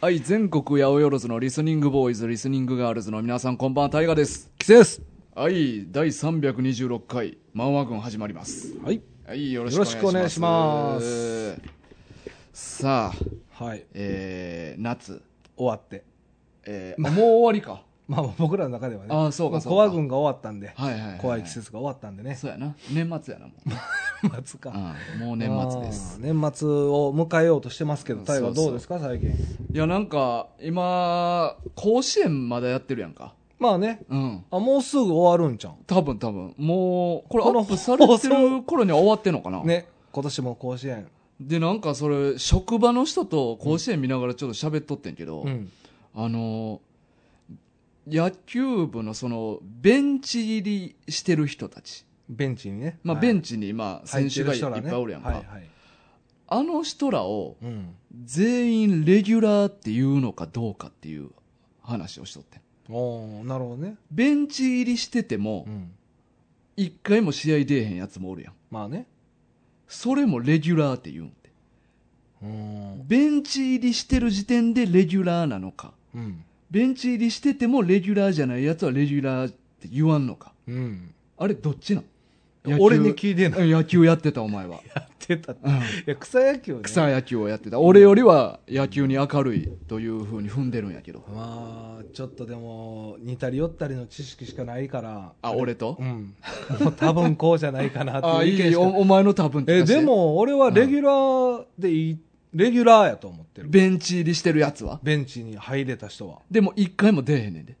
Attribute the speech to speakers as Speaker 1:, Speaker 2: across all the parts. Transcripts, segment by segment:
Speaker 1: はい、全国八百万のリスニングボーイズ、リスニングガールズの皆さん、こんばんは、タイガです。
Speaker 2: キセです
Speaker 1: はい、第326回、漫画軍始まります。
Speaker 2: はい
Speaker 1: はい、よろ
Speaker 2: よろ
Speaker 1: し
Speaker 2: し
Speaker 1: く
Speaker 2: く
Speaker 1: お
Speaker 2: お
Speaker 1: 願
Speaker 2: 願
Speaker 1: い
Speaker 2: い
Speaker 1: し
Speaker 2: し
Speaker 1: ま
Speaker 2: ます
Speaker 1: す。さあ、
Speaker 2: はい
Speaker 1: えー、夏、
Speaker 2: 終わって
Speaker 1: えー、あもう終わりか。
Speaker 2: まあ僕らの中ではね
Speaker 1: あーそうか
Speaker 2: ま
Speaker 1: そうか
Speaker 2: コア軍が終わったんで、
Speaker 1: はいはいはいはい
Speaker 2: 怖い季節が終わったんでね
Speaker 1: そうやな、年末やな、もう。
Speaker 2: 年末か、
Speaker 1: うん、もう年末です
Speaker 2: あ。ー年末を迎えようとしてますけど大
Speaker 1: そ
Speaker 2: 河
Speaker 1: うそう
Speaker 2: どうですか最近
Speaker 1: いや、なんか、今、甲子園まだやってるやんか。
Speaker 2: まあね
Speaker 1: うん。
Speaker 2: あもうすぐ終わるんじゃん
Speaker 1: 多分多分。もう、これア
Speaker 2: この
Speaker 1: ップされてる頃には終わってんのかな。
Speaker 2: ね今年も甲子園
Speaker 1: で、なんかそれ、職場の人と甲子園見ながらちょっと喋っとってんけど、
Speaker 2: うん
Speaker 1: あのー、野球部のその、ベンチ入りしてる人たち。
Speaker 2: ベンチにね
Speaker 1: まあ、
Speaker 2: はい
Speaker 1: ベンチに、まあ、選手がいっ
Speaker 2: 入
Speaker 1: ぱい
Speaker 2: てる人らね
Speaker 1: おるやんか。
Speaker 2: はいはい
Speaker 1: あの人らを、
Speaker 2: うん
Speaker 1: 全員レギュラーっていうのかどうかっていう話をしとってん
Speaker 2: おーなるほどね
Speaker 1: ベンチ入りしてても
Speaker 2: う、ん
Speaker 1: 一回も試合出えへんやつもおるやん。
Speaker 2: まあね
Speaker 1: それもレギュラーって言うんって。
Speaker 2: うん
Speaker 1: ベンチ入りしてる時点でレギュラーなのか。
Speaker 2: うん
Speaker 1: ベンチ入りしててもレギュラーじゃないやつはレギュラーって言わんのか。
Speaker 2: うん
Speaker 1: あれ、どっちなん
Speaker 2: 俺に聞いてない
Speaker 1: い。野球やってた、お前は。
Speaker 2: やってたって
Speaker 1: うん
Speaker 2: いや草野球ね
Speaker 1: 草野球をやってた。俺よりは野球に明るいというふうに踏んでるんやけど。
Speaker 2: まあちょっとでも似たり寄ったりの知識しかないから
Speaker 1: あ、俺と
Speaker 2: うんもう多分こうじゃないかなって
Speaker 1: あ、
Speaker 2: いう
Speaker 1: い
Speaker 2: 意見
Speaker 1: い
Speaker 2: し
Speaker 1: お、
Speaker 2: か
Speaker 1: お前の多分
Speaker 2: え
Speaker 1: 聞かせて
Speaker 2: で、も俺はレギュラーでいい、レギュラーやと思ってる
Speaker 1: ベンチ入りしてるやつは
Speaker 2: ベンチに入れた人は
Speaker 1: でも一回も出えへんねんで。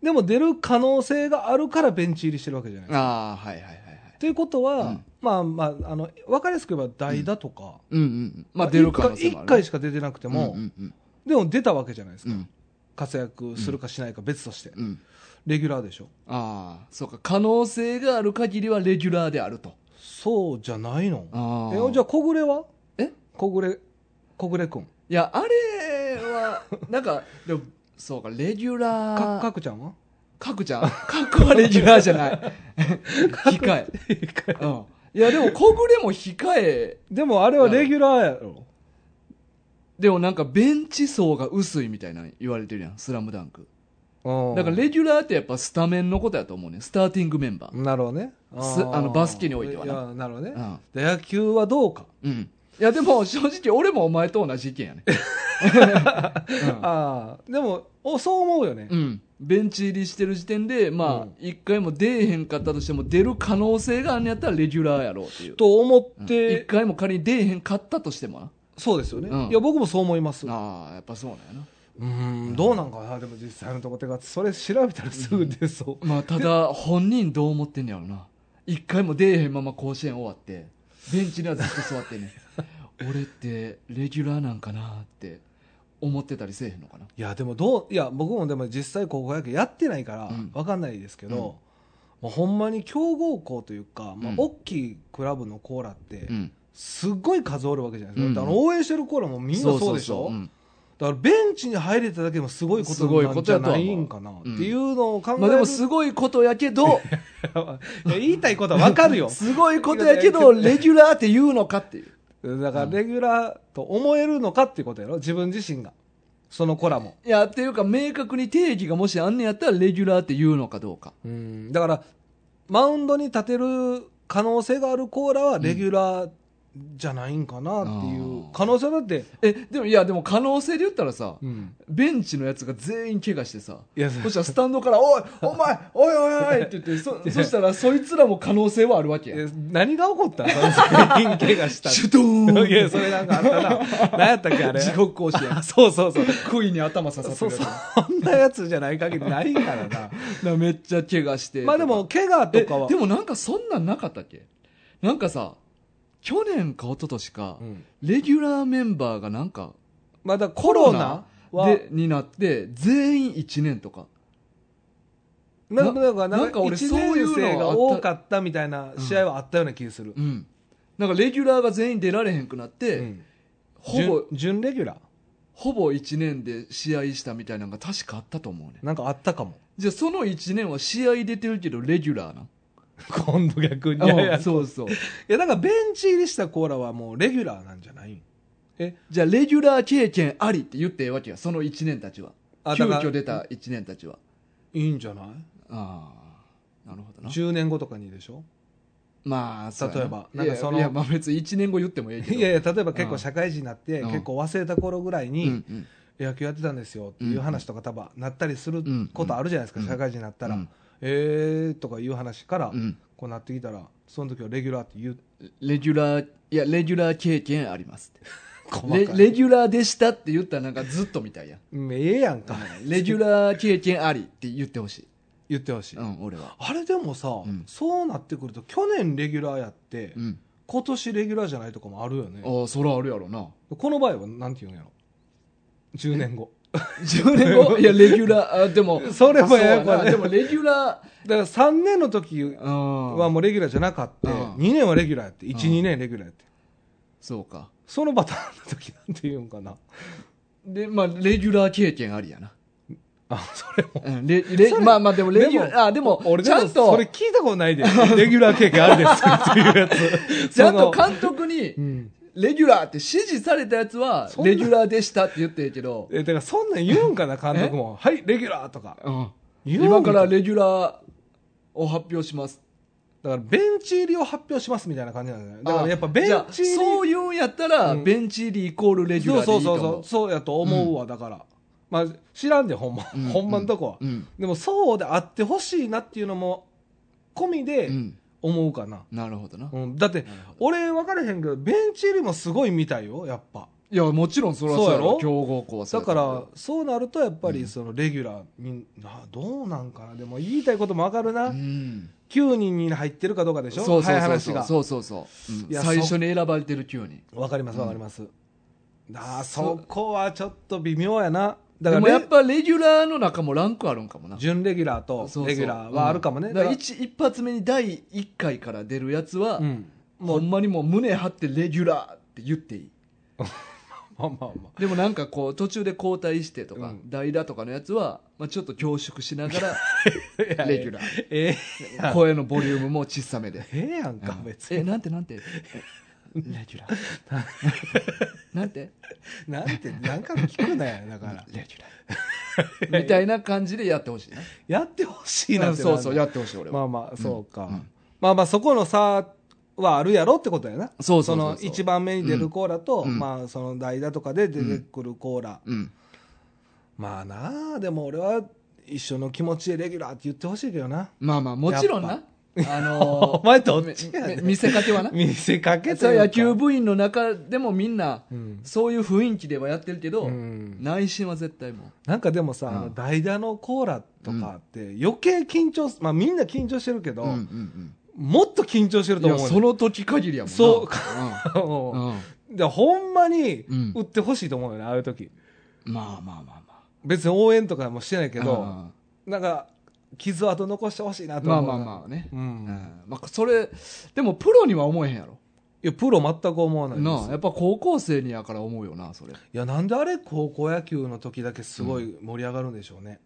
Speaker 2: でも出る可能性があるからベンチ入りしてるわけじゃない
Speaker 1: ああ、はいはいはいはい。
Speaker 2: ということは、
Speaker 1: ん
Speaker 2: まあまああの分かりやすく言えば代打とか、
Speaker 1: うんうんうん。まあ出る可能性もあるね。
Speaker 2: 1回しか出てなくても、
Speaker 1: うんうん
Speaker 2: でも出たわけじゃないです
Speaker 1: うん。う
Speaker 2: か、
Speaker 1: ん
Speaker 2: 活躍するかしないか別として、
Speaker 1: うん。
Speaker 2: レギュラーでしょ
Speaker 1: ああ、そうか。可能性がある限りはレギュラーであると。
Speaker 2: そうじゃないの
Speaker 1: あ
Speaker 2: えじゃあ小暮は
Speaker 1: え
Speaker 2: 小暮小暮君
Speaker 1: いや、あれは、 なんか、でも、そうか、レギュラ
Speaker 2: か
Speaker 1: ー。
Speaker 2: かくちゃんは
Speaker 1: かくちゃん。かくはレギュラーじゃない。控え。うん。いや、でも、小暮も控え、
Speaker 2: でもあれはレギュラーやろ
Speaker 1: でもなんか、ベンチ層が薄いみたいなの言われてるやん、スラムダンク。
Speaker 2: うん
Speaker 1: だから、レギュラーってやっぱスタメンのことやと思うね。スターティングメンバー。
Speaker 2: なるほどね
Speaker 1: す
Speaker 2: ー
Speaker 1: あのバスケにおいてはな
Speaker 2: やなるほどね
Speaker 1: うん、
Speaker 2: で野球はどうか、
Speaker 1: うん。いや、でも、正直、俺もお前と同じ意見やね。うん
Speaker 2: ああでもおそう思うよね、
Speaker 1: うん、ベンチ入りしてる時点で、
Speaker 2: う
Speaker 1: まあ
Speaker 2: ん、
Speaker 1: 一回も出えへんかったとしても、出る可能性があんねやったらレギュラーやろうっていう。
Speaker 2: と思っ
Speaker 1: うん一、
Speaker 2: て、
Speaker 1: 回も仮に出えへんかったとしてもな。
Speaker 2: そうですよね、
Speaker 1: うん
Speaker 2: いや僕もそう思いますう
Speaker 1: ああ、やっぱそうなんやな。
Speaker 2: んどうなんかなでも実際のとこてかそれ調べたらすぐ出そう、
Speaker 1: まあ、ただ、本人どう思ってんねやろな。一回も出えへんまま甲子園終わって、ベンチにはずっと座ってんね ん俺って、レギュラーなんかなって、思ってたりせえへんのかな。
Speaker 2: いやでもどういや僕もでも実際高校野球やってないから
Speaker 1: うん
Speaker 2: わかんないですけど、もうほんまに強豪校というか、まあ
Speaker 1: うん、
Speaker 2: 大きいクラブのコーラって
Speaker 1: うん。
Speaker 2: すっごい数おるわけじゃないですか、
Speaker 1: うん
Speaker 2: だから応援してるコーラもみんなそうでしょ
Speaker 1: そうそうそううん
Speaker 2: だからベンチに入れただけでもすごいことなんじゃないんかなっていうのを考える、
Speaker 1: まあ、でも、すごいことやけど、
Speaker 2: いや言いたいことはわかるよ
Speaker 1: すごいことやけど、レギュラーって言うのかっていう。
Speaker 2: だからレギュラーと思えるのかっていうことやろ自分自身がそのコラも
Speaker 1: いや、っていうか、明確に定義がもしあんねやったら、レギュラーって言うのかどうか。
Speaker 2: うんだからマウンドに立てる可能性があるコーラはレギュラーじゃないんかなっていう、
Speaker 1: あー
Speaker 2: 可能性だって、
Speaker 1: え、でも、いや、でも可能性で言ったらさ、
Speaker 2: うん、
Speaker 1: ベンチのやつが全員怪我してさ、
Speaker 2: いや
Speaker 1: そしたらスタンドから、おい、お前、おいおいおいって言って、そ、そしたら、そいつらも可能性はあるわけや。
Speaker 2: え何が起こった全員怪我した
Speaker 1: シュドーン
Speaker 2: いやそれなんかあったな何やったっけあれ
Speaker 1: 地獄甲子園
Speaker 2: あ。 そうそうそう
Speaker 1: 杭に頭刺さって
Speaker 2: そう
Speaker 1: るやつ。
Speaker 2: そうそんなやつじゃない限りないからな
Speaker 1: なめっちゃ怪我して。
Speaker 2: まあでも怪我と
Speaker 1: え、
Speaker 2: かは
Speaker 1: でもなんかそんなんなかったっけなんかさ、去年か一昨年か、
Speaker 2: うん
Speaker 1: レギュラーメンバーがなんか、
Speaker 2: まだコロナは
Speaker 1: でになって全員1年とか
Speaker 2: なんかなんか
Speaker 1: な
Speaker 2: なん
Speaker 1: か
Speaker 2: んか
Speaker 1: 俺
Speaker 2: 俺
Speaker 1: そういうの
Speaker 2: 1年生が多かったみたいな試合はあったような気がする、
Speaker 1: うんなんかレギュラーが全員出られへんくなって、
Speaker 2: うん
Speaker 1: ほぼ
Speaker 2: 準準レギュラー
Speaker 1: ほぼ1年で試合したみたいなのが確かあったと思うね
Speaker 2: なんかあったかも
Speaker 1: じゃあその1年は試合出てるけどレギュラーな
Speaker 2: 今度逆にい
Speaker 1: あ
Speaker 2: やいや
Speaker 1: そうそう
Speaker 2: いやだからベンチ入りしたコーラはもうレギュラーなんじゃないえ
Speaker 1: じゃあレギュラー経験ありって言ってええわけやその1年たちは
Speaker 2: あ
Speaker 1: 急
Speaker 2: だから
Speaker 1: 遽出た1年たちはい
Speaker 2: いんじゃない
Speaker 1: ああなるほどな
Speaker 2: ?10 年後とかにでしょ
Speaker 1: まあそうや
Speaker 2: 例えばなんかその
Speaker 1: いやいやまあ別に1年後言ってもええけど
Speaker 2: いやいや例えば結
Speaker 1: う
Speaker 2: 構
Speaker 1: ん
Speaker 2: 社会人になって
Speaker 1: うん
Speaker 2: 結構忘れた頃ぐらい
Speaker 1: うんう
Speaker 2: に
Speaker 1: ん
Speaker 2: 野球やってたんですよっていう話とか多分なったりすることあるじゃないですか
Speaker 1: うん
Speaker 2: 社会人になったら
Speaker 1: うん
Speaker 2: えーとかいう話から
Speaker 1: うん
Speaker 2: こうなってきたらその時はレギュラーって言 う
Speaker 1: レギュラーいやレギュラー経験ありますって
Speaker 2: 細
Speaker 1: レ
Speaker 2: かい
Speaker 1: レギュラーでしたって言ったらなんかずっとみたい やん
Speaker 2: うんええやんか
Speaker 1: レギュラー経験ありって言ってほしい
Speaker 2: 言ってほしい
Speaker 1: うん俺は
Speaker 2: あれでもさ
Speaker 1: うん
Speaker 2: そうなってくると去年レギュラーやって
Speaker 1: うん
Speaker 2: 今年レギュラーじゃないとかもあるよね
Speaker 1: ああそらあるやろ な
Speaker 2: この場合はなんて言うんやろ10年後
Speaker 1: 10年後いやレギュラーあでも
Speaker 2: それもややこ
Speaker 1: そう
Speaker 2: や
Speaker 1: な
Speaker 2: ね
Speaker 1: でもレギュラ
Speaker 2: だから3年の時
Speaker 1: ーうん
Speaker 2: はもうレギュラーじゃなかった
Speaker 1: うん
Speaker 2: 2年はレギュラーやって
Speaker 1: うん
Speaker 2: 12年レギュラーやって
Speaker 1: そうか
Speaker 2: そのパターンの時なんて言うんかな
Speaker 1: でまあレギュラー経験ありやな
Speaker 2: あそれも
Speaker 1: うんレレ
Speaker 2: それ
Speaker 1: まあまあでもレギュラーあでも
Speaker 2: 俺
Speaker 1: ち
Speaker 2: で
Speaker 1: ゃ
Speaker 2: も
Speaker 1: んと
Speaker 2: それ聞いたことないでレギュラー経験あるですっていうやつ
Speaker 1: ちゃんと
Speaker 2: その
Speaker 1: 監督に
Speaker 2: うん
Speaker 1: レギュラーって指示されたやつは
Speaker 2: そんな
Speaker 1: レギュラーでしたって言ってるけど、
Speaker 2: えだからそんなん言うんかな監督もはいレギュラーとか
Speaker 1: うん、
Speaker 2: 言うん
Speaker 1: 今から
Speaker 2: だか
Speaker 1: レギュラーを発表します
Speaker 2: らベンチ入りを発表しますみたいな感じなんじゃないだからやっぱベン
Speaker 1: じゃあ
Speaker 2: チ入り
Speaker 1: そういうんやったら、
Speaker 2: うん
Speaker 1: ベンチ入りイコールレギュ
Speaker 2: そ
Speaker 1: ラー
Speaker 2: う
Speaker 1: でいういと
Speaker 2: そそう
Speaker 1: 思
Speaker 2: そううそうやと思うわだからまあ知らんでほんま
Speaker 1: うん
Speaker 2: ほんまのとこは
Speaker 1: うん
Speaker 2: でもそうであってほしいなっていうのも込み
Speaker 1: う
Speaker 2: で
Speaker 1: ん
Speaker 2: 思うかな、
Speaker 1: なるほどな、
Speaker 2: うんだって
Speaker 1: なるほど
Speaker 2: 俺分からへんけどベンチ入りもすごいみたいよやっぱ
Speaker 1: いやもちろんそれはそうやろ
Speaker 2: そうやろ
Speaker 1: 強豪校はそ
Speaker 2: だ
Speaker 1: うやと
Speaker 2: か
Speaker 1: 思う
Speaker 2: ら
Speaker 1: よ
Speaker 2: そうなるとやっぱ
Speaker 1: う
Speaker 2: り
Speaker 1: ん
Speaker 2: そのレギュラーになどうなんかなでも言いたいことも分かるな、
Speaker 1: うん
Speaker 2: 9人に入ってるかどうかでしょ
Speaker 1: そうそう
Speaker 2: 早い
Speaker 1: そう
Speaker 2: 話
Speaker 1: そう
Speaker 2: が
Speaker 1: そうそうそう、うん
Speaker 2: いや
Speaker 1: 最初に選ばれてる9人
Speaker 2: 分かりま
Speaker 1: う
Speaker 2: す
Speaker 1: ん
Speaker 2: 分かります、あー
Speaker 1: そ
Speaker 2: そこはちょっと微妙やなだ
Speaker 1: で
Speaker 2: から
Speaker 1: も
Speaker 2: ね
Speaker 1: やっぱレギュラーの中もランクあるんかもな
Speaker 2: 準レギュラーと
Speaker 1: そうそう
Speaker 2: レギュラーはあるかもね、
Speaker 1: うんだから一一発目に第1回から出るやつは、
Speaker 2: うん
Speaker 1: もうほんまにもう胸張ってレギュラーって言っていい
Speaker 2: まあまあまあ
Speaker 1: でもなんかこう途中で交代してとか、
Speaker 2: うん
Speaker 1: 代打とかのやつは、まあ、ちょっと恐縮しなが らレギュラー
Speaker 2: ええやん
Speaker 1: 声のボリュームも小さめで
Speaker 2: ええやんか
Speaker 1: うん
Speaker 2: 別
Speaker 1: え
Speaker 2: に
Speaker 1: なんてなんてレギュラー なんて
Speaker 2: なんて何回も聞くなよだから
Speaker 1: レギュラーみたいな感じでやってほしいな
Speaker 2: やってほしいなって
Speaker 1: そうそう
Speaker 2: な
Speaker 1: や
Speaker 2: んだ
Speaker 1: ってほしい俺は、
Speaker 2: まあまあそうか、
Speaker 1: うん
Speaker 2: まあまあそこの差はあるやろってことやな
Speaker 1: そうそ
Speaker 2: そ
Speaker 1: そ
Speaker 2: うの
Speaker 1: うそう
Speaker 2: 1番目に出るコーラと、
Speaker 1: うん
Speaker 2: まあその代打とかで出てくるコーラ、
Speaker 1: うん
Speaker 2: まあなあでも俺は一緒の気持ちでレギュラーって言ってほしいけどな
Speaker 1: まあまあもちろんなあ
Speaker 2: お
Speaker 1: の
Speaker 2: 前どっちや
Speaker 1: ー
Speaker 2: ね
Speaker 1: み
Speaker 2: ん
Speaker 1: 見せかけはな
Speaker 2: 見せかけ
Speaker 1: そ
Speaker 2: と
Speaker 1: れ
Speaker 2: いうか
Speaker 1: は野球部員の中でもみんな
Speaker 2: うん
Speaker 1: そういう雰囲気ではやってるけど、
Speaker 2: うん
Speaker 1: 内心は絶対も
Speaker 2: なんかでもさ、
Speaker 1: うん
Speaker 2: あの代打のコーラとかって余計緊張す、まあみんな緊張してるけ
Speaker 1: う、
Speaker 2: ど、
Speaker 1: うんうん
Speaker 2: もっと緊張してる
Speaker 1: うん、
Speaker 2: と
Speaker 1: いや
Speaker 2: 思う
Speaker 1: そ
Speaker 2: ねん
Speaker 1: の時限りやもんな
Speaker 2: そ う
Speaker 1: うんうん
Speaker 2: うんでほんまに
Speaker 1: うん
Speaker 2: 打ってほしいと思うよね、ああいう時。
Speaker 1: まあまあまあまあ
Speaker 2: 別に応援とかもしてないけ
Speaker 1: うん
Speaker 2: ど、なんか、傷跡残してほしいなと
Speaker 1: ま
Speaker 2: 思
Speaker 1: あ
Speaker 2: う。
Speaker 1: まあまあね、
Speaker 2: う
Speaker 1: うん
Speaker 2: ん。
Speaker 1: まあ、それでもプロには思えへんやろ
Speaker 2: いや、プロ全く思わない
Speaker 1: なあ
Speaker 2: です。
Speaker 1: やっぱ高校生にやから思うよなそれ
Speaker 2: いや、なんであれ高校野球の時だけすごい盛り上がるんでしょうね。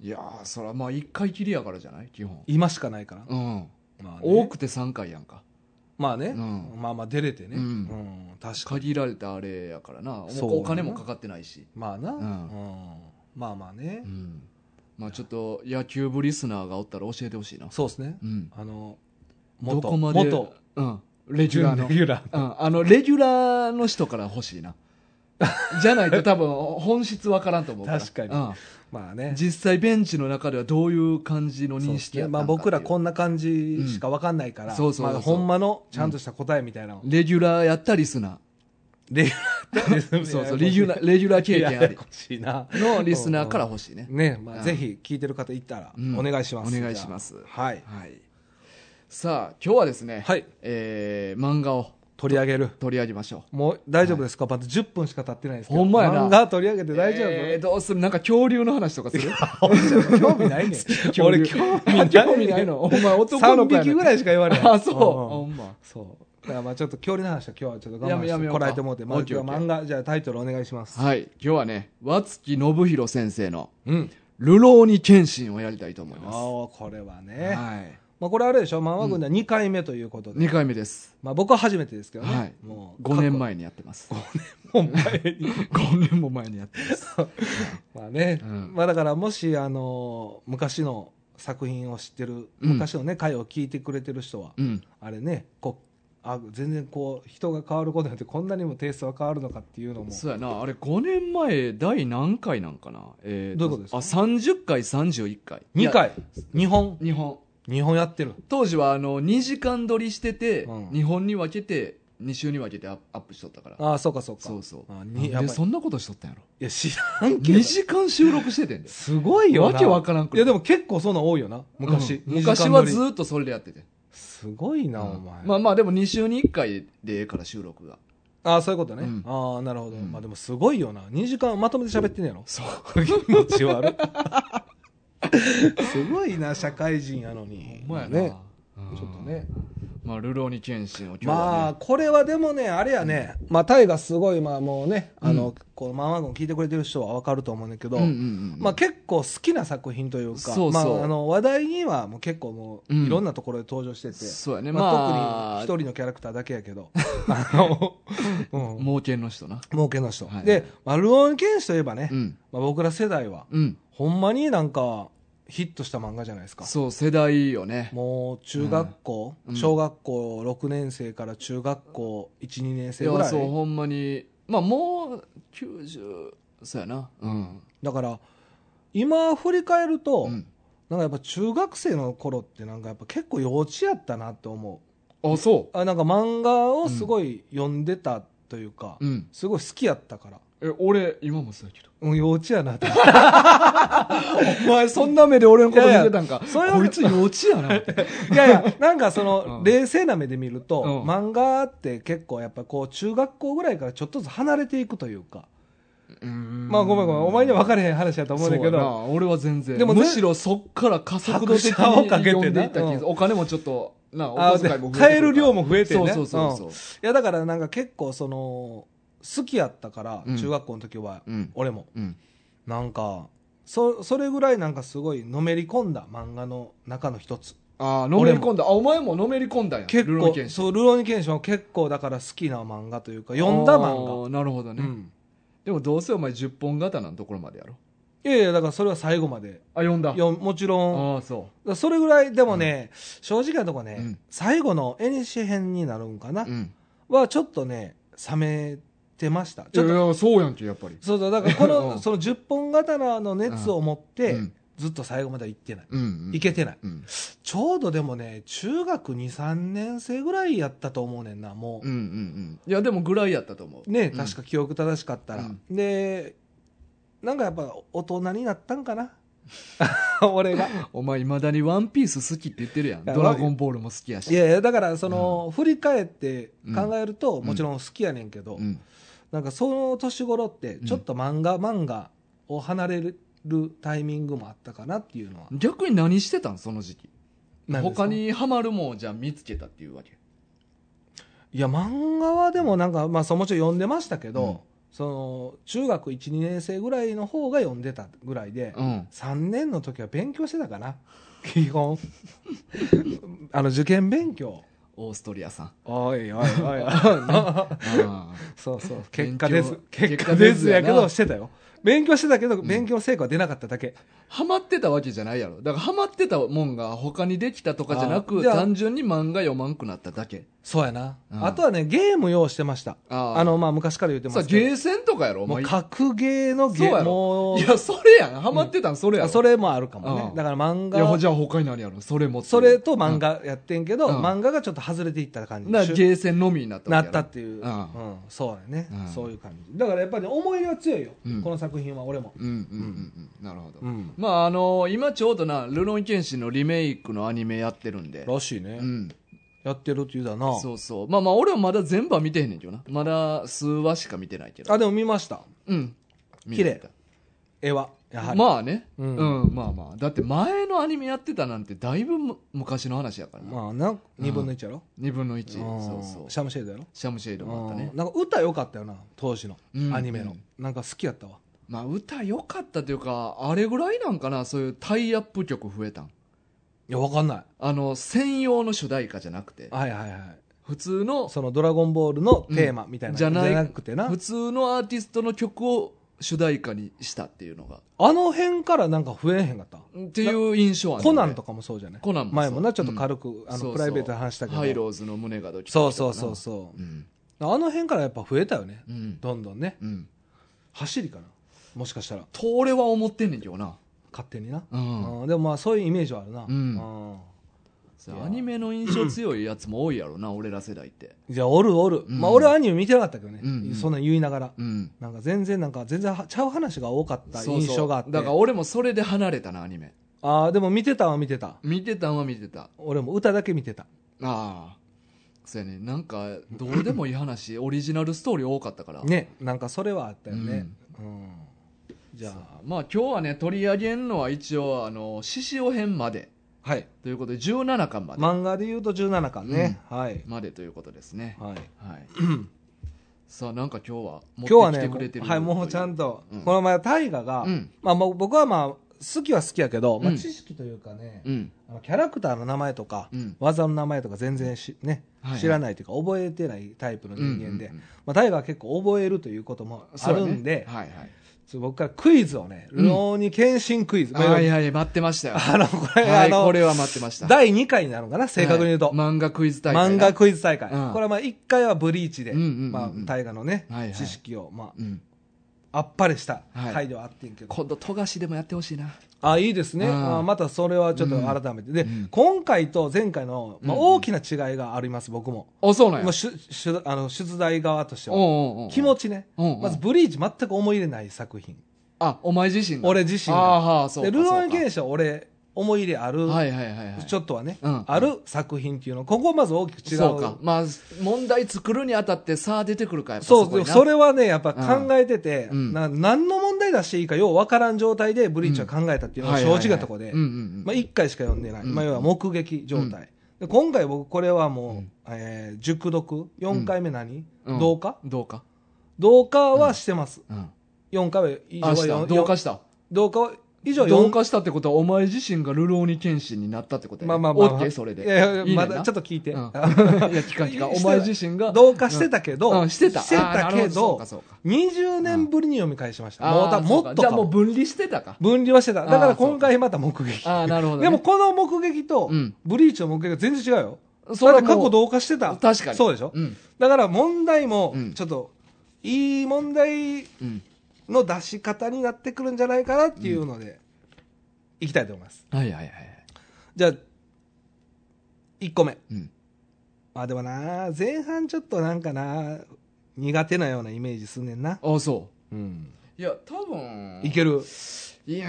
Speaker 1: いやーそれはまあ1回きりやからじゃない基本
Speaker 2: 今しかないから。
Speaker 1: うん
Speaker 2: まあね
Speaker 1: 多くて3回やんか
Speaker 2: まあね、
Speaker 1: うん
Speaker 2: まあまあ出れてね。
Speaker 1: う
Speaker 2: うんん。確かに。
Speaker 1: 限られたあれやからなもう
Speaker 2: そう
Speaker 1: お金もかかってないし、
Speaker 2: まあな、
Speaker 1: ん
Speaker 2: うんまあまあね
Speaker 1: う。んまあ、ちょっと野球部リスナーがおったら教えてほしいな、
Speaker 2: そうですね
Speaker 1: う。ん、
Speaker 2: あの、
Speaker 1: ど
Speaker 2: 元、
Speaker 1: こまで
Speaker 2: 元、
Speaker 1: うん、レギュラーの
Speaker 2: 準レギュラー
Speaker 1: うん、あのレギュラーの人から欲しいな じゃないと多分本質わからんと思うから
Speaker 2: 確かに まあ
Speaker 1: うん、
Speaker 2: ね。
Speaker 1: 実際ベンチの中ではどういう感じの認識やったん
Speaker 2: ま
Speaker 1: か
Speaker 2: あ、
Speaker 1: っていう
Speaker 2: 僕らこんな感じしか分かんないか
Speaker 1: うん
Speaker 2: ら、
Speaker 1: そうそうそう
Speaker 2: まあ、ほんまのちゃんとした答えみたいなの、
Speaker 1: レギュラーやったリスナ
Speaker 2: レギュラー
Speaker 1: ーそうそうレギュラーレギュラー経験あ
Speaker 2: やや
Speaker 1: り
Speaker 2: こしいな
Speaker 1: のリスナーから欲しいね、
Speaker 2: ねま
Speaker 1: うん
Speaker 2: あ、ぜひ聞いてる方いたら
Speaker 1: うん
Speaker 2: お願いします、
Speaker 1: お願いします
Speaker 2: じゃあはい、
Speaker 1: はい、さあ今日はですね、
Speaker 2: はい、
Speaker 1: えー漫画を
Speaker 2: 取り上げる
Speaker 1: 取り上げましょ
Speaker 2: もう大丈夫ですか、まだ10分しか経ってないですけど
Speaker 1: ほんまやな
Speaker 2: 漫画取り上げ
Speaker 1: う
Speaker 2: て大丈夫、
Speaker 1: えーどうするなんか恐竜の話とかする
Speaker 2: 興味ないねん
Speaker 1: 恐
Speaker 2: 俺
Speaker 1: 竜
Speaker 2: 興味
Speaker 1: あ
Speaker 2: ない
Speaker 1: 興味ないのお前男の子
Speaker 2: 3
Speaker 1: やね
Speaker 2: 匹ぐらいしか言われない
Speaker 1: あそう、ほ
Speaker 2: ん
Speaker 1: んま
Speaker 2: そうだからまあちょっと恐竜の話は今日はちょっと
Speaker 1: や
Speaker 2: 我慢
Speaker 1: め
Speaker 2: し
Speaker 1: やめ
Speaker 2: て
Speaker 1: よう
Speaker 2: こ
Speaker 1: から
Speaker 2: えてもうてまあ
Speaker 1: オッケー
Speaker 2: 今日は漫画じゃあタイトルお願いします、
Speaker 1: はい今日はね和月信弘先生の
Speaker 2: うん
Speaker 1: 「流浪に謙信」をやりたいと思い
Speaker 2: ああ
Speaker 1: ま
Speaker 2: これは
Speaker 1: す、
Speaker 2: ね
Speaker 1: はい
Speaker 2: まあ、これあれでしょ漫画軍では2回目ということで、
Speaker 1: 2回目です
Speaker 2: まあ、僕は初めてですけどね、
Speaker 1: はい
Speaker 2: もう
Speaker 1: 5年前にやってます
Speaker 2: 過去も前に
Speaker 1: 5年も前にやってます
Speaker 2: まあね、
Speaker 1: うん
Speaker 2: まあ、だからもし、あの昔の作品を知ってる
Speaker 1: うん
Speaker 2: 昔のね、回を聞いてくれてる人は、
Speaker 1: うん
Speaker 2: あれねこうあ全然こう人が変わることによってこんなにもテイストが変わるのかっていうのも
Speaker 1: そうやなあれ5年前第何回なんかな、えーと
Speaker 2: どういうことです
Speaker 1: あ
Speaker 2: か
Speaker 1: 30回31回
Speaker 2: 2回2本
Speaker 1: 日本
Speaker 2: 2本やってる
Speaker 1: 当時はあの2時間撮りしてて、
Speaker 2: うん
Speaker 1: 日本に分けて2週に分けてアップアップしとったから
Speaker 2: ああそうかそうか
Speaker 1: そうそう
Speaker 2: あ
Speaker 1: なん
Speaker 2: にやっ
Speaker 1: で
Speaker 2: ぱり
Speaker 1: そんなことしとったんやろ
Speaker 2: いや知らんけど
Speaker 1: 2時間収録しててんです
Speaker 2: ごいよな
Speaker 1: わけわからんく
Speaker 2: いやでも結構そんなん多いよな昔、
Speaker 1: うん
Speaker 2: 二時間
Speaker 1: 昔
Speaker 2: 撮
Speaker 1: は
Speaker 2: り
Speaker 1: ずーっとそれでやってて
Speaker 2: すごいな、
Speaker 1: うん
Speaker 2: お前、
Speaker 1: まあまあでも2週に1回でええから収録が
Speaker 2: ああそういうことね、
Speaker 1: うん
Speaker 2: ああなるほど、
Speaker 1: うん
Speaker 2: まあでもすごいよな2時間まとめて喋ってんねやろ
Speaker 1: そう
Speaker 2: 気持ち悪いすごいな社会人やのに
Speaker 1: ほんまやな、
Speaker 2: ね
Speaker 1: うん
Speaker 2: ちょっとね
Speaker 1: まあ流浪に剣心を今日
Speaker 2: まあ
Speaker 1: は、
Speaker 2: これはでもね、あれやね、まあ、タイがすごい、まあもうね、あ
Speaker 1: うん
Speaker 2: の、こう、マンワゴン聞いてくれてる人はわかると思うんだけど、
Speaker 1: ね、うんうんうん
Speaker 2: まあ結構好きな作品というか、
Speaker 1: そうそう
Speaker 2: まああの、話題にはもう結構もう、
Speaker 1: うん
Speaker 2: いろんなところで登場してて、
Speaker 1: そうやね
Speaker 2: ま
Speaker 1: まあ
Speaker 2: あ特に一人のキャラクターだけや けど、あの、うん、
Speaker 1: 冒険の人な
Speaker 2: 儲けの人。
Speaker 1: はい
Speaker 2: で、まあ、ルオン剣士といえばね、
Speaker 1: うん
Speaker 2: まあ僕ら世代は、
Speaker 1: うん
Speaker 2: ほんまになんか、ヒットした漫画じゃないですか。
Speaker 1: そう世代よね
Speaker 2: もう中学校、
Speaker 1: うん
Speaker 2: 小学校6年生から中学校12年
Speaker 1: い
Speaker 2: 生ぐら
Speaker 1: や
Speaker 2: い
Speaker 1: そうほんまにまあもう90そうやなうん、
Speaker 2: だから今振り返ると、
Speaker 1: うん
Speaker 2: なんかやっぱ中学生の頃ってなんかやっぱ結構幼稚やったなって思
Speaker 1: あそう
Speaker 2: あなんか漫画をすごい読んでたというか、
Speaker 1: う、ん、
Speaker 2: すごい好きやったから
Speaker 1: え俺今もそうやけど
Speaker 2: もう幼稚やなって お前そんな目で俺の
Speaker 1: 子供
Speaker 2: いや
Speaker 1: 見
Speaker 2: い
Speaker 1: て
Speaker 2: や
Speaker 1: たんか
Speaker 2: それは
Speaker 1: こいつ幼稚やなって
Speaker 2: いやいやなんかその、
Speaker 1: うん
Speaker 2: 冷静な目で見ると、
Speaker 1: うん
Speaker 2: 漫画って結構やっぱこう中学校ぐらいからちょっとずつ離れていくというかま
Speaker 1: ま
Speaker 2: あごめんごめんお前には分
Speaker 1: る
Speaker 2: かれへん話やと思うんだけど
Speaker 1: 俺は全然
Speaker 2: でもね
Speaker 1: むしろそっから加速度的に
Speaker 2: 拍車をかけてな
Speaker 1: 読んでいった気がする
Speaker 2: う
Speaker 1: お金もちょっとなお
Speaker 2: あ
Speaker 1: 小
Speaker 2: で
Speaker 1: 遣いも増えてくるから
Speaker 2: 買える量も増えてね
Speaker 1: そうそうそうそ
Speaker 2: いやだからなんか結構その好きやったから、
Speaker 1: うん
Speaker 2: 中学校の時は
Speaker 1: ううん
Speaker 2: 俺も
Speaker 1: うん
Speaker 2: なんかそそれぐらいなんかすごいのめり込んだ漫画の中の一つ
Speaker 1: ああのめり込んだあお前ものめり込んだんや
Speaker 2: 結
Speaker 1: ルロ
Speaker 2: 構
Speaker 1: ケンシン
Speaker 2: そうルロニケンションは結構だから好きな漫画というか読んだ漫
Speaker 1: ああなるほど
Speaker 2: 画、
Speaker 1: ね、
Speaker 2: うん、
Speaker 1: でもどうせお前10本型のところまでやろ
Speaker 2: いやいやだからそれは最後まで
Speaker 1: あ読んだ
Speaker 2: よもちろん
Speaker 1: あ
Speaker 2: だか
Speaker 1: あそ
Speaker 2: らそれぐらいでもね、正直なとこね、
Speaker 1: うん
Speaker 2: 最後の絵にし編になるんかな、
Speaker 1: ううん
Speaker 2: はちょっとね冷めてました
Speaker 1: い
Speaker 2: ちょ
Speaker 1: や
Speaker 2: っ
Speaker 1: い
Speaker 2: と
Speaker 1: やそうやんけやっぱり
Speaker 2: そうそうだからこ
Speaker 1: うん
Speaker 2: のその10本刀の熱を持って、
Speaker 1: うん
Speaker 2: ずっと最後までは行ってない。
Speaker 1: うんうん
Speaker 2: 行けてない。
Speaker 1: うん
Speaker 2: ちょうどでもね、中学2、3年生ぐらいやったと思うねんな、も
Speaker 1: うんう
Speaker 2: う。
Speaker 1: んうんいやでもぐらいやったと思う
Speaker 2: ね、
Speaker 1: うん
Speaker 2: 確か記憶正しかったら。
Speaker 1: う
Speaker 2: で、なんかやっぱ大人になったんか な。俺が。
Speaker 1: お前いまだに「ワンピース好きって言ってるやん「
Speaker 2: いや
Speaker 1: ドラゴンボール」も好きや
Speaker 2: い
Speaker 1: し
Speaker 2: やいや、だからその、振り返って考えると、
Speaker 1: うん
Speaker 2: もちろん好きやねんけど、
Speaker 1: うん
Speaker 2: なんかその年頃って、ちょっと漫画、漫画を離れるタイミングもあったかなっていうのは。
Speaker 1: 逆に何してたんその時期
Speaker 2: 何ですか
Speaker 1: 他にハマるもんじゃあ見つけたっていうわけ
Speaker 2: いや漫画はでもなんか、まあ、そうもちろん読んでましたけど、
Speaker 1: うん
Speaker 2: その中学12年生ぐらいの方が読んでたぐらいで、
Speaker 1: うん
Speaker 2: 3年の時は勉強してたかな基 本あの受験勉強
Speaker 1: オーストリア さん
Speaker 2: おいおいおい
Speaker 1: あ
Speaker 2: そうそう結果です
Speaker 1: 勉強
Speaker 2: 結
Speaker 1: 結果
Speaker 2: 果ですや
Speaker 1: です
Speaker 2: け
Speaker 1: やな
Speaker 2: どしてたよ勉強してたけど勉強成果は出なかっただけ、
Speaker 1: あハマってたわけじゃないやろだからハマってたもんが他にできたとかじゃな
Speaker 2: あ
Speaker 1: く
Speaker 2: じゃあ
Speaker 1: 単純に漫画読まんくなっただけ
Speaker 2: そうやな、
Speaker 1: うん
Speaker 2: あとはねゲーム用意してました
Speaker 1: あ
Speaker 2: あ
Speaker 1: ー
Speaker 2: のまあ昔から言ってま
Speaker 1: さあ
Speaker 2: すけ
Speaker 1: ゲーセンとかやろお
Speaker 2: どもう
Speaker 1: 前
Speaker 2: 格ゲーの
Speaker 1: そう
Speaker 2: ゲ
Speaker 1: やろ
Speaker 2: ームもう
Speaker 1: いやそれやんハマってたんそれや
Speaker 2: あ
Speaker 1: ろ
Speaker 2: それもあるかも
Speaker 1: あ
Speaker 2: ね
Speaker 1: あ
Speaker 2: だから漫
Speaker 1: いやほ
Speaker 2: 画
Speaker 1: じゃあ他に何やろそれもっていう
Speaker 2: それと漫画やってんけど、
Speaker 1: うん
Speaker 2: 漫画がちょっと外れていった感じ
Speaker 1: な
Speaker 2: しゅ
Speaker 1: ゲーセンのみになった
Speaker 2: な
Speaker 1: わけ
Speaker 2: っ
Speaker 1: や
Speaker 2: た
Speaker 1: ろ
Speaker 2: ってい
Speaker 1: ん
Speaker 2: う、うんそうだね、
Speaker 1: うん
Speaker 2: そういう感じだからやっぱりね思い入れは強いよ、
Speaker 1: うん
Speaker 2: この作品は俺も、
Speaker 1: うんうんうんうんなるほど
Speaker 2: うん、
Speaker 1: まああの今ちょうどな「ルロンケンシン」のリメイクのアニメやってるんで
Speaker 2: らしいね、
Speaker 1: うん
Speaker 2: やってるって言うだな
Speaker 1: そうそうまあまあ俺はまだ全部は見てへんねんけどなまだ数話しか見てないけど
Speaker 2: あでも見ました
Speaker 1: うん
Speaker 2: 綺麗絵はやはり、
Speaker 1: まあねう
Speaker 2: うんん、
Speaker 1: まあまあだって前のアニメやってたなんてだいぶむ昔の話やからな
Speaker 2: まあな2分の1やろ、
Speaker 1: 2分の1
Speaker 2: うん
Speaker 1: そうそう
Speaker 2: シャムシェードやろ
Speaker 1: シャムシェイドもあったね
Speaker 2: うんなんか歌良かったよな当時の
Speaker 1: うん
Speaker 2: アニメの、
Speaker 1: うん
Speaker 2: なんか好きやったわ
Speaker 1: まあ歌良かったというかあれぐらいなんかなそういうタイアップ曲増えたん
Speaker 2: やわかんない
Speaker 1: あの専用の主題歌じゃなくて
Speaker 2: はいはいはい
Speaker 1: 普通の
Speaker 2: その「ドラゴンボール」のテーマみたいな、
Speaker 1: うん
Speaker 2: じ
Speaker 1: じ
Speaker 2: ゃ
Speaker 1: ゃ
Speaker 2: な
Speaker 1: ない
Speaker 2: くてな
Speaker 1: 普通のアーティストの曲を主題歌にしたっていうのが
Speaker 2: あの辺からなんか増えへんかった
Speaker 1: っていう印象は
Speaker 2: コナンと
Speaker 1: か
Speaker 2: かもそうじゃない
Speaker 1: コナンもそう
Speaker 2: 前もなちょっと軽く、あ
Speaker 1: そ
Speaker 2: の
Speaker 1: うそう
Speaker 2: プライベートで話したけど
Speaker 1: ハイローズの胸がドキ
Speaker 2: そう
Speaker 1: ドキと
Speaker 2: そう
Speaker 1: かな
Speaker 2: そうそう
Speaker 1: うん
Speaker 2: あの辺からやっぱ増えたよね
Speaker 1: うん
Speaker 2: どんどんね
Speaker 1: うん
Speaker 2: 走りかなもしかしたら
Speaker 1: と俺は思ってんねんけどな
Speaker 2: 勝手にな、
Speaker 1: うん
Speaker 2: うんでもまあそういうイメージはあるな、
Speaker 1: ん
Speaker 2: うん
Speaker 1: そうアニメの印象強いやつも多いやろ な俺ら世代って
Speaker 2: いやおるおる、
Speaker 1: うん
Speaker 2: まあ俺はアニメ見てなかったけどね、
Speaker 1: うんうん
Speaker 2: そんなん言いながら
Speaker 1: うん
Speaker 2: なんか全然なんか全然はちゃう話が多かった
Speaker 1: そう
Speaker 2: 印
Speaker 1: そう
Speaker 2: 象があって
Speaker 1: だから俺もそれで離れたなアニメ
Speaker 2: あーでも見てたは見てた
Speaker 1: 見てたんは見てた
Speaker 2: 俺も歌だけ見てた
Speaker 1: ああそうやねなんかどうでもいい 話オリジナルストーリー多かったから
Speaker 2: ねなんかそれはあったよね、うんじゃ
Speaker 1: さ
Speaker 2: あ
Speaker 1: あまあ今日はね取り上げるのは一応あの獅子王編まで
Speaker 2: はい
Speaker 1: ということで17巻まで、
Speaker 2: 漫画で言うと17巻ね、はい、
Speaker 1: までということですね
Speaker 2: はい、
Speaker 1: はいさあなんか今日は持
Speaker 2: 今日は
Speaker 1: ってき
Speaker 2: ね
Speaker 1: てくれてる
Speaker 2: はい、もうちゃんと、
Speaker 1: うん
Speaker 2: この前大河が、
Speaker 1: うん
Speaker 2: まあ、もう僕はまあ好きは好きやけど、まあ、
Speaker 1: うん
Speaker 2: 知識というかね、
Speaker 1: うん
Speaker 2: あのキャラクターの名前とか、
Speaker 1: うん
Speaker 2: 技の名前とか全然し、ね
Speaker 1: はいはい
Speaker 2: 知らないというか覚えてないタイプの人間で、
Speaker 1: うんうんうん
Speaker 2: まあ、大河は結構覚えるということもあるんで、
Speaker 1: そうやねはいはい
Speaker 2: ちょっと僕からクイズをね「
Speaker 1: うん
Speaker 2: 浪人謙信クイズ」まあ
Speaker 1: はいはい待ってましたよ
Speaker 2: あのこれ,、
Speaker 1: はい
Speaker 2: あの
Speaker 1: これは待ってました
Speaker 2: 第2回になるのかな 正確に言うと、
Speaker 1: はい漫画クイズ大会
Speaker 2: 漫画クイズ大会、
Speaker 1: うん
Speaker 2: これはまあ1回はブリーチで、
Speaker 1: うんうんうんうん
Speaker 2: まあ、大河のね、
Speaker 1: はいはい
Speaker 2: 知識を、ま
Speaker 1: うん
Speaker 2: あ、あっぱれした
Speaker 1: はい
Speaker 2: 回ではあってんけど、
Speaker 1: 今度富樫でもやってほしいな
Speaker 2: あいいですね、
Speaker 1: うん
Speaker 2: あまたそれはちょっと改めて、で、
Speaker 1: うん
Speaker 2: 今回と前回の、まあ、
Speaker 1: うん
Speaker 2: 大きな違いがあります、僕も、
Speaker 1: あそうなんや
Speaker 2: もうしゅしゅあの出題側としては、
Speaker 1: おうおうおう
Speaker 2: 気持ちね、
Speaker 1: うんうん
Speaker 2: まずブリーチ、全く思い入れない作品、
Speaker 1: あお前自身が
Speaker 2: 俺自
Speaker 1: あー
Speaker 2: 身
Speaker 1: は
Speaker 2: が
Speaker 1: あ、そう
Speaker 2: で
Speaker 1: か
Speaker 2: ルーア
Speaker 1: そ
Speaker 2: ン
Speaker 1: うか
Speaker 2: 現象、俺、思い入れある、
Speaker 1: はいはいはいはい
Speaker 2: ちょっとはね、
Speaker 1: うん
Speaker 2: ある作品っていうの、ここまず大きく違う。
Speaker 1: そうかまあ問題作るにあたってさあ出てくるかやっぱ
Speaker 2: そう
Speaker 1: こやな
Speaker 2: それはね、やっぱ考えてて、
Speaker 1: うん
Speaker 2: な何の問題出していいか、ようわからん状態でブリーチは考えたっていうのが正直なとこで、
Speaker 1: はいはいはいうんうんうん
Speaker 2: まあ、1回しか読んでない、
Speaker 1: うん
Speaker 2: まあ、要は目撃状態、で今回、僕、これはもう、えー熟読、4回目何、
Speaker 1: うん
Speaker 2: 同化
Speaker 1: どうか
Speaker 2: 同化はしてます、
Speaker 1: うん
Speaker 2: 4回目以上
Speaker 1: あ
Speaker 2: は
Speaker 1: した
Speaker 2: 読
Speaker 1: 同化した
Speaker 2: 同化は以上
Speaker 1: 同
Speaker 2: 4
Speaker 1: 化したってことはお前自身が流浪に剣心になったってことやね
Speaker 2: まあまあまあ、
Speaker 1: オッケーそれで
Speaker 2: いやいや
Speaker 1: いいね
Speaker 2: ま
Speaker 1: んな
Speaker 2: だちょっと聞いて、
Speaker 1: うんい
Speaker 2: あ
Speaker 1: や聞かん聞かんお前自身が
Speaker 2: 同化してたけど、
Speaker 1: うんしてた
Speaker 2: してた
Speaker 1: あーな
Speaker 2: け
Speaker 1: るほどそう
Speaker 2: ど
Speaker 1: かそうか
Speaker 2: 20年ぶりに読み返しました、もう
Speaker 1: あ
Speaker 2: た
Speaker 1: ー
Speaker 2: も
Speaker 1: そ
Speaker 2: っと
Speaker 1: うかじゃ
Speaker 2: か
Speaker 1: あもう分離してたか
Speaker 2: 分離はしてた。だか
Speaker 1: あー
Speaker 2: ら
Speaker 1: そう
Speaker 2: 今回また目撃。
Speaker 1: ああなるほどね
Speaker 2: でもこの目撃と
Speaker 1: うん、
Speaker 2: ブリーチの目撃は全然違うよ。
Speaker 1: それ
Speaker 2: だ
Speaker 1: は
Speaker 2: って
Speaker 1: もう
Speaker 2: 過去同化してた。
Speaker 1: 確かに
Speaker 2: そうでしょ、
Speaker 1: うん
Speaker 2: だから問題も
Speaker 1: う、ん
Speaker 2: ちょっと、いい問題
Speaker 1: うん
Speaker 2: の出し方になってくるんじゃないかなっていうので、いきたいと思います。
Speaker 1: はいはいはい
Speaker 2: じゃあ、1個目。
Speaker 1: うん
Speaker 2: あ、でもな、前半ちょっとなんかな、苦手なようなイメージすんねんな。
Speaker 1: あそ
Speaker 2: うん。
Speaker 1: ういや多分
Speaker 2: いける。
Speaker 1: いや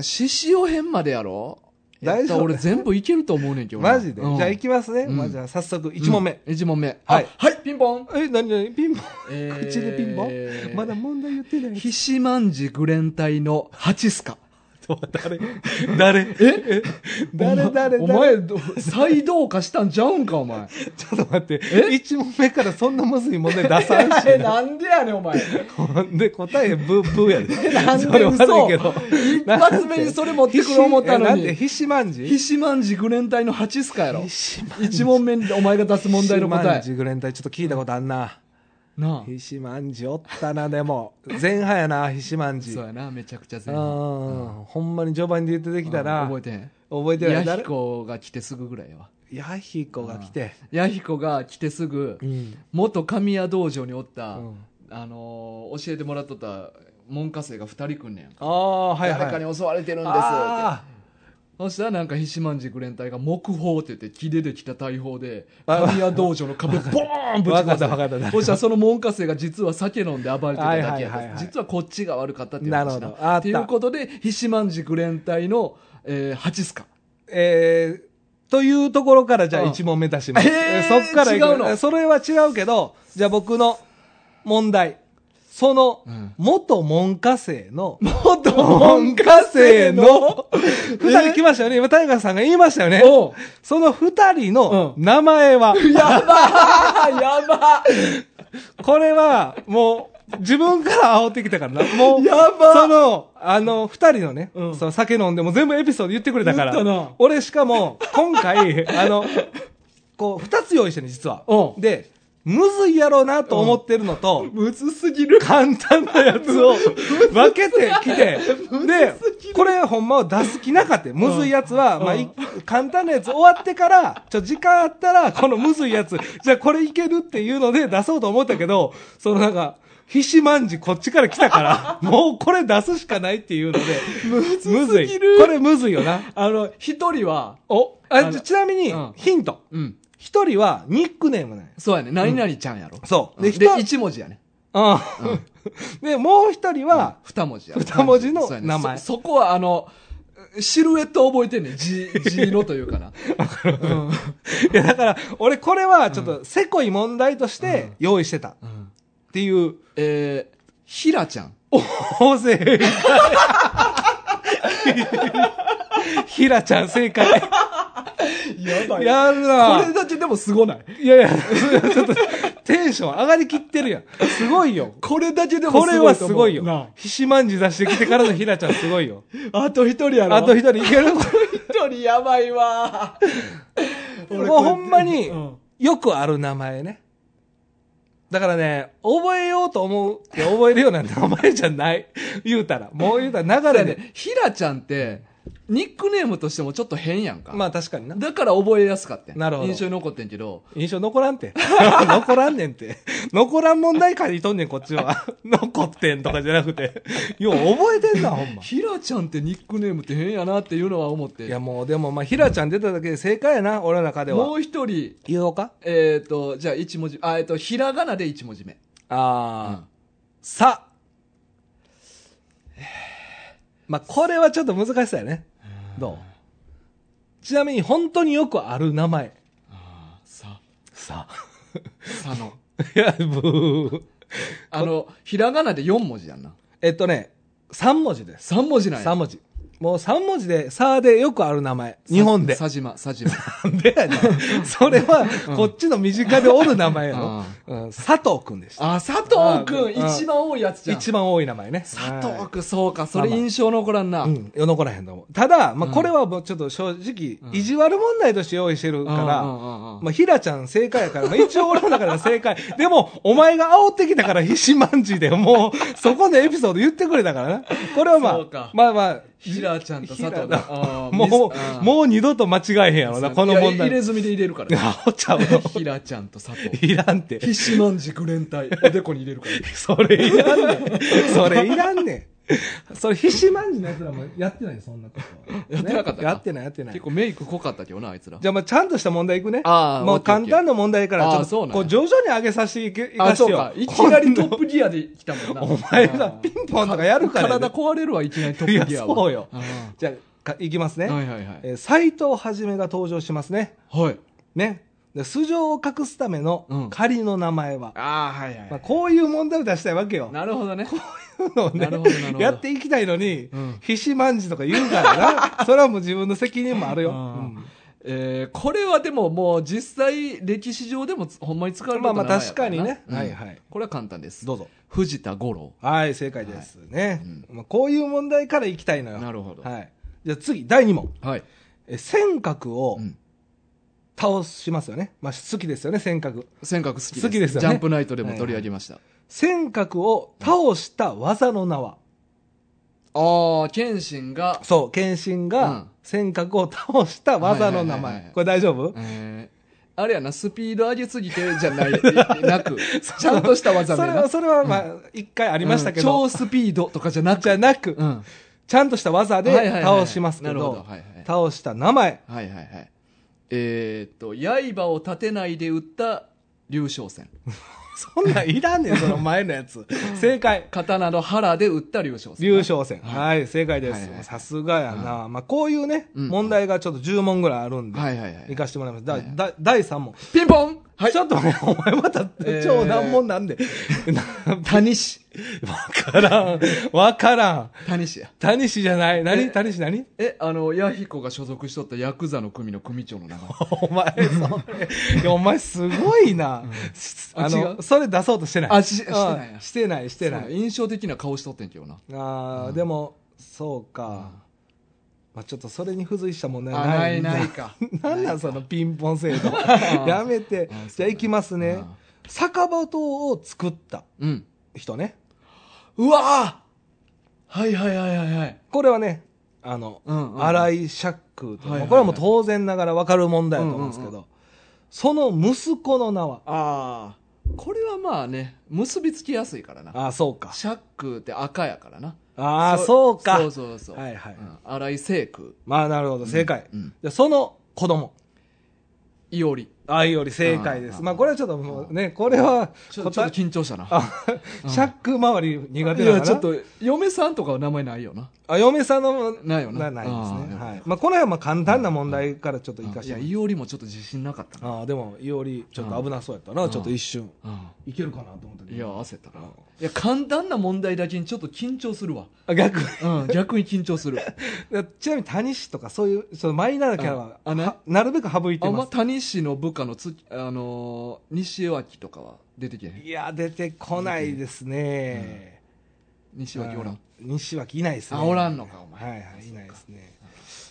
Speaker 1: ー獅子王編までやろ
Speaker 2: 大丈夫
Speaker 1: やったら俺全部いけると思うねんけどな
Speaker 2: マジで、
Speaker 1: うん
Speaker 2: じゃあいきますね。
Speaker 1: うん
Speaker 2: まあ、じゃあ早速、1問目。
Speaker 1: うん一問目
Speaker 2: はい
Speaker 1: あはいピンポン
Speaker 2: え、なになにピンポン、
Speaker 1: えー
Speaker 2: 口でピンポンまだ問題言ってない。
Speaker 1: ひしまんじグレン隊のハチスカ
Speaker 2: 誰 誰え誰誰
Speaker 1: お
Speaker 2: 誰
Speaker 1: 前ど再同化したんちゃうんかお前
Speaker 2: ちょっと待って。
Speaker 1: え
Speaker 2: 1問目からそんなむずい問題出さんし。
Speaker 1: えなんでやねんお前
Speaker 2: ほん で、答えブーブーやで。
Speaker 1: なんで
Speaker 2: それ悪いけど。
Speaker 1: 一発目にそれ持ってくる思ったの
Speaker 2: なんで、
Speaker 1: に
Speaker 2: ひしまんじ
Speaker 1: ひしまんじグレン隊のハチスカやろ
Speaker 2: ひしまんじ
Speaker 1: 一問目にお前が出す問題の
Speaker 2: ひしま
Speaker 1: 答
Speaker 2: んじ
Speaker 1: え
Speaker 2: グレンタイちょっと聞いたことあんな。
Speaker 1: なあ
Speaker 2: ひしまんじおったな、でも。前半やな、ひしまんじ。
Speaker 1: そう
Speaker 2: う
Speaker 1: やなめちゃくちゃ前半
Speaker 2: ん。ほんまに序盤で言ってきたら、
Speaker 1: うん覚え
Speaker 2: 覚
Speaker 1: てへん
Speaker 2: えてない。
Speaker 1: ヤヒ
Speaker 2: 誰
Speaker 1: コが来てすぐぐらいやわ
Speaker 2: ヤヒコが来て。
Speaker 1: ヤヒコが来てすぐ
Speaker 2: うん。
Speaker 1: 元神谷道場におった、
Speaker 2: うん
Speaker 1: あのー教えてもらっとった門下生が2人来んねん、
Speaker 2: ああ、はいはい。
Speaker 1: 誰かに襲われてるんですって
Speaker 2: あ
Speaker 1: そしたらなんかひしまんじグレン隊が木砲って言って木でできた大砲で
Speaker 2: あ
Speaker 1: 神谷道場の壁をボーンぶち
Speaker 2: わか
Speaker 1: 壊
Speaker 2: っ
Speaker 1: したた
Speaker 2: わかった
Speaker 1: そしたらその門下生が実は酒飲んで暴れてただけやった、
Speaker 2: はいはいはいはい
Speaker 1: 実はこっちが悪かったっていう話
Speaker 2: なるほどあった
Speaker 1: っていうことでひしまんじグレン隊の、えー、ハチスカ
Speaker 2: えーというところからじゃあ
Speaker 1: うん
Speaker 2: 1問目出します。
Speaker 1: えー
Speaker 2: えそっから行く
Speaker 1: 違うの
Speaker 2: それは違うけど、じゃあ僕の問題。その
Speaker 1: うん、
Speaker 2: 元文科生の、
Speaker 1: 元
Speaker 2: 文科生の、二人来ましたよね。今、タイガーさんが言いましたよね。
Speaker 1: おう
Speaker 2: その二人の
Speaker 1: う
Speaker 2: 名前は、
Speaker 1: やばーやばー
Speaker 2: これは、もう、自分から煽ってきたからな。もう、
Speaker 1: や
Speaker 2: そ
Speaker 1: ば
Speaker 2: の、あの、二人のね、
Speaker 1: うん
Speaker 2: その酒飲んでも全部エピソード言ってくれたから。
Speaker 1: 言ったな
Speaker 2: 俺しかも、今回、 あの、こう、二つ用意してね、実は。
Speaker 1: うん
Speaker 2: で、むずいやろうなと思ってるのと、
Speaker 1: むずすぎる
Speaker 2: 簡単なやつを分けて きて、で、これほんまは出す気なかって、むずいやつは、
Speaker 1: うん
Speaker 2: まあ、い簡単なやつ終わってから、ちょ、時間あったら、このむずいやつ、じゃあこれいけるっていうので出そうと思ったけど、そのなんか、ひしまんじこっちから来た から、もうこれ出すしかないっていうので、
Speaker 1: むず
Speaker 2: むず
Speaker 1: す
Speaker 2: い
Speaker 1: ぎる。
Speaker 2: これむずいよな。
Speaker 1: あの一人は
Speaker 2: お、
Speaker 1: あ
Speaker 2: あ
Speaker 1: の
Speaker 2: ちなみに
Speaker 1: うん、
Speaker 2: ヒント。
Speaker 1: うん
Speaker 2: 一人はニックネームなんや。
Speaker 1: そうやね何々ちゃんやろ、
Speaker 2: そう。
Speaker 1: で
Speaker 2: で、
Speaker 1: で
Speaker 2: 一人、
Speaker 1: 一文字やね
Speaker 2: うん。 で、もう一人は、
Speaker 1: 二文字や
Speaker 2: 二文字の
Speaker 1: そうやね
Speaker 2: 名前
Speaker 1: そそこはあのシルエット覚えてんねん 字字のというかなうん
Speaker 2: いや、だから、俺これはちょっと、せこい問題として用意してたっ
Speaker 1: うん
Speaker 2: ていう、
Speaker 1: えー、ひらちゃん
Speaker 2: 大勢正解。ひらちゃん正解。
Speaker 1: やば
Speaker 2: やる
Speaker 1: こ
Speaker 2: な
Speaker 1: れだけでもすごない
Speaker 2: いやいや、ちょっと、テンション上がりきってるやん。すごいよ。
Speaker 1: これだけでもす
Speaker 2: こ
Speaker 1: ごい
Speaker 2: れ
Speaker 1: と思う
Speaker 2: はすごい
Speaker 1: な
Speaker 2: よ。ひしまんじ出してきてからのひらちゃんすごいよ。
Speaker 1: ああと一人やろ
Speaker 2: あと一人いける
Speaker 1: 一人やばいわ俺
Speaker 2: もうほんまに
Speaker 1: うん
Speaker 2: よくある名前ね。だからね、覚えようと思うって 覚えるような名前じゃない。言うたら。もう言うたら流
Speaker 1: だ
Speaker 2: れ
Speaker 1: から
Speaker 2: で。
Speaker 1: ねひらちゃんってニックネームとしてもちょっと変やんか、
Speaker 2: まあ確かにな。
Speaker 1: だから覚えやすかった
Speaker 2: なるほど
Speaker 1: 印象に残ってんけど
Speaker 2: 印象残らんて。 残らんねんて。残らん問題書いとんねん、こっちは。 残ってんとかじゃなくて。よう覚えてんな、ほんま。
Speaker 1: ひらちゃんってニックネームって変やなっていうのは思って
Speaker 2: いやもう、でもまあ、ひらちゃん出ただけで正解やな、俺の中で
Speaker 1: も
Speaker 2: は。
Speaker 1: う一人
Speaker 2: 言おうか
Speaker 1: えっ、とじゃあ一文字あえっ、とひらがなで一文字目
Speaker 2: ああ。さ。 まあ、これはちょっと難しさやね。どうちなみに、本当によくある名前。
Speaker 1: あー さ
Speaker 2: さ。
Speaker 1: さの
Speaker 2: いや、ブー。
Speaker 1: あのひらがなで4文字やんな
Speaker 2: えっとね、3文字です。
Speaker 1: 3文字なんや
Speaker 2: 3文字。もう3文字で、さでよくある名前。日本で。
Speaker 1: さじまさじま
Speaker 2: なんでやねん。それは、こっちの身近でおる名前やろ。うん佐藤くんでした。
Speaker 1: あ佐藤君
Speaker 2: あー
Speaker 1: 一番多いやつじゃん
Speaker 2: 一番多い名前ね。
Speaker 1: 佐
Speaker 2: はい
Speaker 1: 藤君そうかそれ印象残らんな、
Speaker 2: うん、世のこらへんと思う。ただ、まあ、
Speaker 1: うん
Speaker 2: これはもうちょっと正直、意地悪問題として用意してる
Speaker 1: だ
Speaker 2: か
Speaker 1: う
Speaker 2: ら、
Speaker 1: んうんうん
Speaker 2: まあ、ひらちゃん正解やから、まあ、一応俺の中では正解。 でも、お前が煽ってきたから、ひしまんじで、も う、そこのエピソード言ってくれたからな。これはま
Speaker 1: そうか
Speaker 2: あ、まあまあ、
Speaker 1: ひらちゃんと佐藤
Speaker 2: ひら
Speaker 1: だあー
Speaker 2: も
Speaker 1: ミスあー
Speaker 2: う、もう二度と間違えへんやろな、この問
Speaker 1: いや入れ
Speaker 2: 題。
Speaker 1: 墨で入れる からね
Speaker 2: あおちゃうの。
Speaker 1: ひらちゃんと佐藤
Speaker 2: いらんて。
Speaker 1: 必死まんじく連隊おでこに入れるから
Speaker 2: それいらんね ん。それいらんねん。それ、ひしまんじのやつらもやってない、そんなことは。
Speaker 1: やってなかったか
Speaker 2: ねやってない、やってない
Speaker 1: 結。構メイク濃かったけどなあいつら
Speaker 2: じゃあ、まあ、ちゃんとした問題いくね。
Speaker 1: あー
Speaker 2: も
Speaker 1: オッ
Speaker 2: う
Speaker 1: ケーオッ
Speaker 2: 簡
Speaker 1: ケー
Speaker 2: 単な問題か
Speaker 1: あ
Speaker 2: ら、
Speaker 1: ー
Speaker 2: ちょっ
Speaker 1: そう
Speaker 2: と、
Speaker 1: なんや
Speaker 2: こう、徐々に上げさせていけ、い
Speaker 1: あ
Speaker 2: か
Speaker 1: そ
Speaker 2: せ
Speaker 1: う
Speaker 2: て
Speaker 1: か
Speaker 2: よ。
Speaker 1: いきなりトップギアで来たもんな
Speaker 2: お前ら
Speaker 1: うん
Speaker 2: ピンポンとかやるからね
Speaker 1: 体壊れるわいきなりトップギアはい
Speaker 2: やそうよ
Speaker 1: んは
Speaker 2: じゃあ、かいきますね。
Speaker 1: いはいはい
Speaker 2: えー斎藤はじめが登場しますね。
Speaker 1: はい
Speaker 2: ね。で素性を隠すため
Speaker 1: う
Speaker 2: の
Speaker 1: ん
Speaker 2: 仮の名前は。
Speaker 1: ああはいは
Speaker 2: まあ、こういう問題を出したいわけよ。
Speaker 1: なるほどね
Speaker 2: のを
Speaker 1: なるほどなるほど
Speaker 2: ね、やっていきたいのに
Speaker 1: うん、
Speaker 2: ひしまんじとか言うから な。それはもう自分の責任もあるよ。
Speaker 1: う
Speaker 2: うんん
Speaker 1: えーこれはでももう実際歴史上でもつほんまに使われる
Speaker 2: まあ
Speaker 1: こと
Speaker 2: ま
Speaker 1: の名
Speaker 2: あ
Speaker 1: 前や
Speaker 2: 確
Speaker 1: らな
Speaker 2: かにね。
Speaker 1: うん
Speaker 2: はいはい。
Speaker 1: これは簡単です
Speaker 2: どうぞ。
Speaker 1: 藤田五郎
Speaker 2: はい、正解ですね
Speaker 1: はいう。
Speaker 2: まあこういう問題からいきたいのよ。
Speaker 1: なるほど
Speaker 2: はい。じゃあ次、第2問。
Speaker 1: はい
Speaker 2: え尖閣を
Speaker 1: うん
Speaker 2: 倒しますよね。まあ好きですよね、尖閣。
Speaker 1: 尖閣好きです
Speaker 2: 好きですよ
Speaker 1: ジ
Speaker 2: ね
Speaker 1: ャンプナイトでも取り上げました、
Speaker 2: 尖閣を倒した技の名は。
Speaker 1: ああ謙信が、
Speaker 2: そう、謙信
Speaker 1: う
Speaker 2: が
Speaker 1: ん
Speaker 2: 尖閣を倒した技の名
Speaker 1: はいはいはいは
Speaker 2: 前
Speaker 1: い。
Speaker 2: これ大丈夫
Speaker 1: えー あれやなスピード上げすぎてじゃないなくちゃんとした技
Speaker 2: そ
Speaker 1: 名
Speaker 2: れ
Speaker 1: な
Speaker 2: は、それはまあ、一回ありましたけ
Speaker 1: う
Speaker 2: ど
Speaker 1: ん、超スピードとかじゃなく
Speaker 2: じゃなく
Speaker 1: う、ん
Speaker 2: ちゃんとした技で
Speaker 1: はいはいはい
Speaker 2: 倒しますけ
Speaker 1: なるほど
Speaker 2: ど
Speaker 1: はいはい、
Speaker 2: 倒した名前。
Speaker 1: はいはいはいえーっと刃を立てないで打った竜将戦
Speaker 2: そんなんいらんねん、その前のやつ。正解。
Speaker 1: 刀の腹で打った竜将戦
Speaker 2: 竜将戦。
Speaker 1: は
Speaker 2: はい、正解で
Speaker 1: はいはい
Speaker 2: す。さすがやな。まあ、こういうね、
Speaker 1: うん
Speaker 2: 問題がちょっと10問ぐらいあるんで、
Speaker 1: はいはいは
Speaker 2: 行
Speaker 1: い
Speaker 2: かしてもらいます。だ
Speaker 1: はいはい
Speaker 2: だ第3問。
Speaker 1: ピンポンはい
Speaker 2: ちょっとね、 お前また、
Speaker 1: えー
Speaker 2: 超難問なんで。な
Speaker 1: 谷氏。
Speaker 2: わからん。わからん。
Speaker 1: 谷氏や。
Speaker 2: 谷氏じゃない。
Speaker 1: え
Speaker 2: 何谷氏何
Speaker 1: え、あの、ヤヒコが所属しとったヤクザの組の組長の 名前。
Speaker 2: お前、それ。いや、お前すごいな。あ
Speaker 1: 違
Speaker 2: の、
Speaker 1: う
Speaker 2: それ出そうとしてない。
Speaker 1: あしして
Speaker 2: うん
Speaker 1: ないや
Speaker 2: してない、してない。
Speaker 1: 印象的な顔しとってんけどな。
Speaker 2: ああ、
Speaker 1: うん
Speaker 2: でもそうか、まあ、ちょっとそれに付随した問題
Speaker 1: あ
Speaker 2: は
Speaker 1: ない
Speaker 2: んだ
Speaker 1: ないか
Speaker 2: なんなんそのピンポン制度
Speaker 1: ん
Speaker 2: やめて
Speaker 1: うん
Speaker 2: じゃあ行きますね酒場塔を作った
Speaker 1: うん。
Speaker 2: 人ね
Speaker 1: うわーはいはいはいはいはい。
Speaker 2: これはねあの、
Speaker 1: うんうん
Speaker 2: 荒井釈空
Speaker 1: はい
Speaker 2: と、
Speaker 1: はいはい
Speaker 2: これはもう当然ながら分かる問題だと思うんですけど、
Speaker 1: うんうん
Speaker 2: その息子の名は
Speaker 1: ああ。これはまあね、結びつきやすいからな。
Speaker 2: ああそうか
Speaker 1: シャックって赤やからな。
Speaker 2: ああそうか
Speaker 1: そうそうそう。
Speaker 2: はいはい
Speaker 1: うん荒井聖空。
Speaker 2: まあなるほど正解、
Speaker 1: うんうん
Speaker 2: じゃあその子供
Speaker 1: いおり。
Speaker 2: ああいうより正解です、
Speaker 1: うん
Speaker 2: まあこれはちょっともうねこれは
Speaker 1: ちょちょっと緊張したな。
Speaker 2: あ、シャック周り苦手
Speaker 1: い
Speaker 2: だか
Speaker 1: や、
Speaker 2: ら。
Speaker 1: ちょっと、嫁さんとかは名前ないよな。
Speaker 2: あ、嫁さんの、
Speaker 1: ないよな
Speaker 2: ないですね。
Speaker 1: あー
Speaker 2: はい。まあ、この辺はまあ簡単な問題からちょっと生か
Speaker 1: い
Speaker 2: して
Speaker 1: や、。いおりもちょっと自信なかったな。
Speaker 2: ああ、でも、いおり、ちょっと危なそうやった
Speaker 1: う
Speaker 2: な、
Speaker 1: ん
Speaker 2: ちょっと一瞬。
Speaker 1: う
Speaker 2: いけるかなと思った
Speaker 1: んいや、焦ったな。いや、簡単な問題だけにちょっと緊張するわ。
Speaker 2: あ逆 に。
Speaker 1: うん、逆に緊張する。
Speaker 2: ちなみに、谷氏とかそういう、そのマイナーなキャラは、
Speaker 1: あね
Speaker 2: はなるべく省いて
Speaker 1: あんま
Speaker 2: ます。
Speaker 1: 谷氏の部下のつ、あのー西脇とかは出てけへん。
Speaker 2: いや、出てこないですね。
Speaker 1: 西脇おらん。
Speaker 2: うん。西脇いないですね。
Speaker 1: あおらんのかお前
Speaker 2: はいはい、いないですね。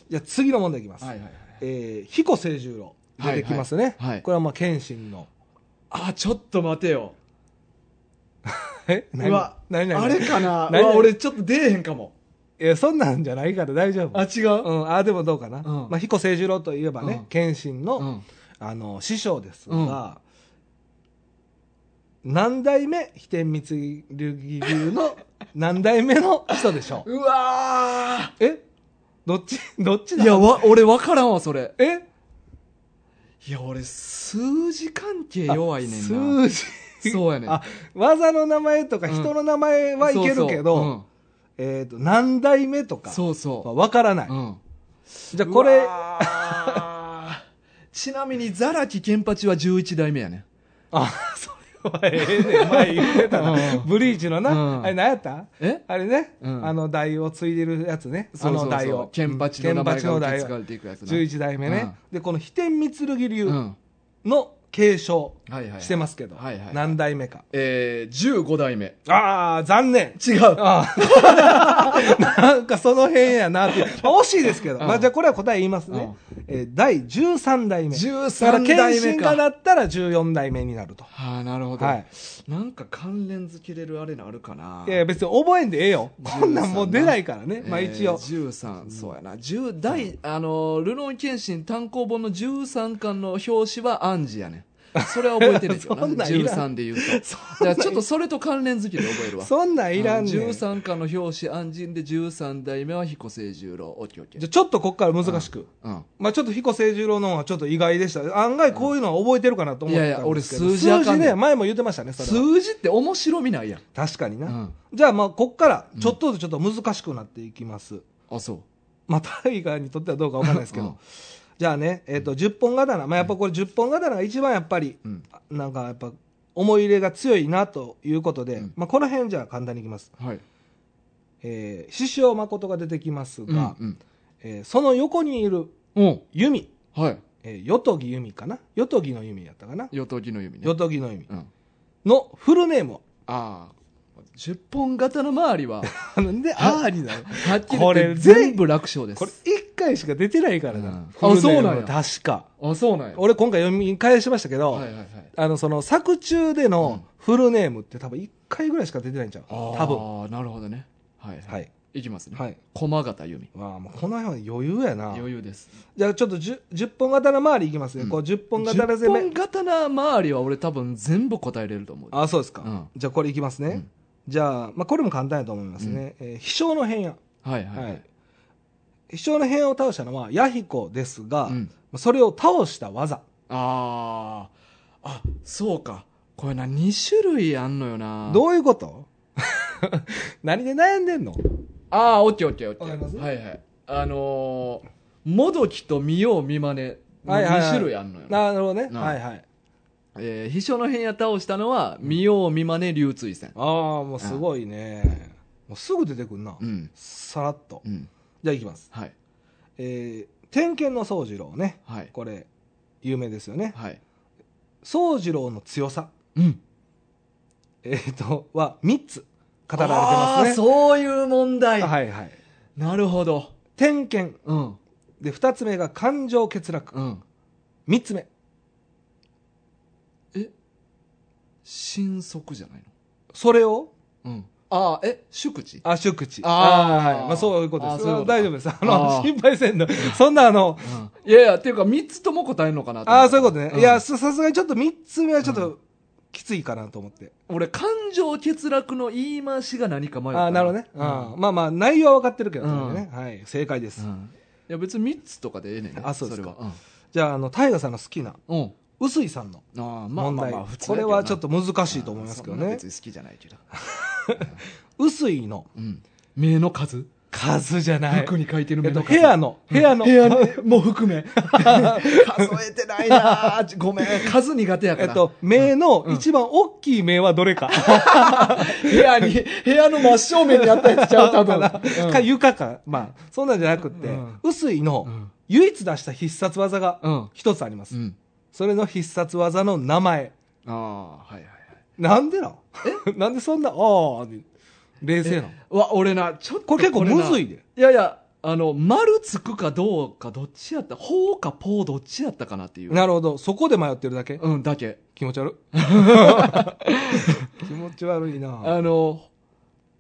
Speaker 2: じゃあ次の問題いきます。
Speaker 1: はいはいはい
Speaker 2: えー彦星十郎。出てきますね。
Speaker 1: はいはいはい
Speaker 2: これはまあ、謙信の。
Speaker 1: あ、ちょっと待てよ。
Speaker 2: え
Speaker 1: うわ、
Speaker 2: 何何
Speaker 1: あれかな
Speaker 2: 何
Speaker 1: うわ俺ちょっと出えへんかも。
Speaker 2: いや、そんなんじゃないから大丈夫。
Speaker 1: あ、違う、
Speaker 2: うん、あ、でもどうかな。
Speaker 1: ん
Speaker 2: まあ、彦清十郎といえばね、
Speaker 1: うん
Speaker 2: 謙信の、
Speaker 1: うん
Speaker 2: あの、師匠ですが、何代目、飛天光流牛の何代目の人でし ょう。
Speaker 1: うわ
Speaker 2: えどっち、どっち
Speaker 1: ー
Speaker 2: だ
Speaker 1: いや、わ、俺わからんわ、それ。
Speaker 2: え
Speaker 1: いや、俺、数字関係弱いねんな。
Speaker 2: 数字。
Speaker 1: そうやねん
Speaker 2: あ、技の名前とか
Speaker 1: うん
Speaker 2: 人の名前はいけるけど、
Speaker 1: そう
Speaker 2: えっ、と、何代目とか、
Speaker 1: そう,、うん、そう
Speaker 2: まあ
Speaker 1: そ。。
Speaker 2: わからないう
Speaker 1: うん。
Speaker 2: じゃあ、これ
Speaker 1: う、わー ちなみに、ザラキケンパチは11代目やね。
Speaker 2: あ、それはええねん。前言ってたな。
Speaker 1: うん
Speaker 2: ブリーチのな。
Speaker 1: うん
Speaker 2: あれ何やった
Speaker 1: え
Speaker 2: あれね、
Speaker 1: うん
Speaker 2: あの代を継いでるやつね。
Speaker 1: そうそう
Speaker 2: あ
Speaker 1: そ
Speaker 2: の
Speaker 1: う
Speaker 2: 代を。
Speaker 1: ケンパチの名前が受け継が
Speaker 2: を。
Speaker 1: れていくやつな。
Speaker 2: 11代目ね。で、この飛天光流
Speaker 1: うん。は
Speaker 2: の継承
Speaker 1: いはいはい。
Speaker 2: してますけど、
Speaker 1: はいはいはい
Speaker 2: 何代目か。
Speaker 1: えー、15代目。
Speaker 2: ああ、残念。
Speaker 1: 違う。
Speaker 2: ああなんかその辺やなっていう。まあ惜しいですけど。
Speaker 1: うん
Speaker 2: まあじゃあこれは答え言いますね。えー第13代目。だから
Speaker 1: 13
Speaker 2: 謙
Speaker 1: 代目
Speaker 2: 信が
Speaker 1: か。
Speaker 2: なったら14代目になると。
Speaker 1: はあ、なるほど。
Speaker 2: はい。
Speaker 1: なんか関連付けれるあれのあるかない
Speaker 2: やいや別に覚えんでええよ。こんなんもう出ないから
Speaker 1: え
Speaker 2: ね。
Speaker 1: ー
Speaker 2: まあ一応。
Speaker 1: 13、そうやな。10第、あの、ルロン謙信単行本の13巻の表紙はアンジやねん。それは覚えてるけど
Speaker 2: そん
Speaker 1: な。
Speaker 2: なんいらん
Speaker 1: 13で言うと。
Speaker 2: そ
Speaker 1: じゃあちょっとそれと関連付けで覚えるわ。
Speaker 2: そんなんいらんねん。
Speaker 1: う
Speaker 2: じゃ
Speaker 1: 13巻の表紙アンジンで13代目は彦星十郎。オッケーオッケー。
Speaker 2: あちょっとこっから難しく。
Speaker 1: うん。
Speaker 2: まあちょっと彦星十郎の方はちょっと意外でした。案外こういうのは覚えてるかなと思ってたんですけど。
Speaker 1: いやいや俺数字あかんねん
Speaker 2: ね、前も言ってましたね、それは。
Speaker 1: 数字って面白みないやん。
Speaker 2: 確かにな。
Speaker 1: うん
Speaker 2: じゃあまあこっからちょっとずつちょっと難しくなっていきます。
Speaker 1: あ、そう。
Speaker 2: まあタイガーにとってはどうかわかんないですけど。
Speaker 1: うん
Speaker 2: じゃあね、えっ、と、10本刀。まあやっぱこれ10本刀が一番やっぱり、
Speaker 1: うん
Speaker 2: なんかやっぱ思い入れが強いなということで、
Speaker 1: うん
Speaker 2: まあこの辺じゃあ簡単にいきます。
Speaker 1: はい。
Speaker 2: えー、師匠誠が出てきます
Speaker 1: うん。
Speaker 2: が、
Speaker 1: うん。
Speaker 2: えーその横にいる
Speaker 1: うん。
Speaker 2: 弓、
Speaker 1: はい。
Speaker 2: えー、よとぎ弓かなよとぎの弓やったかな
Speaker 1: 与党木の弓ね。
Speaker 2: よとぎの弓
Speaker 1: うん。
Speaker 2: のフルネームを。
Speaker 1: ああ。10本型の周 りは、
Speaker 2: なんで、あーになる。
Speaker 1: はっきり言
Speaker 2: こ
Speaker 1: って
Speaker 2: れ
Speaker 1: 全部楽勝です。
Speaker 2: これ一回しか出てないからな。
Speaker 1: うんあ
Speaker 2: フルネーム
Speaker 1: そうなん
Speaker 2: は確か。
Speaker 1: あ、そうなんや。
Speaker 2: 俺今回読み返しましたけど、
Speaker 1: はいはいはい。
Speaker 2: あの、その作中でのフルネームって多分一回ぐらいしか出てないんちゃう多分。
Speaker 1: 分。なるほどね。はい。。
Speaker 2: はいい。
Speaker 1: いきますね。
Speaker 2: はい。
Speaker 1: 駒形由美。
Speaker 2: まあ、もうこの辺は余裕やな。
Speaker 1: 余裕です。
Speaker 2: じゃあちょっと 10, 10本刀周りいきますね。
Speaker 1: うん
Speaker 2: こう10本
Speaker 1: 10
Speaker 2: 刀攻め。
Speaker 1: 本刀周りは俺多分全部答えれると思う。
Speaker 2: あ、そうですか。
Speaker 1: うん
Speaker 2: じゃあこれいきますね。
Speaker 1: うん
Speaker 2: じゃあ、まあ、これも簡単やと思いますね。えー飛翔の変や。
Speaker 1: はいはい
Speaker 2: は
Speaker 1: はいい。。
Speaker 2: 飛翔の変を倒したのはヤヒコですが、
Speaker 1: うん
Speaker 2: それを倒した技。
Speaker 1: ああ。あ、そうか。これな、2種類あんのよな。
Speaker 2: どういうこと 何で悩んでんの
Speaker 1: ああ、オッケーオッケーオッケー。
Speaker 2: わかります
Speaker 1: はいはい。あのー、もどきと見よう見まねの
Speaker 2: はいはいはい
Speaker 1: 2種類あんのよな。
Speaker 2: なるほどね。
Speaker 1: うん
Speaker 2: はいはい。
Speaker 1: えー秘書の変や倒したのは、見よう見まね流追戦。
Speaker 2: ああ、もうすごいね。もうすぐ出てくるな。
Speaker 1: うん。
Speaker 2: さらっと。
Speaker 1: うん。
Speaker 2: じゃあいきます。
Speaker 1: はい。
Speaker 2: えー、点検の宗次郎ね。
Speaker 1: はい。
Speaker 2: これ、有名ですよね。
Speaker 1: はい。
Speaker 2: 宗次郎の強さ、
Speaker 1: うん。
Speaker 2: えー、とは3つ
Speaker 1: 語
Speaker 2: 語られてますね。
Speaker 1: そういう問題。
Speaker 2: はいはい。
Speaker 1: なるほど。
Speaker 2: 点検。
Speaker 1: うん。
Speaker 2: で、2つ目が感情欠落。
Speaker 1: うん。
Speaker 2: 3つ目。
Speaker 1: 新速じゃない
Speaker 2: それを、
Speaker 1: の。うん。ああ、え、宿知
Speaker 2: あ、宿知。
Speaker 1: あー
Speaker 2: ーはい。まあ、そういうことで
Speaker 1: あー
Speaker 2: す。
Speaker 1: そういうことか
Speaker 2: 大丈夫です。あ
Speaker 1: あ
Speaker 2: の、
Speaker 1: ー
Speaker 2: 心配せんの。そんな あの、
Speaker 1: うん。いやいや、っていうか、3つとも答えんのかな
Speaker 2: ああ、そういうことね。
Speaker 1: ん
Speaker 2: いや、ささすがにちょっと3つ目はちょっ
Speaker 1: う
Speaker 2: と、きついかなと思って。
Speaker 1: 俺、感情欠落の言い回しが何か迷った
Speaker 2: ああ、なるほどね。うんまあまあ、内容は分かってるけどね。はい。正解で
Speaker 1: う
Speaker 2: す。
Speaker 1: ん。いや、別に3つとかでええねんね
Speaker 2: あそうですか
Speaker 1: れは。
Speaker 2: じゃあ、あの、大河さんの好きな、
Speaker 1: うん。うん。
Speaker 2: 臼井さんの
Speaker 1: ああ、まあ
Speaker 2: 問
Speaker 1: まあ
Speaker 2: 題
Speaker 1: まあ、普。通
Speaker 2: こ
Speaker 1: やけ
Speaker 2: れ
Speaker 1: どな
Speaker 2: はちょっと難しいと思いますけど
Speaker 1: あーそんな
Speaker 2: ね
Speaker 1: 別。に好きじゃないけど。
Speaker 2: 臼井の
Speaker 1: うん。目の数
Speaker 2: 数じゃない。
Speaker 1: 服に書いてる
Speaker 2: え
Speaker 1: 目
Speaker 2: っと、
Speaker 1: の
Speaker 2: 部
Speaker 1: 数。
Speaker 2: 屋の、部屋の。
Speaker 1: 部屋のも含 め。数えてないなぁごめん。数苦手やか
Speaker 2: え
Speaker 1: ら。
Speaker 2: っと、目の一番大きい目はどれか。
Speaker 1: 部屋に、部屋の真正面に あったやつ ちゃう、多分。うん
Speaker 2: か床か。まあ、そんなんじゃなくって
Speaker 1: うん、
Speaker 2: 臼井
Speaker 1: う
Speaker 2: の
Speaker 1: ん
Speaker 2: 唯一出した必殺技が
Speaker 1: うん。
Speaker 2: 一つありま
Speaker 1: う
Speaker 2: す。
Speaker 1: ん。
Speaker 2: それの必殺技の名前。
Speaker 1: ああ、はいはいはい。
Speaker 2: なんでな なんでそんな、ああ、冷静な。
Speaker 1: うわ、俺な、ちょっと
Speaker 2: これ結構む
Speaker 1: な
Speaker 2: ずいで。
Speaker 1: いやいや、あの、丸つくかどうかどっちやった、ほうかぽうどっちやったかなっていう。
Speaker 2: なるほど。そこで迷ってるだけ
Speaker 1: うん、だけ。
Speaker 2: 気持ち悪 い。気持ち悪いな
Speaker 1: あの、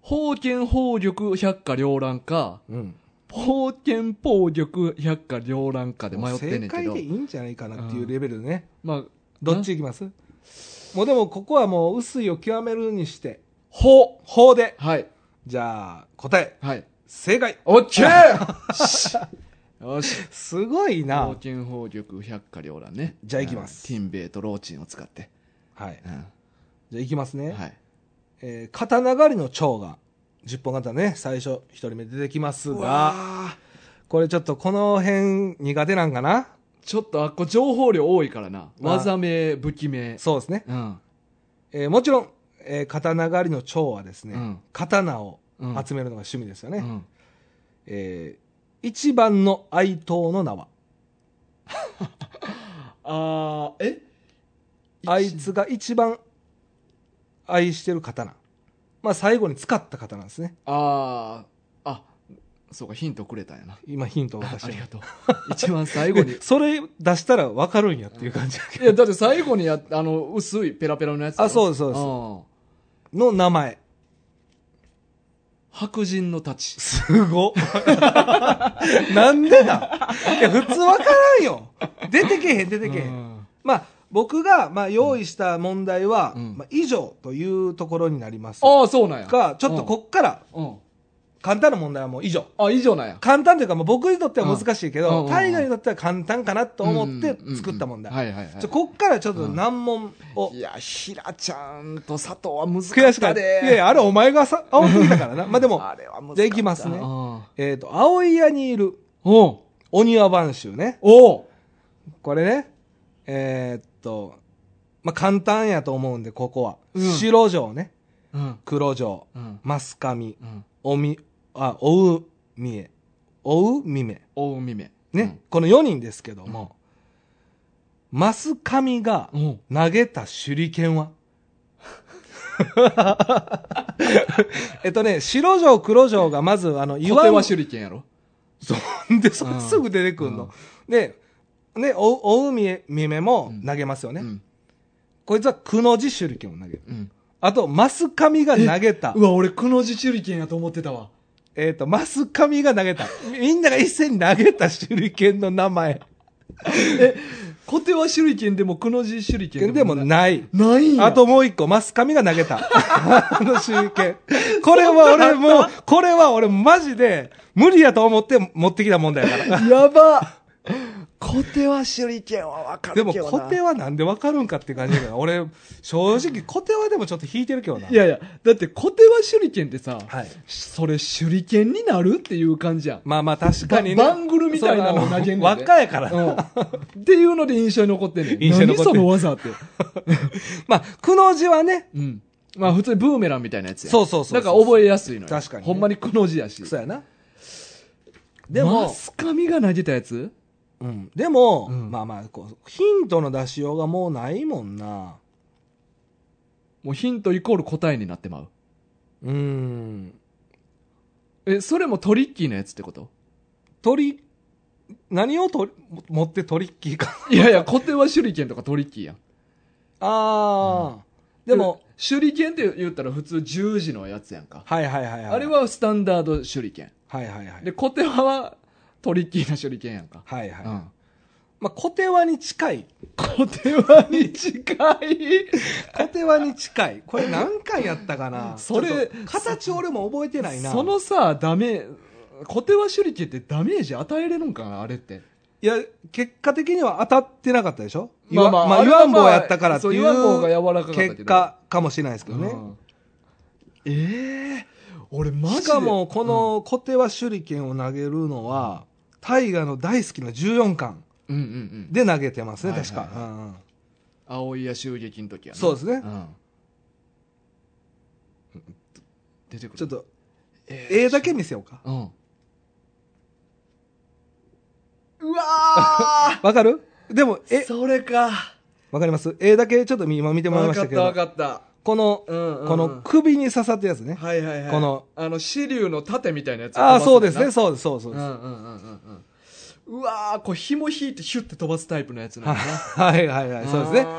Speaker 1: 宝剣宝玉百花両乱か、
Speaker 2: うん。
Speaker 1: 宝剣宝玉百花両乱かで迷ってんねんけ
Speaker 2: 正解
Speaker 1: ど
Speaker 2: でい。いんじゃないかなっていうレベルでね。
Speaker 1: まあ、
Speaker 2: どっちいきますもうでもここはもう薄いを極めるにして、
Speaker 1: ほ
Speaker 2: 法で。
Speaker 1: う。はい。
Speaker 2: じゃあ、答え、
Speaker 1: はい。
Speaker 2: 正解。
Speaker 1: オッケ ーしよし。
Speaker 2: すごいな
Speaker 1: 宝。剣宝玉百花両乱ね。
Speaker 2: じゃあ行きます
Speaker 1: うんティンベイとローチンを使って。
Speaker 2: はい。
Speaker 1: うん
Speaker 2: じゃあいきますね。
Speaker 1: はい。
Speaker 2: えー、刀狩りの蝶が、十本刀ね、最初一人目出てきますが、
Speaker 1: あ
Speaker 2: これちょっとこの辺苦手なんかな
Speaker 1: ちょっとあっこ情報量多いからな。
Speaker 2: まあ
Speaker 1: 技名、武器名。
Speaker 2: そうですね。
Speaker 1: うん。
Speaker 2: えーもちろん、えー刀狩りの蝶はですね、
Speaker 1: うん
Speaker 2: 刀を
Speaker 1: うん
Speaker 2: 集めるのが趣味ですよね。
Speaker 1: うん
Speaker 2: えー一番の愛刀の名は、
Speaker 1: あー、え
Speaker 2: あいつが一番愛してる刀。まあ最後に使った刀ですね。
Speaker 1: ああ、あ、そうか、ヒントくれたんやな。
Speaker 2: 今ヒントを
Speaker 1: あ
Speaker 2: 渡し
Speaker 1: あ
Speaker 2: て
Speaker 1: りがとう。 一番最後 に。い
Speaker 2: それ出したら分かるんやっていう感じや け
Speaker 1: や、だって最後にや、あの、薄いペラペラのやつやろ。
Speaker 2: あそうですそうです
Speaker 1: ん
Speaker 2: ど。の名前。
Speaker 1: 白人の太刀。
Speaker 2: すごっ。なんでだいや、普通分からんよ。出てけへん、出てけへん。
Speaker 1: うん
Speaker 2: まあ、僕が、まあ、用意した問題は、
Speaker 1: うん
Speaker 2: まあ、以上というところになります。
Speaker 1: ああ、そうなんや。
Speaker 2: が、ちょっとこっから、
Speaker 1: うん。
Speaker 2: 簡単な問題はもう以上。
Speaker 1: あ、以上なんや。
Speaker 2: 簡単というか、まあ、僕にとっては難しいけ
Speaker 1: うんうん
Speaker 2: ど、
Speaker 1: うん
Speaker 2: 大河にとっては簡単かなと思って
Speaker 1: うん
Speaker 2: 作った問題。
Speaker 1: うんうんはいはいはい。
Speaker 2: ちょこっからちょっと難問を。
Speaker 1: いや、ひらちゃんと佐藤は難し
Speaker 2: 悔し
Speaker 1: か
Speaker 2: か
Speaker 1: っ
Speaker 2: ったた。
Speaker 1: で。
Speaker 2: いやいや、あれお前がさ、青すぎたか らな。まあでも、
Speaker 1: あれは難しかった
Speaker 2: じゃあ行きますね
Speaker 1: うん
Speaker 2: えっ、と、青い屋にいる
Speaker 1: おう
Speaker 2: お庭番衆ね。
Speaker 1: おう
Speaker 2: これね、えっ、と、まあ簡単やと思うんで、ここは。
Speaker 1: うん
Speaker 2: 白城ね。
Speaker 1: うん。
Speaker 2: 黒城。
Speaker 1: うん。
Speaker 2: マスカミ。
Speaker 1: うん。
Speaker 2: おみ、あ、おうみえ。おうみめ。
Speaker 1: 大海目。
Speaker 2: ね。この4人ですけども、マスカミが
Speaker 1: うん。おう
Speaker 2: 投げた手裏剣は えっとね、白城黒城がまず、あの、
Speaker 1: 岩手
Speaker 2: 岩
Speaker 1: は
Speaker 2: を
Speaker 1: 手裏剣やろ
Speaker 2: そうで、それ
Speaker 1: うん
Speaker 2: すぐ出てくん
Speaker 1: うん
Speaker 2: の。で、ね、お、おうみえ、みめも
Speaker 1: うん
Speaker 2: 投げますよね。
Speaker 1: うん。
Speaker 2: こいつはくの字手裏剣を投げる。
Speaker 1: うん。
Speaker 2: あと、マスカミが投げた
Speaker 1: う。わ、俺、くの字手裏剣やと思ってたわ。
Speaker 2: えっ、と、マスカミが投げた。みんなが一斉に投げた手裏剣の名前。
Speaker 1: 小手は手裏剣でも、くの字手裏剣
Speaker 2: でも
Speaker 1: ない。
Speaker 2: ない。
Speaker 1: ないんや。
Speaker 2: あ と、もう一個、マスカミが投げた。 あの手裏剣。これは俺もう、これ は俺マジで無理やと思って持ってきた問題やから。
Speaker 1: やば。こ小手は手裏剣は分か
Speaker 2: で
Speaker 1: る
Speaker 2: も
Speaker 1: けどな
Speaker 2: 小手はなんでわかるんかって感じだけど、俺、正直小手はでもちょっと引いてるけどな。
Speaker 1: いやいやだって小手は手裏剣ってさ、
Speaker 2: はい。
Speaker 1: それ手裏剣になるっていう感じやん
Speaker 2: まあまあ確かにね。
Speaker 1: ババングルみたいなのを投げんねんで
Speaker 2: そうあの若やから。
Speaker 1: うんっていうので印象に残ってんねん。
Speaker 2: 印象に残ってる
Speaker 1: 何その技って。
Speaker 2: まあ、くの字はね、
Speaker 1: うん。まあ普通にブーメランみたいなやつや。
Speaker 2: そうそうそ
Speaker 1: だ
Speaker 2: うそう
Speaker 1: から覚えやすいのよ。
Speaker 2: 確かにね
Speaker 1: ほんまにくの字やし。
Speaker 2: そうやな。で
Speaker 1: でも、マ
Speaker 2: も、
Speaker 1: スカミが投げたやつ
Speaker 2: うん。でも、
Speaker 1: うん
Speaker 2: まあまあ、こう、ヒントの出しようがもうないもんな。
Speaker 1: もうヒントイコール答えになってまう。
Speaker 2: うん。
Speaker 1: え、それもトリッキーなやつってこと
Speaker 2: 鳥、何をと持ってトリッキーか。
Speaker 1: いやいや、小手は手裏剣とかトリッキーやん。
Speaker 2: ああ、でも、、
Speaker 1: 手裏剣って言ったら普通十字のやつやんか。
Speaker 2: はいはいはいはい。
Speaker 1: あれ、はスタンダード手裏剣。
Speaker 2: はいはいはい。
Speaker 1: で、小手はトリッキーな手裏剣やんか。
Speaker 2: はいはい。
Speaker 1: うん。
Speaker 2: まあ、小手輪に近い。
Speaker 1: 小手はに近い。
Speaker 2: 小手輪に近い。これ何回やったかな
Speaker 1: それ
Speaker 2: ちょっと形俺も覚えて ないな。
Speaker 1: そのさダメ小手は手裏剣ってダメージ与えれるんかなあれって
Speaker 2: いや、結果的には当たってなかったでしょまあまあ、まあ、言わんぼうやったからっていう。
Speaker 1: そう言わんぼうが柔らかかったけど
Speaker 2: 結果かもしれないですけどね。
Speaker 1: うんええ俺マジで
Speaker 2: しかも、この小手は手裏剣を投げるのは、大河の大好きな14巻
Speaker 1: うんうんうん
Speaker 2: で投げてますね、
Speaker 1: はいはい
Speaker 2: 確
Speaker 1: はい
Speaker 2: か。うんうん
Speaker 1: 青いや襲撃の時やな
Speaker 2: そうですね
Speaker 1: ん出てくる
Speaker 2: ちょっと、
Speaker 1: えー
Speaker 2: 絵だけ見せようか。
Speaker 1: うんうわ
Speaker 2: わかるでも、
Speaker 1: ー
Speaker 2: え、
Speaker 1: それか
Speaker 2: わかります絵だけちょっと今見てもらい
Speaker 1: わ
Speaker 2: まし
Speaker 1: か
Speaker 2: た
Speaker 1: っ
Speaker 2: け
Speaker 1: たわ
Speaker 2: ど、
Speaker 1: かった
Speaker 2: この、
Speaker 1: うんうんうん
Speaker 2: この首に刺さったやつね。
Speaker 1: はいはいはい
Speaker 2: この
Speaker 1: あの支流の盾みたいなやつを
Speaker 2: ああ、
Speaker 1: 飛
Speaker 2: そう
Speaker 1: ば
Speaker 2: です
Speaker 1: すねんな
Speaker 2: ね、そうです、そうです。そう
Speaker 1: う
Speaker 2: です
Speaker 1: んうんうんうんうんうわーこう紐引いてヒュッて飛ばすタイプのやつなんだな
Speaker 2: はいはいはい、 そうですね。
Speaker 1: ね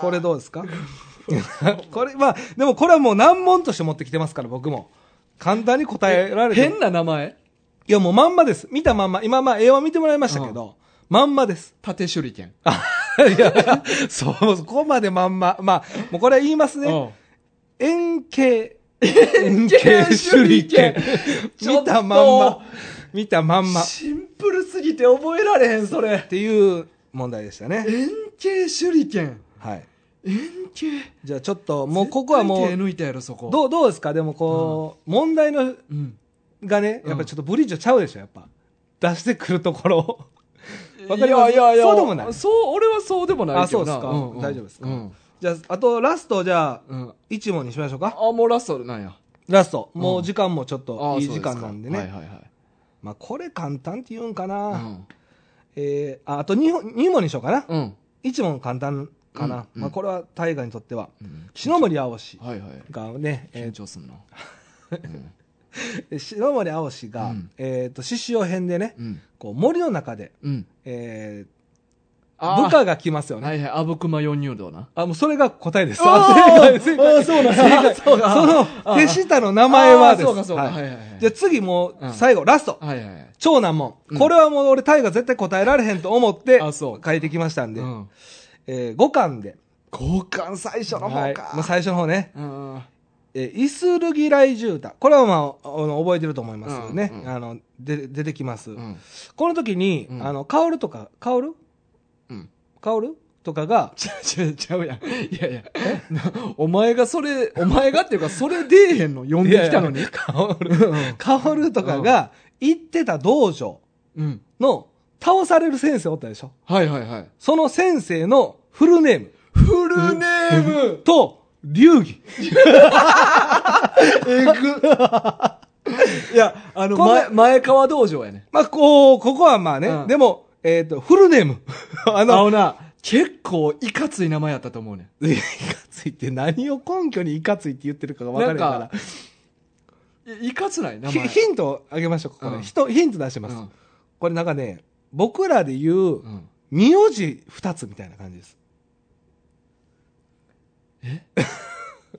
Speaker 2: これどうですか これ、まあ、でもこれはもう難問として持ってきてますから、僕も。簡単に答えられても。
Speaker 1: 変な名前
Speaker 2: いや、もうまんまです。見たまんま。今、まあ、絵は見てもらいましたけど、まんまです。
Speaker 1: 縦処理剣
Speaker 2: いや、そう、そこまでまんま。まあ、もうこれ言いますね。円形。円
Speaker 1: 手裏剣ちょっと
Speaker 2: 見たまんま。見たま
Speaker 1: うん
Speaker 2: んま。っ
Speaker 1: シンプルすぎて覚えられへんそれ
Speaker 2: ていう問題でしたね。
Speaker 1: 円形手裏剣
Speaker 2: はい。
Speaker 1: 円形
Speaker 2: じゃあちょっと、もうここはも
Speaker 1: 手
Speaker 2: う、
Speaker 1: 抜いたやろそこ
Speaker 2: どう、どうですかでもこう、問題の、
Speaker 1: う、ん、
Speaker 2: がね、やっぱちょっとブリッジちゃうでしょ、やっぱ。出してくるところ。わかり
Speaker 1: い
Speaker 2: ま
Speaker 1: や
Speaker 2: す
Speaker 1: いやいや
Speaker 2: そうでもない
Speaker 1: そう俺はそうでもないけどな
Speaker 2: あそうですか大丈夫ですか
Speaker 1: うん
Speaker 2: じゃあ、あとラスト、じゃあ、
Speaker 1: うん、
Speaker 2: 一問にしましょうか。
Speaker 1: あもうラストなんや
Speaker 2: ラスト。も
Speaker 1: う
Speaker 2: うん時間もちょっ
Speaker 1: あ
Speaker 2: といい時間なんでね。
Speaker 1: そうすかはいはい
Speaker 2: まあ、これ簡単って言うんか
Speaker 1: は
Speaker 2: な。
Speaker 1: いうん
Speaker 2: えー、ああと 2, 二問にしようかな。
Speaker 1: うん
Speaker 2: 一問簡単かな。
Speaker 1: うんうん
Speaker 2: まあ、これは大河にとっては。
Speaker 1: うん
Speaker 2: 篠森青氏
Speaker 1: はいはい
Speaker 2: がね、え
Speaker 1: 緊張すんな、 うん
Speaker 2: ー篠森青氏が、
Speaker 1: うん
Speaker 2: えっ、と、獅子王編でね、
Speaker 1: うん
Speaker 2: こう森の中で、
Speaker 1: うん
Speaker 2: えー
Speaker 1: あー
Speaker 2: 部下が来ますよね。
Speaker 1: はいはい、あぶくま四入道な。
Speaker 2: あ、もうそれが答えです。
Speaker 1: あ
Speaker 2: 正解正解
Speaker 1: そうなん
Speaker 2: 正解
Speaker 1: そうか
Speaker 2: その、手下の名前は
Speaker 1: あー
Speaker 2: です。
Speaker 1: そうかそうか。
Speaker 2: はい
Speaker 1: はいはいはい。
Speaker 2: じゃあ次も
Speaker 1: う
Speaker 2: うん最後、ラスト。
Speaker 1: はいはいはい。
Speaker 2: 超難問。
Speaker 1: うん
Speaker 2: これはもう俺、タイが絶対答えられへんと思って、
Speaker 1: あそう
Speaker 2: 書いてきましたんで、
Speaker 1: うん
Speaker 2: え5巻で。
Speaker 1: 交換最初の
Speaker 2: は
Speaker 1: 方
Speaker 2: い
Speaker 1: か。
Speaker 2: もう最初の方ね。
Speaker 1: うん
Speaker 2: えーイスルギライジュータ。これはまあ、あの覚えてると思いますよね。
Speaker 1: うんうん
Speaker 2: あの、で、出てきます。
Speaker 1: うん
Speaker 2: この時に、
Speaker 1: うん
Speaker 2: あの、カオルとか、カオル
Speaker 1: うん。
Speaker 2: カオルとかが、
Speaker 1: ちゃうちゃうちゃうやん。いやいや。 お前がそれ、お前がっていうか、それ出えへんの呼んできたのに。
Speaker 2: カオル。
Speaker 1: う
Speaker 2: カオルとかが、行ってた道場
Speaker 1: んうん。
Speaker 2: の、倒される先生おったでしょ
Speaker 1: はいはいはい。
Speaker 2: その先生のフルネーム
Speaker 1: フルネーム
Speaker 2: と、流儀。
Speaker 1: えぐいや、あの、
Speaker 2: こんな
Speaker 1: 前、前川道場やね。
Speaker 2: まあ、こう、ここはまあね、
Speaker 1: うん
Speaker 2: でも、えっ、と、フルネーム。 あ
Speaker 1: あ
Speaker 2: の、
Speaker 1: のな、結構いかつい名前やったと思うねん。
Speaker 2: いかついって何を根拠にいかついって言ってるかが分かるから
Speaker 1: なん。いいかつない名
Speaker 2: ひ
Speaker 1: 前。
Speaker 2: ヒントをあげましょうか、これ。
Speaker 1: うん
Speaker 2: ひとヒント出してます、
Speaker 1: うん
Speaker 2: これなんかね、僕らで言う
Speaker 1: う、ん
Speaker 2: 名字二つみたいな感じです。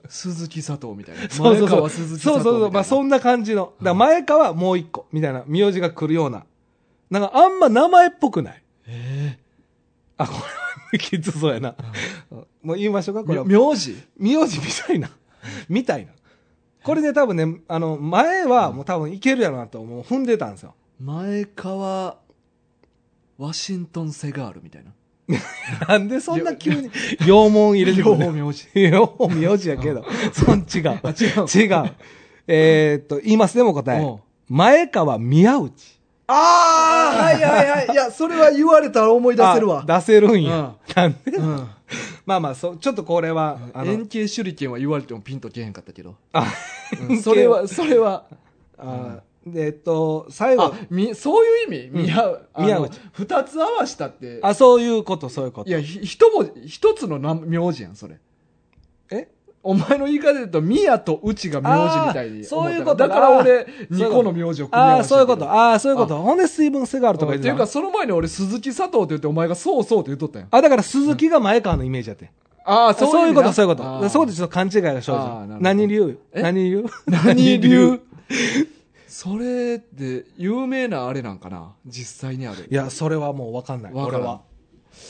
Speaker 1: 鈴木佐藤みたいな。
Speaker 2: そうそう
Speaker 1: 前
Speaker 2: そう。
Speaker 1: 川
Speaker 2: そう
Speaker 1: 鈴木佐藤みたい
Speaker 2: そう
Speaker 1: な。
Speaker 2: そう。まあそんな感じの。だから前川もう一個みたいな、名字が来るような。なんかあんま名前っぽくない。
Speaker 1: え
Speaker 2: あ、これ きつそうやな。もう言いましょうか、
Speaker 1: ー
Speaker 2: これは。
Speaker 1: 名字
Speaker 2: 名字みたいな。みたいな。これね、多分ね、あの、前はもう多分いけるやろなと思う踏んでたんですよ。
Speaker 1: 前川ワシントン・セガールみたいな。
Speaker 2: なんでそんな急に、羊毛入れてく
Speaker 1: 両
Speaker 2: る
Speaker 1: 方
Speaker 2: の
Speaker 1: 名字。
Speaker 2: 羊毛名字やけど。そん違う。
Speaker 1: あ、違う。
Speaker 2: 違う。えーっと、言いますね、もう答
Speaker 1: お
Speaker 2: え
Speaker 1: う。
Speaker 2: 前川宮内。
Speaker 1: ああはいはいはい。いや、それは言われたら思い出せるわ。
Speaker 2: あ出せるんや。なんで
Speaker 1: うん。
Speaker 2: まあまあ、そう、ちょっとこれは、あの
Speaker 1: 円、形手裏剣は言われてもピンとけへんかったけど。
Speaker 2: あ
Speaker 1: うんそれは、それは。
Speaker 2: あでえっと、最後
Speaker 1: あ、、み、そういう意味
Speaker 2: ん
Speaker 1: 宮、あの
Speaker 2: 宮内
Speaker 1: 二つ合わしたって。
Speaker 2: あ、そういうこと、そういうこ
Speaker 1: い
Speaker 2: と。
Speaker 1: や、ひ一文字、一つの名名字やん、それ。
Speaker 2: え
Speaker 1: お前の言い方で言うと、宮と内が名字みたいに思った
Speaker 2: あーそういうこと
Speaker 1: だから俺、
Speaker 2: あー
Speaker 1: 二個の名字を組み合わせ
Speaker 2: ああ、
Speaker 1: て
Speaker 2: そういうこと。ああ、そういうこと。ほんで、水分性があるとか
Speaker 1: っ
Speaker 2: 言って
Speaker 1: い
Speaker 2: て
Speaker 1: う
Speaker 2: た
Speaker 1: か、
Speaker 2: の。
Speaker 1: その前に俺、鈴木佐藤って言って、お前がそうそうって言っとったやん。
Speaker 2: あ、だから鈴木が前川のイメージやって。
Speaker 1: ああ、
Speaker 2: あそういうこと、そういうこ
Speaker 1: あ
Speaker 2: と。
Speaker 1: ー
Speaker 2: そこでちょっと勘違いが生
Speaker 1: あーなるほ
Speaker 2: じ
Speaker 1: ど
Speaker 2: る。何流よ
Speaker 1: え
Speaker 2: 何流
Speaker 1: 何流それって、有名なあれなんかな実際にある。
Speaker 2: いや、それはもう分かんない。
Speaker 1: わから
Speaker 2: 俺
Speaker 1: ん
Speaker 2: は。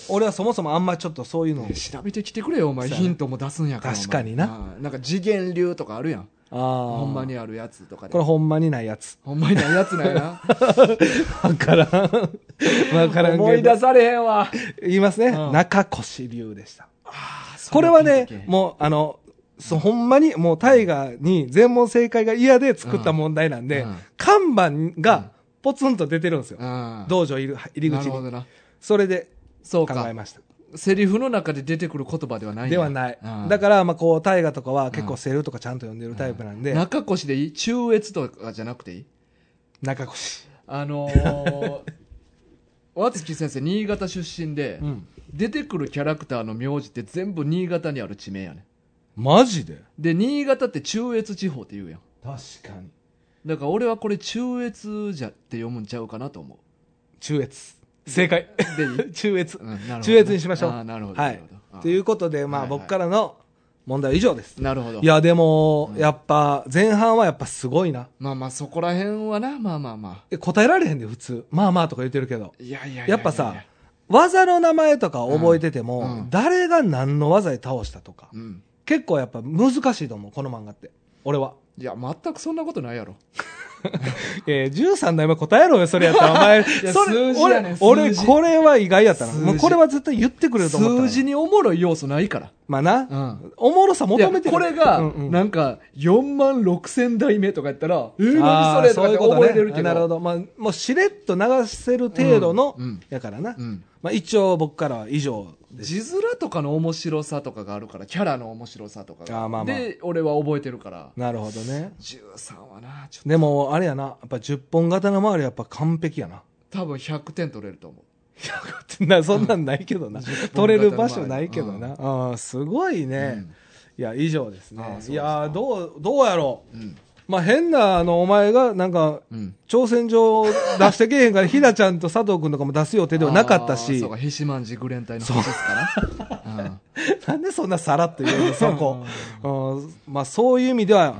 Speaker 2: 俺はそもそもあんまちょっとそういうの。
Speaker 1: 調べてきてくれよ、お前。
Speaker 2: そうや
Speaker 1: ヒ
Speaker 2: な
Speaker 1: ントも出すんやから。
Speaker 2: 確かに
Speaker 1: お前。ああなんか、次元流とかあるやん。
Speaker 2: ああ。
Speaker 1: ほ
Speaker 2: ほ
Speaker 1: んま。にあるやつとかで
Speaker 2: これ。ほんまにないやつ。
Speaker 1: ほんまにないやつないな。
Speaker 2: わか らん。わ からんけど。
Speaker 1: 思い出されへんわ。
Speaker 2: 言いますね。
Speaker 1: うん
Speaker 2: 中越流でした。 これはね、
Speaker 1: も
Speaker 2: もう、あの、そうほんまに、もう、大河に全問正解が嫌で作った問題なんで、
Speaker 1: うんうん
Speaker 2: 看板がポツンと出てるんですよ。
Speaker 1: うん、
Speaker 2: 道場いる入り
Speaker 1: な
Speaker 2: 口
Speaker 1: るほど
Speaker 2: に。
Speaker 1: な。
Speaker 2: それで
Speaker 1: そう
Speaker 2: 考
Speaker 1: か
Speaker 2: え。ました。
Speaker 1: セリフの中で出てくる言葉ではないんだ
Speaker 2: ではない。
Speaker 1: うん
Speaker 2: だから、まあ、こう、大河とかは結構セルとかちゃんと読んでるタイプなんで、
Speaker 1: 中越でいい中越とかじゃなくていい
Speaker 2: 中越。
Speaker 1: あの ー、和月先生、新潟出身で、
Speaker 2: うん
Speaker 1: 出てくるキャラクターの名字って全部新潟にある地名やね
Speaker 2: マジで
Speaker 1: で、新潟って中越地方って言うやん。
Speaker 2: 確かに。
Speaker 1: だから俺はこれ中越じゃって読むんちゃうかなと思う。
Speaker 2: 中越。正解。
Speaker 1: で、いい
Speaker 2: 中越
Speaker 1: う。んなるほどね
Speaker 2: 中越にしましょう
Speaker 1: あーなるほど。
Speaker 2: は
Speaker 1: ないるほどあ。ー
Speaker 2: ということで、ま
Speaker 1: は
Speaker 2: あ、
Speaker 1: いはい
Speaker 2: 僕からの問題は以上です。
Speaker 1: なるほど。
Speaker 2: いや、でも、やっぱ、前半はやっぱすごいな。
Speaker 1: まあまあそこら辺はな、まあまあま
Speaker 2: え答えられへんで、普通。まあまあとか言ってるけど。
Speaker 1: あ。いやいやいやい
Speaker 2: やっぱさ、技の名前とか覚えてても、
Speaker 1: うんうん
Speaker 2: 誰が何の技で倒したとか、
Speaker 1: うん。
Speaker 2: 結構やっぱ難しいと思う、この漫画って。俺は。
Speaker 1: いや、全くそんなことないやろ。
Speaker 2: えー、13代目答えろよ、それやったら。お前、
Speaker 1: や
Speaker 2: それ
Speaker 1: 数字やねん
Speaker 2: 俺、俺
Speaker 1: 数字
Speaker 2: これは意外やったな。
Speaker 1: 数字
Speaker 2: もうこれは絶対言ってくれると思ったの
Speaker 1: 数字におもろい要素ないから。
Speaker 2: まあな、
Speaker 1: うん
Speaker 2: おもろさ求めて
Speaker 1: いや
Speaker 2: る。
Speaker 1: これが、
Speaker 2: うんうん
Speaker 1: なんか、4万6千台目とかやったら、えー、何
Speaker 2: あ
Speaker 1: そ
Speaker 2: ー
Speaker 1: れと
Speaker 2: そう
Speaker 1: か
Speaker 2: い
Speaker 1: って
Speaker 2: うこと
Speaker 1: 覚
Speaker 2: ね
Speaker 1: えれるけ
Speaker 2: なるほ
Speaker 1: ど。
Speaker 2: ど。まあ、もうしれっと流せる程度の、
Speaker 1: うんうん
Speaker 2: やからな。
Speaker 1: うん
Speaker 2: まあ、一応僕からは以上です。
Speaker 1: 字面とかの面白さとかがあるから、キャラの面白さとかが。
Speaker 2: あーまあまあ
Speaker 1: で、俺は覚えてるから。
Speaker 2: なるほどね。
Speaker 1: 13はな、ちょっ
Speaker 2: でも、あれやな。やっぱ10本型の周りはやっぱ完璧やな。
Speaker 1: と多分100点取れると思う。
Speaker 2: なそんなんないけどな。取れる場所ないけど
Speaker 1: う
Speaker 2: な。ああ、すごいね。いや、以上ですね。
Speaker 1: ああそうですか
Speaker 2: いやー、どう、どうやろう。
Speaker 1: うん。
Speaker 2: まあ、変な、あの、お前が、なんか、
Speaker 1: うん。
Speaker 2: 挑戦状出してけ へんから、ひなちゃんと佐藤君とかも出す予定ではなかった
Speaker 1: あー
Speaker 2: し
Speaker 1: そう、か、ヘシマンジグレン隊の話です から。うん
Speaker 2: なんでそんなさらっと 言うの、そこ。うんまあ、そういう意味では、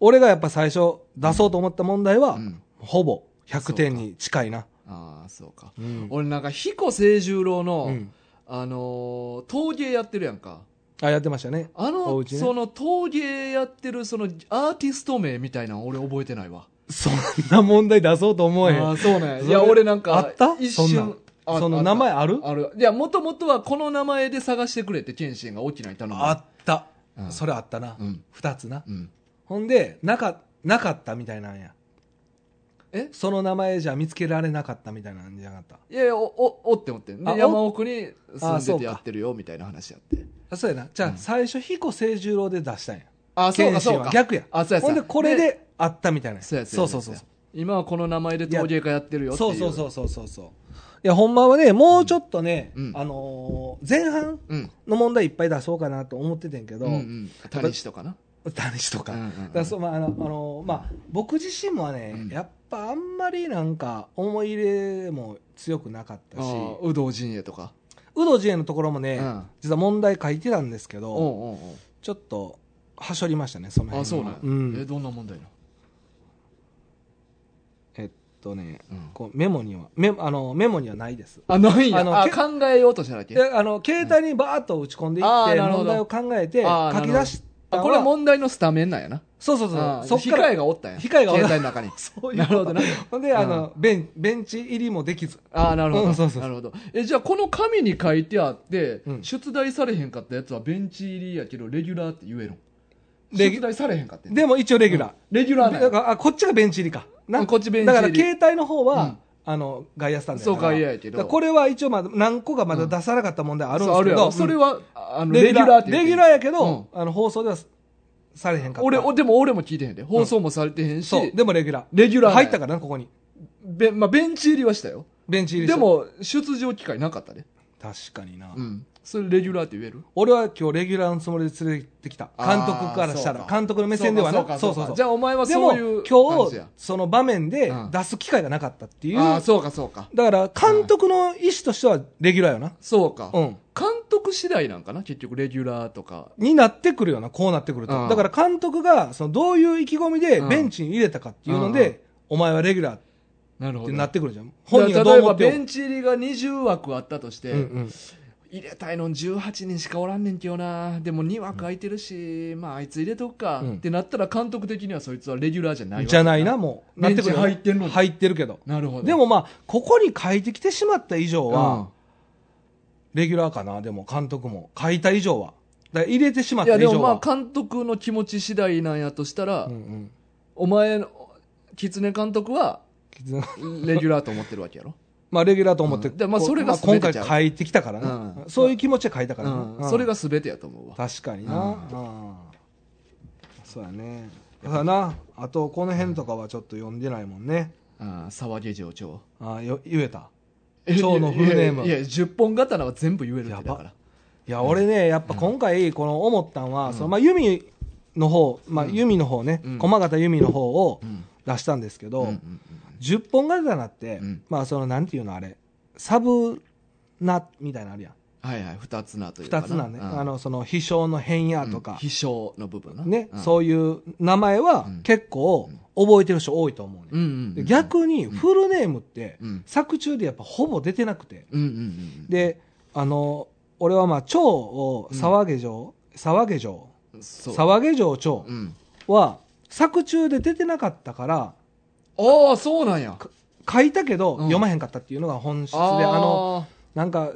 Speaker 2: 俺がやっぱ最初出そうと思った問題は、
Speaker 1: うん
Speaker 2: ほぼ100点に近いな。
Speaker 1: ああ、そうか。
Speaker 2: うん
Speaker 1: 俺なんか彦清十郎の、
Speaker 2: うん
Speaker 1: あのー陶芸やってるやんか
Speaker 2: あ、やってましたね。
Speaker 1: あ
Speaker 2: お
Speaker 1: の、
Speaker 2: うちね
Speaker 1: その陶芸やってるそのアーティスト名みたいなの俺覚えてないわ
Speaker 2: そんな問題出そうと思えへん。
Speaker 1: ああそうね
Speaker 2: それ
Speaker 1: いや俺なんか
Speaker 2: あった
Speaker 1: 一
Speaker 2: そんな
Speaker 1: 瞬
Speaker 2: ん
Speaker 1: あ
Speaker 2: そ
Speaker 1: あ
Speaker 2: の
Speaker 1: った
Speaker 2: 名前ある
Speaker 1: あるいやもともとはこの名前で探してくれって謙信が沖縄に頼んだ
Speaker 2: あった、
Speaker 1: うん
Speaker 2: それあったな
Speaker 1: うん
Speaker 2: 二、つな、
Speaker 1: うん
Speaker 2: ほんでなかなかったみたいなんや
Speaker 1: え
Speaker 2: その名前じゃ見つけられなかったみたいなんじゃなかった
Speaker 1: いやいやおおおって思ってん
Speaker 2: あ
Speaker 1: で
Speaker 2: お
Speaker 1: 山奥に住
Speaker 2: あ
Speaker 1: んで
Speaker 2: そう
Speaker 1: て
Speaker 2: か
Speaker 1: やってるよみたいな話やって
Speaker 2: あそうやなじゃあ、最初彦清十郎で出したんや
Speaker 1: ああそうか
Speaker 2: 謙信
Speaker 1: そう
Speaker 2: は
Speaker 1: か
Speaker 2: 逆や
Speaker 1: あそうやそう
Speaker 2: ほん
Speaker 1: や
Speaker 2: でこれであったみたいなんや
Speaker 1: そうや
Speaker 2: そうそ
Speaker 1: や
Speaker 2: うそう
Speaker 1: や今はこの名前で陶芸家やってるよってい
Speaker 2: そううそうそうそうそうそういやほんまはねもうちょっとね、
Speaker 1: うん
Speaker 2: あのー前半
Speaker 1: うん
Speaker 2: の問題いっぱい出そうかなと思っててんけど、
Speaker 1: うん うん谷氏とかな
Speaker 2: 谷氏とか、
Speaker 1: うんうんうん
Speaker 2: だからそうまああのあのまあ僕自身もね、
Speaker 1: うん
Speaker 2: やっぱあんまりなんか思い入れも強くなかったし
Speaker 1: ああ有働陣営とか
Speaker 2: 有働陣営のところもね、
Speaker 1: うん
Speaker 2: 実は問題書いてたんですけ
Speaker 1: う
Speaker 2: ど、
Speaker 1: んうんうん
Speaker 2: ちょっとはしょりましたねその辺
Speaker 1: あ
Speaker 2: は
Speaker 1: そうなんや、
Speaker 2: うん
Speaker 1: えどんな問題なの
Speaker 2: えっとね、
Speaker 1: うん
Speaker 2: こうメモにはメあのメモにはないです
Speaker 1: あないんや
Speaker 2: あの
Speaker 1: あ
Speaker 2: け
Speaker 1: 考えようとしただけ
Speaker 2: であの携帯にバーッと打ち込んでい
Speaker 1: あ
Speaker 2: っ
Speaker 1: ー
Speaker 2: て
Speaker 1: なるほど
Speaker 2: 問題を考えて
Speaker 1: あー
Speaker 2: 書き出したん
Speaker 1: あ
Speaker 2: は
Speaker 1: これ問題のスタメンなんやな。
Speaker 2: そうそう
Speaker 1: あ
Speaker 2: そう。そっか
Speaker 1: 控え
Speaker 2: ら、
Speaker 1: がおったんや。
Speaker 2: 控えがおった
Speaker 1: 携帯の中に。
Speaker 2: そういう。
Speaker 1: なるほどな。
Speaker 2: ほんで、あの、ベン、ベンチ入りもできず。
Speaker 1: ああ、なるほど。
Speaker 2: うんそうそうそう
Speaker 1: なるほど。え、じゃあこの紙に書いてあって、
Speaker 2: うん
Speaker 1: 出題されへんかったやつはベンチ入りやけど、レギュラーって言えるん。
Speaker 2: レギ
Speaker 1: 出題されへんかったんや
Speaker 2: でも一応レギュラ
Speaker 1: レギュ
Speaker 2: ー。
Speaker 1: ラー
Speaker 2: で
Speaker 1: な
Speaker 2: だ
Speaker 1: んや
Speaker 2: から、あ、こっちがベンチ入りか。
Speaker 1: う
Speaker 2: な。
Speaker 1: んこっちベンチ入り
Speaker 2: だから、携帯の方
Speaker 1: う
Speaker 2: は
Speaker 1: ん、
Speaker 2: あの、外野スタンド
Speaker 1: そう
Speaker 2: から
Speaker 1: 外野やけど
Speaker 2: だからこれは一応、まあ、何個かまだ出さなかった問題あるん
Speaker 1: そ
Speaker 2: で
Speaker 1: う
Speaker 2: す
Speaker 1: あ
Speaker 2: け
Speaker 1: るや
Speaker 2: ど、
Speaker 1: ろ。それ
Speaker 2: は、
Speaker 1: は、あの、
Speaker 2: レ
Speaker 1: レ
Speaker 2: ギ
Speaker 1: ギ
Speaker 2: ュ
Speaker 1: ュラー
Speaker 2: ラ
Speaker 1: っ
Speaker 2: ー。
Speaker 1: て言
Speaker 2: レ
Speaker 1: って
Speaker 2: ギ
Speaker 1: る
Speaker 2: ュラーやけど、
Speaker 1: う
Speaker 2: あの、放送ではされへんかった。
Speaker 1: 俺、おでも俺も聞いてへんで。放送もされてへんし、
Speaker 2: そう。でもレギュラー。
Speaker 1: レギュラーなん
Speaker 2: 入
Speaker 1: や
Speaker 2: ったからな、ここに。
Speaker 1: べまあ、ベンチ入りはしたよ。
Speaker 2: ベンチ入りし
Speaker 1: で
Speaker 2: た、
Speaker 1: も、出場機会なかったね。
Speaker 2: 確かにな。
Speaker 1: うん。それレギュラーって言える
Speaker 2: 俺は今日レギュラーのつもりで連れてきた。監督からした
Speaker 1: あ
Speaker 2: ら。
Speaker 1: ー
Speaker 2: 監督の目線では
Speaker 1: そうか
Speaker 2: な。そうそうそう。
Speaker 1: じゃあお前は
Speaker 2: で
Speaker 1: そ
Speaker 2: も
Speaker 1: ういう
Speaker 2: 今
Speaker 1: 感じ
Speaker 2: 日
Speaker 1: や。
Speaker 2: その場面で
Speaker 1: うん
Speaker 2: 出す機会がなかったっていう、
Speaker 1: ああ、
Speaker 2: だ
Speaker 1: そうかそうか。
Speaker 2: から監督の意思としてはレギュラーよな、
Speaker 1: そうか。
Speaker 2: うん、
Speaker 1: 監督次第なんかな結局、レギュラーとか。
Speaker 2: になってくるよな、こうなってくると、
Speaker 1: うん
Speaker 2: だから監督がそのどういう意気込みで
Speaker 1: うん
Speaker 2: ベンチに入れたかっていうので、
Speaker 1: うん
Speaker 2: お前はレギュラーっ
Speaker 1: なるほ
Speaker 2: て
Speaker 1: ど。
Speaker 2: なってくるじゃん、
Speaker 1: 本
Speaker 2: 本人がどう
Speaker 1: 例え
Speaker 2: 思
Speaker 1: ば
Speaker 2: って
Speaker 1: ベ
Speaker 2: も
Speaker 1: ンチ入りが20枠あったとして、
Speaker 2: うんうん
Speaker 1: 入れたいの18人しかおらんねんけどなでも2枠空いてるし、まああいつ入れとくか、
Speaker 2: うん
Speaker 1: ってなったら監督的にはそいつはレギュラーじゃないわけ
Speaker 2: じゃないな、もう、なってくるよな
Speaker 1: ベンチ入ってんのに
Speaker 2: 入ってるけど、
Speaker 1: なるほど
Speaker 2: でもまあ、ここに書いてきてしまった以上は、
Speaker 1: うん
Speaker 2: レギュラーかな、でも監督も、書いた以上は、だから入れてしまっ
Speaker 1: い
Speaker 2: た
Speaker 1: や
Speaker 2: 以
Speaker 1: で
Speaker 2: 上は。
Speaker 1: もまあ監督の気持ち次第なんやとしたら、
Speaker 2: うんうん
Speaker 1: お前の狐監督は
Speaker 2: きつ
Speaker 1: レギュラーと思ってるわけやろ、
Speaker 2: まあ、レギュラーと思って、
Speaker 1: うんでまあ
Speaker 2: こ
Speaker 1: それが
Speaker 2: 今
Speaker 1: 全て
Speaker 2: 回
Speaker 1: ちゃう
Speaker 2: 書いてきたからね、
Speaker 1: うん
Speaker 2: そういう気持ちで書いたからね、
Speaker 1: う、
Speaker 2: うんん
Speaker 1: それが全てやと思うわ
Speaker 2: 確かにな、
Speaker 1: うん
Speaker 2: うんそうやねだからなあとこの辺とかはちょっと読んでないもんね
Speaker 1: ああ沢毛城 長
Speaker 2: あよ言えた蝶のフルネーム
Speaker 1: いやいや10本刀は全部言えるって
Speaker 2: やば
Speaker 1: だから
Speaker 2: いや俺ねやっぱ今回この思ったんは、そのまあ、弓の方、まあ、弓の方ね、
Speaker 1: うん
Speaker 2: 駒形弓の方を
Speaker 1: うん
Speaker 2: 出したんですけど、
Speaker 1: うんうん
Speaker 2: 10本刀って、
Speaker 1: うん
Speaker 2: まあそのなんていうのあれサブナみたいなのあるやん
Speaker 1: はいはい2つなというか
Speaker 2: 2つなね、
Speaker 1: うん
Speaker 2: あのその飛翔の変やと
Speaker 1: うん
Speaker 2: か、
Speaker 1: 飛翔の部分な
Speaker 2: ね、
Speaker 1: うん
Speaker 2: そういう名前は
Speaker 1: うん
Speaker 2: 結構覚えてる人多いと思うね、
Speaker 1: うんうんうん
Speaker 2: で逆にフルネームって
Speaker 1: うん
Speaker 2: 作中でやっぱほぼ出てなくて、
Speaker 1: うんうんうん
Speaker 2: であの俺はまあ長を沢下城、沢下城
Speaker 1: うんそう
Speaker 2: 沢下城長
Speaker 1: うん
Speaker 2: は作中で出てなかったから
Speaker 1: ああそうなんや
Speaker 2: 書いたけど
Speaker 1: うん
Speaker 2: 読まへんかったっていうのが本質で、
Speaker 1: ー
Speaker 2: あのなんか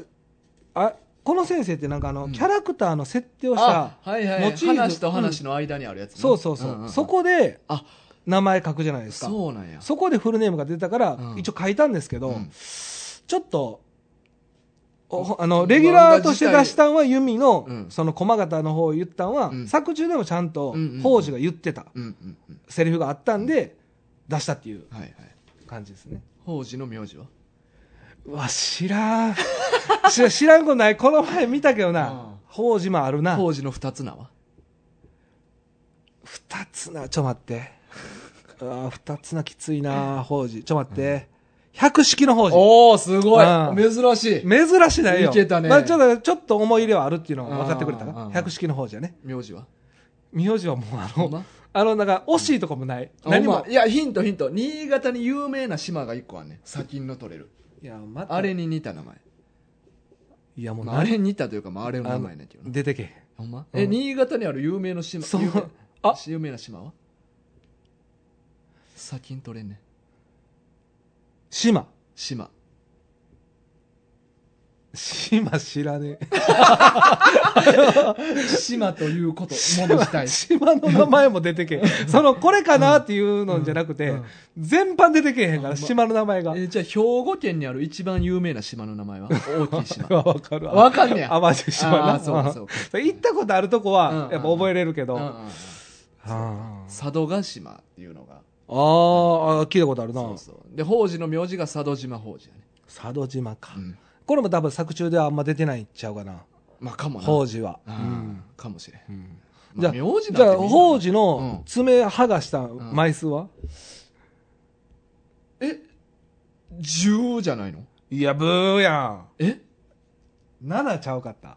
Speaker 2: あこの先生ってなんかあの、
Speaker 1: うん
Speaker 2: キャラクターの設定をした
Speaker 1: あはいはい
Speaker 2: モチーフ
Speaker 1: 話と話の間にあるやつな
Speaker 2: そうそうそう、
Speaker 1: んんん
Speaker 2: そこで
Speaker 1: あ
Speaker 2: 名前書くじゃないですか
Speaker 1: そうなんや
Speaker 2: そこでフルネームが出たから、
Speaker 1: うん
Speaker 2: 一応書いたんですけど、
Speaker 1: うん
Speaker 2: ちょっと、おほあの、レギュラーとして出したんはユミの、
Speaker 1: うん
Speaker 2: その駒形の方を言ったんは、
Speaker 1: うん
Speaker 2: 作中でもちゃん
Speaker 1: う
Speaker 2: と
Speaker 1: んうんう、ん
Speaker 2: 宝珠が言ってた、
Speaker 1: うんうんうん
Speaker 2: セリフがあったんで、出したっていう
Speaker 1: はいはい
Speaker 2: 感じですね。
Speaker 1: 宝珠の名字は
Speaker 2: うわ、知らん。 知らん、知らんことない。この前見たけどな、宝珠もあるな。
Speaker 1: 宝珠の二つ名は
Speaker 2: 二つな、ちょ待って。あー二つなきついな、宝珠。ちょ待って。百式の宝珠。
Speaker 1: おおすごい
Speaker 2: うん
Speaker 1: 珍しい
Speaker 2: 珍しいないよ。
Speaker 1: いけたね
Speaker 2: まあ、ちょっと、ちょっと思い入れはあるっていうのは分かってくれた
Speaker 1: あーあ
Speaker 2: か
Speaker 1: ー
Speaker 2: 百式の方じゃね。
Speaker 1: 名字は
Speaker 2: 名字はもうあ
Speaker 1: ほん
Speaker 2: の
Speaker 1: ま、
Speaker 2: あの、なんか、惜しいとかもない。何
Speaker 1: 何
Speaker 2: も
Speaker 1: も。いやヒントヒント新潟に有名な島が一個あんねん砂金の取れる
Speaker 2: いや、ま
Speaker 1: あれに似た名前
Speaker 2: いや、もう
Speaker 1: まああ
Speaker 2: 何、
Speaker 1: れに似たというかまああれの名前やねんけどな
Speaker 2: 出てけ。
Speaker 1: ほんま
Speaker 2: うん
Speaker 1: え新潟にある有名な島
Speaker 2: そう
Speaker 1: 有名
Speaker 2: あ
Speaker 1: 有名な島は砂金取れんねん
Speaker 2: 島。
Speaker 1: 島
Speaker 2: 島知らねえ。
Speaker 1: 島ということもの自体
Speaker 2: 島の名前も出てけ。その、これかなっていうのじゃなくて
Speaker 1: うんうん、
Speaker 2: 全般出てけへんから、島の名前が。
Speaker 1: えじゃあ兵庫県にある一番有名な島の名前 は大きい島
Speaker 2: わかる
Speaker 1: わかんねや
Speaker 2: 淡路島な。
Speaker 1: あーそうかそうか
Speaker 2: ん行ったことあるとこ
Speaker 1: うん
Speaker 2: は
Speaker 1: う、ん
Speaker 2: やっぱ覚えれるけ
Speaker 1: うんうん
Speaker 2: ど。
Speaker 1: うん
Speaker 2: あー
Speaker 1: 佐渡島っていうのが
Speaker 2: あー、聞いたことあるな。
Speaker 1: そうそうで法事の名字が佐渡島法事やね、
Speaker 2: 佐渡島か、
Speaker 1: うん
Speaker 2: これも多分作中ではあんま出てないんちゃうかな
Speaker 1: まあかもな
Speaker 2: 宝珠は、
Speaker 1: うんかもしれん、
Speaker 2: じ
Speaker 1: ま
Speaker 2: ゃあ
Speaker 1: あ、名字なんて
Speaker 2: じゃあ
Speaker 1: みんな
Speaker 2: 宝珠の
Speaker 1: うん
Speaker 2: 爪剥がした枚数は、
Speaker 1: え10じゃないの
Speaker 2: いやブーや
Speaker 1: え
Speaker 2: ん7ちゃうかった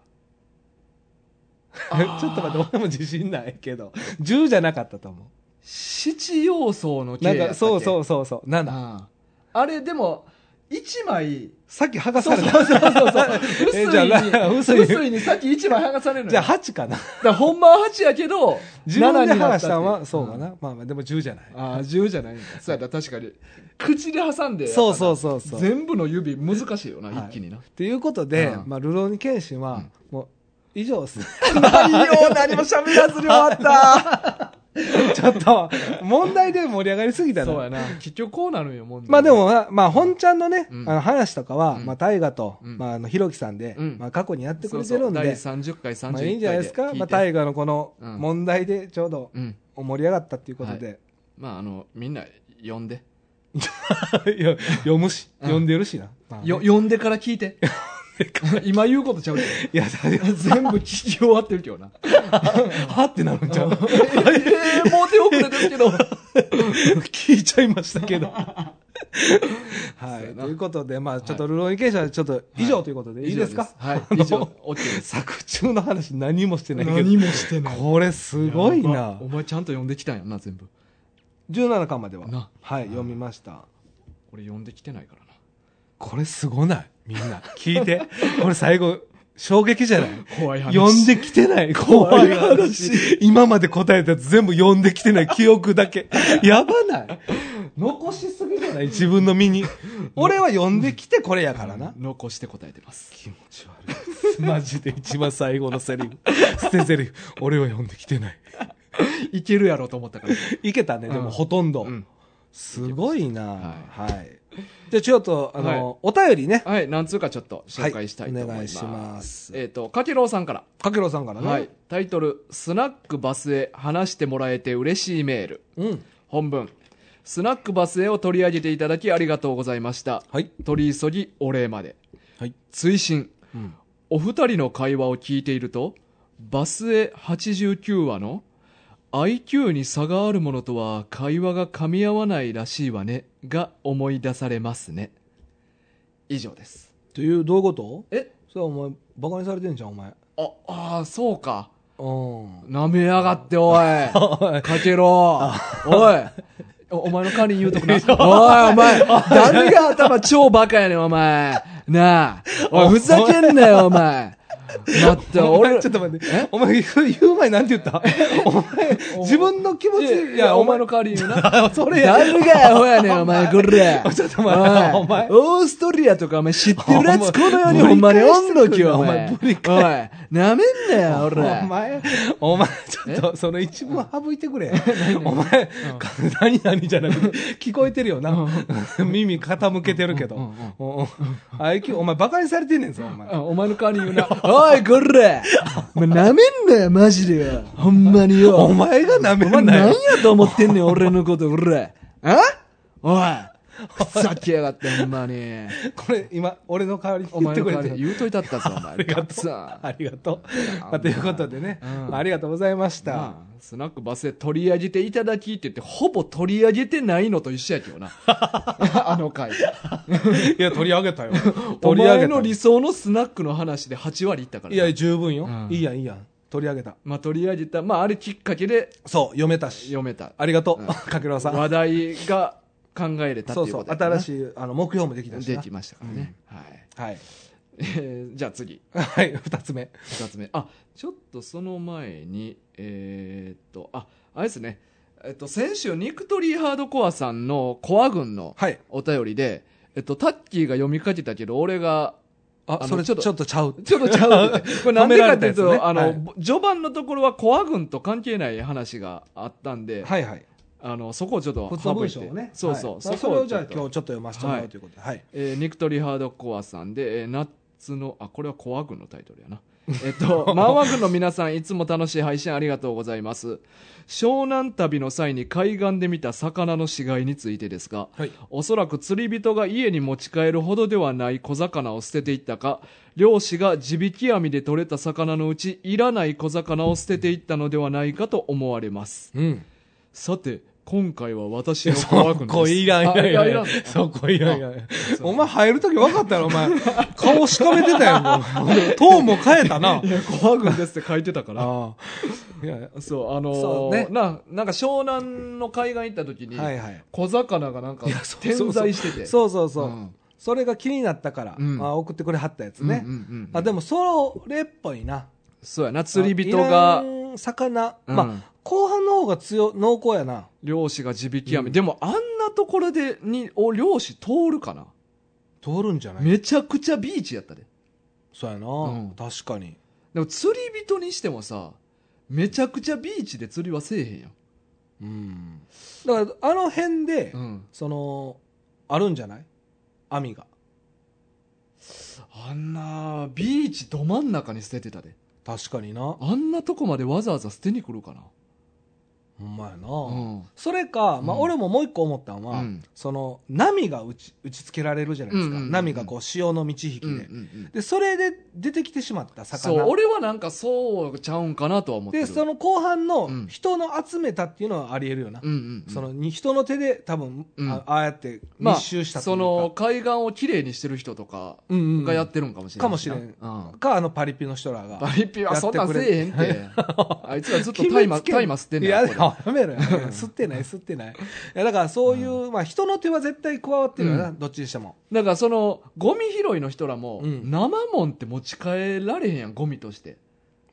Speaker 1: あー
Speaker 2: ちょっと待って俺も自信ないけど10じゃなかったと思
Speaker 1: 七要素の
Speaker 2: う
Speaker 1: 系
Speaker 2: な
Speaker 1: やっ
Speaker 2: ん
Speaker 1: たっ
Speaker 2: かそうそううそうそう7
Speaker 1: ああれでも1枚
Speaker 2: さっき剥が
Speaker 1: そ
Speaker 2: さ
Speaker 1: う
Speaker 2: れ
Speaker 1: そう
Speaker 2: た。
Speaker 1: そうそうそう
Speaker 2: え
Speaker 1: 薄
Speaker 2: じゃあ
Speaker 1: い
Speaker 2: な
Speaker 1: に
Speaker 2: 薄
Speaker 1: 薄
Speaker 2: い
Speaker 1: いにさっき1枚剥がされるの
Speaker 2: じゃ
Speaker 1: よ
Speaker 2: あ8かな。
Speaker 1: だからほんまは8やけど
Speaker 2: 自分で
Speaker 1: 7に
Speaker 2: 剥
Speaker 1: な
Speaker 2: が
Speaker 1: っ
Speaker 2: した
Speaker 1: って
Speaker 2: たんは、そうかな。まあまあ、でも10じゃない。
Speaker 1: ああ10じゃないんだそうやった確 かに口で挟んで
Speaker 2: そうそうそうそう。
Speaker 1: 全部の指難しいよな、
Speaker 2: はい
Speaker 1: 一気にな
Speaker 2: ということで、
Speaker 1: うん
Speaker 2: まあ、ルローニケンシンは、もう、以上です。
Speaker 1: 内容何も喋らずに終わった
Speaker 2: ちょっと、問題で盛り上がりすぎた
Speaker 1: そうや
Speaker 2: な。
Speaker 1: な結局こうなるんよ問題
Speaker 2: まあでも、まあまあ、本ちゃんのね、
Speaker 1: うん
Speaker 2: あの話とかは、
Speaker 1: うん
Speaker 2: まあ、大河と、
Speaker 1: うん
Speaker 2: まあ、あの、ひろきさんで、
Speaker 1: うん
Speaker 2: まあ、過去にやってく
Speaker 1: そう
Speaker 2: れ
Speaker 1: そ
Speaker 2: てる
Speaker 1: うん第
Speaker 2: で、
Speaker 1: 30回31
Speaker 2: まあ、
Speaker 1: 回
Speaker 2: いいんじゃないですか。ま
Speaker 1: 大
Speaker 2: あ、大河のこの
Speaker 1: うん
Speaker 2: 問題で、ちょうど
Speaker 1: うん
Speaker 2: 盛り上がったっていうことで、
Speaker 1: まああのみんな呼んで
Speaker 2: いや 読むし、読んでるしな。まあね
Speaker 1: よ呼んでから聞い て今言うことちゃうけど
Speaker 2: いや、だって
Speaker 1: 全部聞き終わってるけどな
Speaker 2: はってなるんちゃう
Speaker 1: えーもう手遅れですけど
Speaker 2: 聞いちゃいました けど。は
Speaker 1: そうや
Speaker 2: い。
Speaker 1: な
Speaker 2: ということで、まあ、ちょっと、ルローニケンシンはちょっと、以上ということで、 いいですか
Speaker 1: はい
Speaker 2: あの
Speaker 1: 以上 OK です
Speaker 2: 作中の話何もしてないけど
Speaker 1: 何もしてない
Speaker 2: これすごい
Speaker 1: やば
Speaker 2: な
Speaker 1: お前ちゃんと呼んできたんやな全部
Speaker 2: 17巻までは
Speaker 1: な
Speaker 2: はい読みました
Speaker 1: 俺呼んできてないからな
Speaker 2: これすごないみんな聞いて これ最後衝撃じゃない
Speaker 1: 怖い話
Speaker 2: 読んできてない怖
Speaker 1: 怖
Speaker 2: い
Speaker 1: い話
Speaker 2: 話今まで答えたやつ全部読んできてない記憶だ けやばない残しすぎじゃない自分の身に俺は読んできてこれやからな
Speaker 1: 残して答えてます
Speaker 2: 気持ち悪いマジで一番最後のセリフ捨てセリフ俺は読んできてない
Speaker 1: いけるやろと思ったから
Speaker 2: いけたね、で
Speaker 1: う
Speaker 2: も
Speaker 1: ん
Speaker 2: ほとんど。
Speaker 1: うん
Speaker 2: すごいな、は、
Speaker 1: はい
Speaker 2: じゃあちょっと、あの、お便りね。
Speaker 1: はい何通かちょっと紹介したいと思います,、
Speaker 2: はいお願いします
Speaker 1: えっ、とかけろうさんから、
Speaker 2: かけろうさんからね。
Speaker 1: はい、タイトル「スナックバスへ話してもらえて嬉しいメール
Speaker 2: うん。」
Speaker 1: 本文スナックバスへを取り上げていただきありがとうございました
Speaker 2: はい。
Speaker 1: 取り急ぎお礼まで
Speaker 2: はい。
Speaker 1: 追伸
Speaker 2: うん。
Speaker 1: お二人の会話を聞いていると、バスへ89話の IQ に差があるものとは会話が噛み合わないらしいわねが思い出されますね。以上です。
Speaker 2: という、どういうこと
Speaker 1: え
Speaker 2: それお前、バカにされてんじゃん、お前。
Speaker 1: あ、ああ、そうか。
Speaker 2: う
Speaker 1: 舐めやがって、お い。か
Speaker 2: ん。
Speaker 1: けろ。おい。おお前の代わりに言うとくな。おい、お前。誰が頭超バカやねん、お前。なあ。おい、ふざけんなよ、お前。待って、俺ら
Speaker 2: 俺、ちょっと待って。お前、言う言う前なんて言ったお前、自分の気持
Speaker 1: いや
Speaker 2: ち、
Speaker 1: いや、お前の代わりに言うな。
Speaker 2: あ、それや。
Speaker 1: 誰がアホやねん、お前、これ。
Speaker 2: ちょっと待ってお前
Speaker 1: オーストリアとか、お前知ってるやつ、
Speaker 2: お前
Speaker 1: この世にほんまにおんのきよ、お
Speaker 2: ぶり
Speaker 1: 前。
Speaker 2: 返
Speaker 1: お
Speaker 2: して
Speaker 1: い
Speaker 2: くる、
Speaker 1: なめんなよ、
Speaker 2: お
Speaker 1: 俺。
Speaker 2: 前、お前、ちょっと、その一文省いてくれ。お前、何々じゃなくて、聞こえてるよな。耳傾けてるけど。おお IQ、お前、バカにされてんねんぞ、お前。
Speaker 1: あお前の代わりに言うな。おい、これ。お前、なめんなよ、マジでよ。ほんまによ。
Speaker 2: お前が舐め
Speaker 1: お前
Speaker 2: んな
Speaker 1: 何や
Speaker 2: よ。
Speaker 1: と思ってんねん、俺のこと、俺。あおい。ふざけやがって、ほんま に。
Speaker 2: これ、今、俺の代わりに
Speaker 1: お
Speaker 2: 言っ
Speaker 1: 前
Speaker 2: て
Speaker 1: の代
Speaker 2: くれ
Speaker 1: わ
Speaker 2: て
Speaker 1: りに
Speaker 2: る。
Speaker 1: 言うといたったぞ、お前。
Speaker 2: ありが
Speaker 1: ガッ
Speaker 2: と
Speaker 1: ツ
Speaker 2: う。
Speaker 1: ン
Speaker 2: ありがとう。まあということでね、
Speaker 1: うん
Speaker 2: まあありがとうございました。
Speaker 1: なあスナックバスで取り上げていただきって言って、ほぼ取り上げてないのと一緒やけど な。あの回。
Speaker 2: いや、取り上げたよ。
Speaker 1: お
Speaker 2: 取り上
Speaker 1: 前
Speaker 2: げた
Speaker 1: の。理想のスナックの話で8割いったから
Speaker 2: い
Speaker 1: な。
Speaker 2: や、十分よ
Speaker 1: うん。
Speaker 2: いいやん、いいやん。取り上げた。
Speaker 1: まあ取り上げた。まああれきっかけで
Speaker 2: そう、読めたし。
Speaker 1: 読めた。
Speaker 2: ありがと
Speaker 1: う
Speaker 2: う。
Speaker 1: ん
Speaker 2: かけろうさん。
Speaker 1: 話題が考えれたって
Speaker 2: そう
Speaker 1: いう
Speaker 2: そ
Speaker 1: こ
Speaker 2: う
Speaker 1: と
Speaker 2: 新
Speaker 1: い
Speaker 2: しいあの目標もできたし
Speaker 1: で
Speaker 2: な
Speaker 1: きましたからね。はい。
Speaker 2: はい
Speaker 1: え ーじゃあ次。
Speaker 2: はい2つ目
Speaker 1: 二つ目。あ、ちょっとその前に、えーっと、あ、あれですね。えっと、先週、ニクトリーハードコアさんのコア軍の
Speaker 2: はい
Speaker 1: お便りで、えっと、タッキーが読みかけたけど、俺が、あ
Speaker 2: あ
Speaker 1: の
Speaker 2: それ
Speaker 1: ち
Speaker 2: ちょ
Speaker 1: ょ
Speaker 2: っ
Speaker 1: っ
Speaker 2: と
Speaker 1: と
Speaker 2: ちょっと
Speaker 1: ち
Speaker 2: ちゃう
Speaker 1: ょっとちゃう って言って。これなんでかっていうと、
Speaker 2: 止められたやつね
Speaker 1: あの、
Speaker 2: はい
Speaker 1: 序盤のところはコア軍と関係ない話があったんで、
Speaker 2: はいはい
Speaker 1: あの、そこをちょっと
Speaker 2: 普通の
Speaker 1: 省
Speaker 2: 文
Speaker 1: いて。
Speaker 2: 章をね
Speaker 1: そうそう。
Speaker 2: はいまあ
Speaker 1: こ
Speaker 2: それをじゃあ
Speaker 1: ちょっと
Speaker 2: 今日ちょっと読ませてもら
Speaker 1: は
Speaker 2: う
Speaker 1: い
Speaker 2: ということではい
Speaker 1: えーニクトリハードコアさんで、えーナッツの、あ、これはコア軍のタイトルや な。えっと、マンワ軍の皆さん、いつも楽しい配信ありがとうございます。湘南旅の際に海岸で見た魚の死骸についてですが、
Speaker 2: はい
Speaker 1: おそらく釣り人が家に持ち帰るほどではない小魚を捨てていったか、漁師が地引き網で取れた魚のうち、いらない小魚を捨てていったのではないかと思われます。
Speaker 2: うん
Speaker 1: さて、今回は私の
Speaker 2: そ
Speaker 1: コア軍です。
Speaker 2: こいらんい
Speaker 1: あ
Speaker 2: らんい
Speaker 1: いやい
Speaker 2: ら
Speaker 1: ら
Speaker 2: ん
Speaker 1: ん
Speaker 2: そこいらんいらんお前入るとき分かったよお前顔しかめてたやんもうトーンも変えたない
Speaker 1: や、コア軍ですって書いてたから。
Speaker 2: ああいやは
Speaker 1: そう、あのー
Speaker 2: そうね
Speaker 1: な、なんか湘南の海岸行った時に、
Speaker 2: いはい
Speaker 1: 小魚がなんか
Speaker 2: いやそうそうそう
Speaker 1: 点在してて。
Speaker 2: そうそうそう
Speaker 1: うん
Speaker 2: それが気になったから、
Speaker 1: うん
Speaker 2: あ送ってくれはったやつ
Speaker 1: うんうん
Speaker 2: ね。
Speaker 1: うん
Speaker 2: あでも、それっぽいな。
Speaker 1: そうやな釣り人が
Speaker 2: いらん魚。
Speaker 1: うん
Speaker 2: まあ、後半の方が強、濃厚やな。
Speaker 1: 漁師が地引き網、
Speaker 2: うん
Speaker 1: でもあんなところでにお漁師通るかな、
Speaker 2: 通るんじゃない
Speaker 1: めちゃくちゃビーチやったで
Speaker 2: そうやな、
Speaker 1: うん
Speaker 2: 確かに。
Speaker 1: でも釣り人にしてもさめちゃくちゃビーチで釣りはせえへんやん、
Speaker 2: うん。だから、あの辺で、
Speaker 1: うん、
Speaker 2: その、あるんじゃない網が。
Speaker 1: あんなビーチど真ん中に捨ててたで
Speaker 2: 確かにな。
Speaker 1: あんなとこまでわざわざ捨てに来るかな
Speaker 2: ほんまやな。
Speaker 1: うん
Speaker 2: それか、まあ、
Speaker 1: うん
Speaker 2: 俺ももう一個思ったのは、
Speaker 1: うん
Speaker 2: その、波が打ち、打ちつけられるじゃないですか。
Speaker 1: うんうんうん
Speaker 2: 波がこう、潮の満ち引きで。
Speaker 1: うんうんうん
Speaker 2: で、それで出てきてしまった魚。
Speaker 1: そう俺はなんかそうちゃうんかなとは思ってる
Speaker 2: で、そ
Speaker 1: の、
Speaker 2: の後半
Speaker 1: う
Speaker 2: の
Speaker 1: ん
Speaker 2: 人の集めたっていうのはありえるよな。
Speaker 1: うんうんうん
Speaker 2: そのに人の手で多分、
Speaker 1: うん
Speaker 2: あああやって
Speaker 1: まあ
Speaker 2: 密集したとい
Speaker 1: そう
Speaker 2: か、
Speaker 1: の海岸をきれいにしてる人とか
Speaker 2: うんうんうん
Speaker 1: がやってるんかもしれないな
Speaker 2: かもしれ
Speaker 1: うん
Speaker 2: かあのパリピの人らが
Speaker 1: バリピはそんなんせえへんって。 あいつらずっと
Speaker 2: 決
Speaker 1: タ
Speaker 2: め
Speaker 1: イマー、
Speaker 2: つけ
Speaker 1: タイマー吸ってんね
Speaker 2: いや
Speaker 1: や。
Speaker 2: でもやめろやめろ吸ってない吸ってないいやだからそういう、まあ、人の手は絶対加わってるよな、
Speaker 1: う
Speaker 2: どっちにしても
Speaker 1: だからその、ゴミ拾いの人らも、
Speaker 2: うん
Speaker 1: 生もんって持ち帰られへんやん、ゴミとして。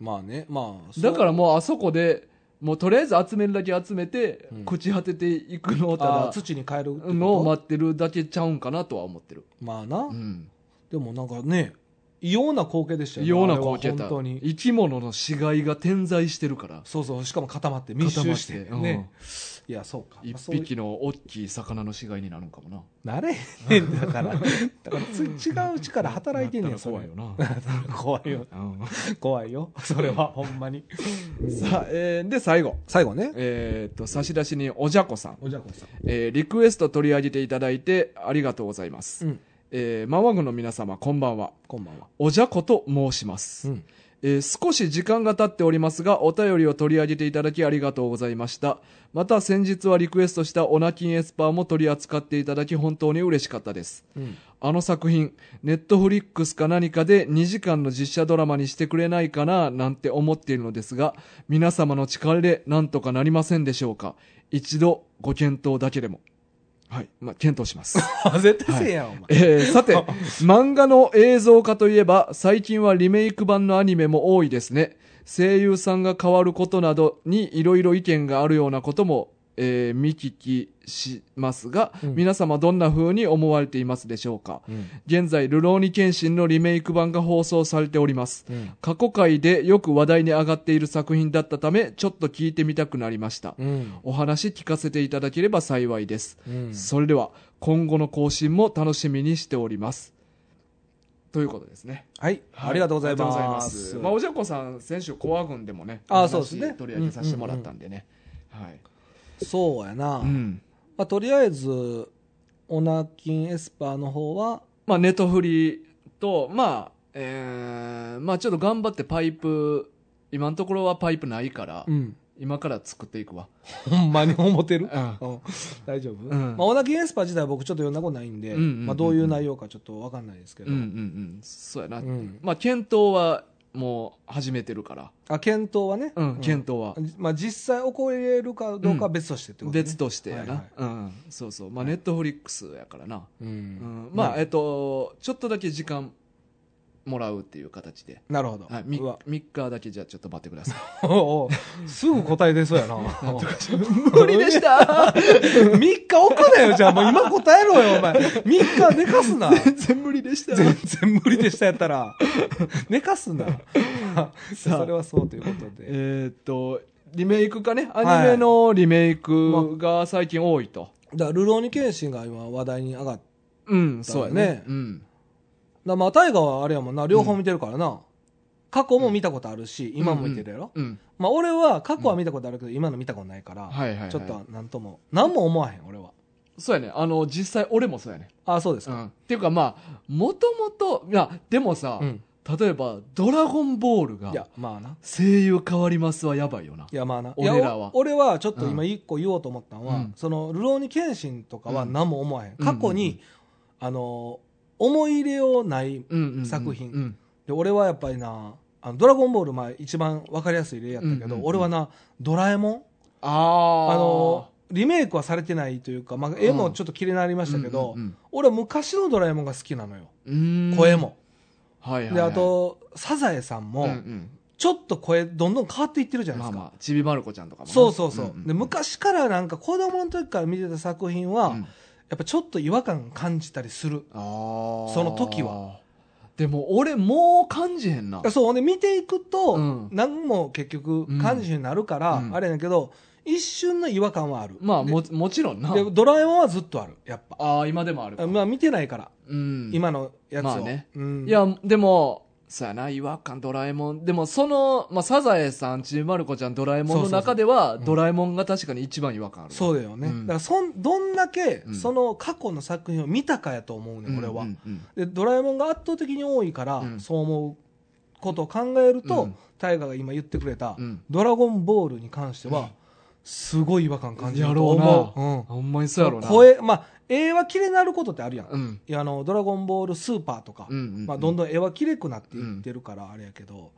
Speaker 2: まあねまあそう
Speaker 1: だからもうあそこで、もうとりあえず集めるだけ集めて、
Speaker 2: うん
Speaker 1: 朽ち果てていくのをた
Speaker 2: あ
Speaker 1: だ
Speaker 2: ー、土に変えるってこと
Speaker 1: のを待ってるだけちゃうんかなとは思ってる。
Speaker 2: まあな、
Speaker 1: うん。
Speaker 2: でもなんかね異様な光景でしたよ
Speaker 1: 異様
Speaker 2: ね
Speaker 1: な光景
Speaker 2: あれ
Speaker 1: だ。
Speaker 2: は本当
Speaker 1: 生
Speaker 2: に
Speaker 1: き物の死骸が点在してるから。
Speaker 2: そうそうしかも固まって密集して
Speaker 1: 固まって
Speaker 2: ね、いやそうか
Speaker 1: 一
Speaker 2: そういう
Speaker 1: 匹の大きい魚の死骸になるんかもな。
Speaker 2: なれへんねんだからだからつ違う力働いてんね
Speaker 1: なんった
Speaker 2: そ
Speaker 1: ら
Speaker 2: れ
Speaker 1: 怖いよな。
Speaker 2: 怖いよ
Speaker 1: うん
Speaker 2: 怖いよそれはほんまに
Speaker 1: さあ、 えーで、最後。
Speaker 2: 最後ね
Speaker 1: えーっと、差出人、おじゃこさん。
Speaker 2: おじゃこさん
Speaker 1: えーリクエスト取り上げていただいてありがとうございます。
Speaker 2: うん
Speaker 1: えーマンワグの皆様、こんばんは。
Speaker 2: こんばんは
Speaker 1: おじゃこと申します。
Speaker 2: うん
Speaker 1: えー少し時間が経っておりますが、お便りを取り上げていただきありがとうございました。また先日はリクエストしたオナキンエスパーも取り扱っていただき本当に嬉しかったです。
Speaker 2: うん
Speaker 1: あの作品、ネットフリックスか何かで2時間の実写ドラマにしてくれないかななんて思っているのですが、皆様の力でなんとかなりませんでしょうか。一度ご検討だけでも。はい。まあ、検討します。
Speaker 2: 絶対せえやんお前
Speaker 1: えーさて、漫画の映像化といえば、最近はリメイク版のアニメも多いですね。声優さんが変わることなどにいろいろ意見があるようなことも、えー見聞きしますが、
Speaker 2: うん
Speaker 1: 皆様どんな風に思われていますでしょうか。
Speaker 2: うん
Speaker 1: 現在、ルローニケンシンのリメイク版が放送されております。
Speaker 2: うん
Speaker 1: 過去回でよく話題に上がっている作品だったため、ちょっと聞いてみたくなりました。
Speaker 2: うん
Speaker 1: お話聞かせていただければ幸いです。
Speaker 2: うん
Speaker 1: それでは、今後の更新も楽しみにしております。ということですね。
Speaker 2: はい
Speaker 1: はい
Speaker 2: ありがとうございます
Speaker 1: ありがとうございますまあ、おじゃこさん、先週、コア軍でもね、
Speaker 2: あ
Speaker 1: お話
Speaker 2: そうですね
Speaker 1: 取り上げさせてもらったんでね。はい。
Speaker 2: そうやな
Speaker 1: うん。
Speaker 2: まあとりあえずオナキンエスパーの方は
Speaker 1: まあ、ネトフリと、まあ、えー、まあ、ちょっと頑張ってパイプ、今のところはパイプないから、
Speaker 2: ん
Speaker 1: 今から作っていくわ。
Speaker 2: ほんまに思ってる
Speaker 1: うん。
Speaker 2: うん大丈夫、
Speaker 1: ん
Speaker 2: まあ、オナキンエスパー自体は僕ちょっと読んだことないん
Speaker 1: う
Speaker 2: で、
Speaker 1: んうんうんうん
Speaker 2: まあ、どういう内容かちょっと分かんないですけ
Speaker 1: うんう
Speaker 2: ど、
Speaker 1: んうん。そうやな。
Speaker 2: うん
Speaker 1: まあ、検討は、もう、始めてるから。
Speaker 2: あ検討はね、
Speaker 1: うん、検討は。
Speaker 2: まあ、実際起これるかどうかは別としてってことね、
Speaker 1: 別としてやな、
Speaker 2: はいはい
Speaker 1: うん、そうそうまあネットフリックスやからな、
Speaker 2: うん、
Speaker 1: うんまあえ
Speaker 2: な
Speaker 1: っとちょっとだけ時間もらうっていう形で、
Speaker 2: なるほど、
Speaker 1: はい、み
Speaker 2: うわ
Speaker 1: 3日だけじゃあちょっと待ってくださ い
Speaker 2: おうおうすぐ答え出そうや な
Speaker 1: 無理でした
Speaker 2: 3日置くなよじゃあもう今答えろよお前3日寝かすな
Speaker 1: 全然無理でした
Speaker 2: 全然無理でしたやったら寝かすな
Speaker 1: さあ
Speaker 2: それはそうということで、
Speaker 1: えーっとリメイクかねアニメのリメイクが最近多いと、
Speaker 2: だからルローニケンシンが今話題に上がって
Speaker 1: うんそうやね
Speaker 2: だよね
Speaker 1: うん
Speaker 2: だまあ大河はあれやもんな両方見てるからな、過去も見たことあるし、今も見てるやろ、
Speaker 1: うん
Speaker 2: まあ俺は過去は見たことあるけど、今の見たことないから、
Speaker 1: はいはいはい
Speaker 2: ちょっとなんとも何も思わへん俺は
Speaker 1: そうやねあの実際俺もそうやね、
Speaker 2: ああそうです
Speaker 1: う
Speaker 2: か、
Speaker 1: ん、っていうかまあもともといやでもさ、
Speaker 2: うん
Speaker 1: 例えば「ドラゴンボール」が
Speaker 2: いやまあな
Speaker 1: 声優変わりますはやばいよない
Speaker 2: やまあない
Speaker 1: 俺らは
Speaker 2: やお俺はちょっと今
Speaker 1: う
Speaker 2: 一個言おうと思ったのは、
Speaker 1: うん
Speaker 2: その「流浪に剣心」とかは何も思わへん、
Speaker 1: うん
Speaker 2: 過去に、
Speaker 1: うんうん
Speaker 2: あの思い入れをない
Speaker 1: うんうんうん
Speaker 2: 作品
Speaker 1: うん
Speaker 2: で俺はやっぱりな「あのドラゴンボール」前一番分かりやすい例やったけど、
Speaker 1: うんうんうん
Speaker 2: 俺はな「ドラえもん」
Speaker 1: あ
Speaker 2: あ
Speaker 1: あ
Speaker 2: のリメイクはされてないというか、まあ、絵もちょっと綺麗になりましたけど、
Speaker 1: うんうん
Speaker 2: 俺は昔のドラえもんが好きなのよ。
Speaker 1: うんうん
Speaker 2: 声も。
Speaker 1: はいはい、はい、
Speaker 2: で、あと、サザエさん
Speaker 1: うんう
Speaker 2: も、
Speaker 1: ん
Speaker 2: ちょっと声どんどん変わっていってるじゃな
Speaker 1: ます
Speaker 2: いで
Speaker 1: あ
Speaker 2: か。
Speaker 1: まあちびまる子ちゃんとかもな
Speaker 2: そうそうそう。
Speaker 1: んん
Speaker 2: で、昔からなんか子供の時から見てた作品は、
Speaker 1: うん
Speaker 2: やっぱちょっと違和感感じたりする。
Speaker 1: あー
Speaker 2: その時は
Speaker 1: でも俺もう感じへんな
Speaker 2: そう、ほんで見ていくと、
Speaker 1: うん
Speaker 2: 何も結局感じになるから、
Speaker 1: うん
Speaker 2: あれだけど、一瞬の違和感はある。
Speaker 1: まあももちろんな
Speaker 2: で、ドラえもんはずっとある。やっぱ。
Speaker 1: ああ今でもあるか
Speaker 2: まあ見てないから、
Speaker 1: うん
Speaker 2: 今のやつを。
Speaker 1: まあね
Speaker 2: うん
Speaker 1: いや、でも、そうやな、違和感、ドラえもん。でも、その、まあ、サザエさん、ちびまる子ちゃん、ドラえもんの中では、
Speaker 2: そうそうそう
Speaker 1: ドラえもんが確かに一番違和感あるわ。、
Speaker 2: そううだよね。
Speaker 1: うん
Speaker 2: だからそん、どんだけ
Speaker 1: う、ん
Speaker 2: その過去の作品を見たかやと思うね、ん、俺は、
Speaker 1: うんうん
Speaker 2: で、ドラえもんが圧倒的に多いから、
Speaker 1: うん
Speaker 2: そう思うことを考えると、
Speaker 1: うん
Speaker 2: 大河が今言ってくれた、
Speaker 1: うん
Speaker 2: ドラゴンボールに関しては、
Speaker 1: うん
Speaker 2: すごい違和感感じる
Speaker 1: や
Speaker 2: と
Speaker 1: ろうな
Speaker 2: 思う。うん
Speaker 1: ほんまにそうやろうな。
Speaker 2: 声、まあ、絵は綺麗になることってあるやん。
Speaker 1: うん。
Speaker 2: いやあの、ドラゴンボールスーパーとか、
Speaker 1: うんうんうん
Speaker 2: まあ、どんどん絵は綺麗くなっていってるから、あれやけど、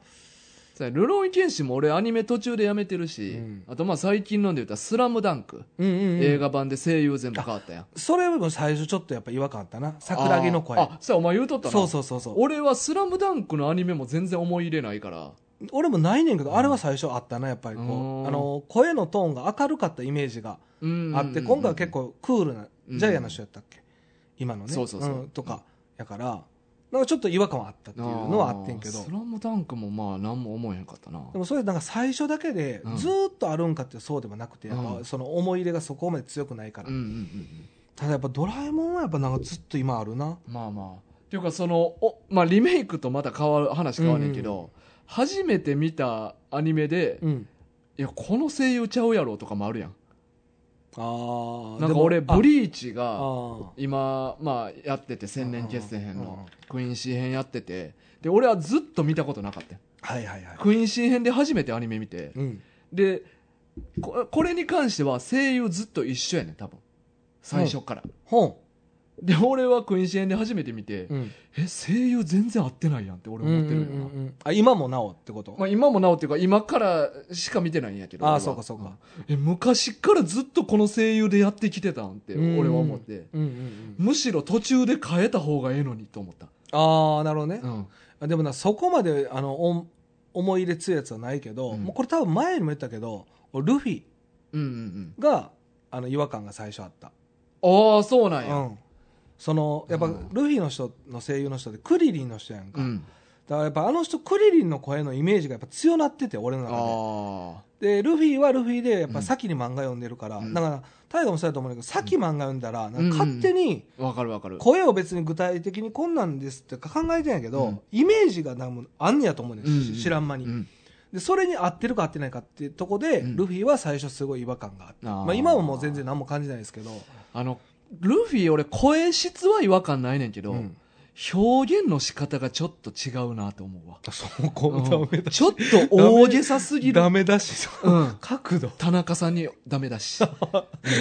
Speaker 1: そうやルローニケンシンも俺アニメ途中でやめてるし、
Speaker 2: うん
Speaker 1: あとまあ最近のんで言ったらスラムダンク、
Speaker 2: うんうんうん
Speaker 1: 映画版で声優全部変わったやん。
Speaker 2: それよりも最初ちょっとやっぱ違和感あったな。桜木の声
Speaker 1: あ。ー、あそうやお前言うとったな。
Speaker 2: そうそうそうそう。
Speaker 1: 俺はスラムダンクのアニメも全然思い入れないから。
Speaker 2: 俺もないねんけど、あれは最初あったな、やっぱりこう。
Speaker 1: うん
Speaker 2: あの、声のトーンが明るかったイメージが
Speaker 1: うんうんうん
Speaker 2: あって、今回は結構クールな、
Speaker 1: うん
Speaker 2: ジャイアンの人やったっけ今のね。
Speaker 1: そうそうそうん
Speaker 2: とか、やから、なんかちょっと違和感はあったっていうのはあってんけ
Speaker 1: あ
Speaker 2: ど
Speaker 1: ース。ラムダンクもまあ何も思えへんかったな。
Speaker 2: でもそれなんか最初だけで
Speaker 1: うん
Speaker 2: ずーっとあるんかってそうでもなくて、やっ
Speaker 1: う
Speaker 2: ぱ
Speaker 1: ん
Speaker 2: その思い入れがそこまで強くないから
Speaker 1: うん。うんうん。
Speaker 2: ただやっぱドラえもんはやっぱなんかずっと今あるな。
Speaker 1: まあまあ。っていうかその、おまあ、リメイクとまた変わる話変わんねんけど、初めて見たアニメで、い
Speaker 2: うん。
Speaker 1: や、この声優ちゃうやろとかもあるやん。
Speaker 2: あー
Speaker 1: なんか俺、ブリーチ
Speaker 2: あ
Speaker 1: が、
Speaker 2: ー
Speaker 1: 今、まあ、やってて、千年決戦編
Speaker 2: うんうん
Speaker 1: の、クインシー編やってて、で、俺はずっと見たことなかったよ
Speaker 2: はいはいはい。
Speaker 1: クインシー編で初めてアニメ見て、
Speaker 2: うん。
Speaker 1: で、ここれに関しては声優ずっと一緒やねん、多分。最初から。
Speaker 2: 本。
Speaker 1: で、俺はクインシー編で初めて見て、
Speaker 2: うん。
Speaker 1: え、声優全然合ってないやんって俺思ってるよな。
Speaker 2: うんうんうんうんあ今もなおってこと、
Speaker 1: まあ、今もなおっていうか今からしか見てないんやけど俺
Speaker 2: あー
Speaker 1: は
Speaker 2: そうかそうか
Speaker 1: んえ昔からずっとこの声優でやってきてたんって
Speaker 2: うん
Speaker 1: 俺は思って
Speaker 2: うんうんうん
Speaker 1: むしろ途中で変えた方がええのにと思った、
Speaker 2: ああなるほどね
Speaker 1: う、ん、
Speaker 2: でもなそこまであのお思い入れ強いやつはないけど、
Speaker 1: うん
Speaker 2: もうこれ多分前にも言ったけどルフィ
Speaker 1: うんうん
Speaker 2: があの違和感が最初あった、
Speaker 1: うんああそうなんや、
Speaker 2: うんそのやっぱ
Speaker 1: う
Speaker 2: ル
Speaker 1: ん
Speaker 2: フィの人の声優の人でクリリンの人やんか、
Speaker 1: うん
Speaker 2: だからやっぱあの人クリリンの声のイメージがやっぱ強なってて俺の中
Speaker 1: ああ
Speaker 2: ででルフィはルフィでやっぱ先に漫画読んでるから、
Speaker 1: うん
Speaker 2: だから大河もそうやと思うんだけど先漫画読んだらなんか勝手に、
Speaker 1: わかるわかる
Speaker 2: 声を別に具体的にこんなんですって考えてんやけど、
Speaker 1: うん
Speaker 2: イメージがなんかあんねやと思うねん、
Speaker 1: うんうん
Speaker 2: 知らん間に、
Speaker 1: うん
Speaker 2: でそれに合ってるか合ってないかっていうとこで、
Speaker 1: うん
Speaker 2: ルフィは最初すごい違和感があって
Speaker 1: あー
Speaker 2: まあ、今はもう全然何も感じないですけど、
Speaker 1: あのルフィ俺声質は違和感ないねんけど、
Speaker 2: うん
Speaker 1: 表現の仕方がちょっと違うなと思うわ、
Speaker 2: そこ
Speaker 1: うん
Speaker 2: ダメだし、
Speaker 1: ちょっと大げさすぎる
Speaker 2: ダメだし、
Speaker 1: うん
Speaker 2: 角度
Speaker 1: 田中さんにダメだし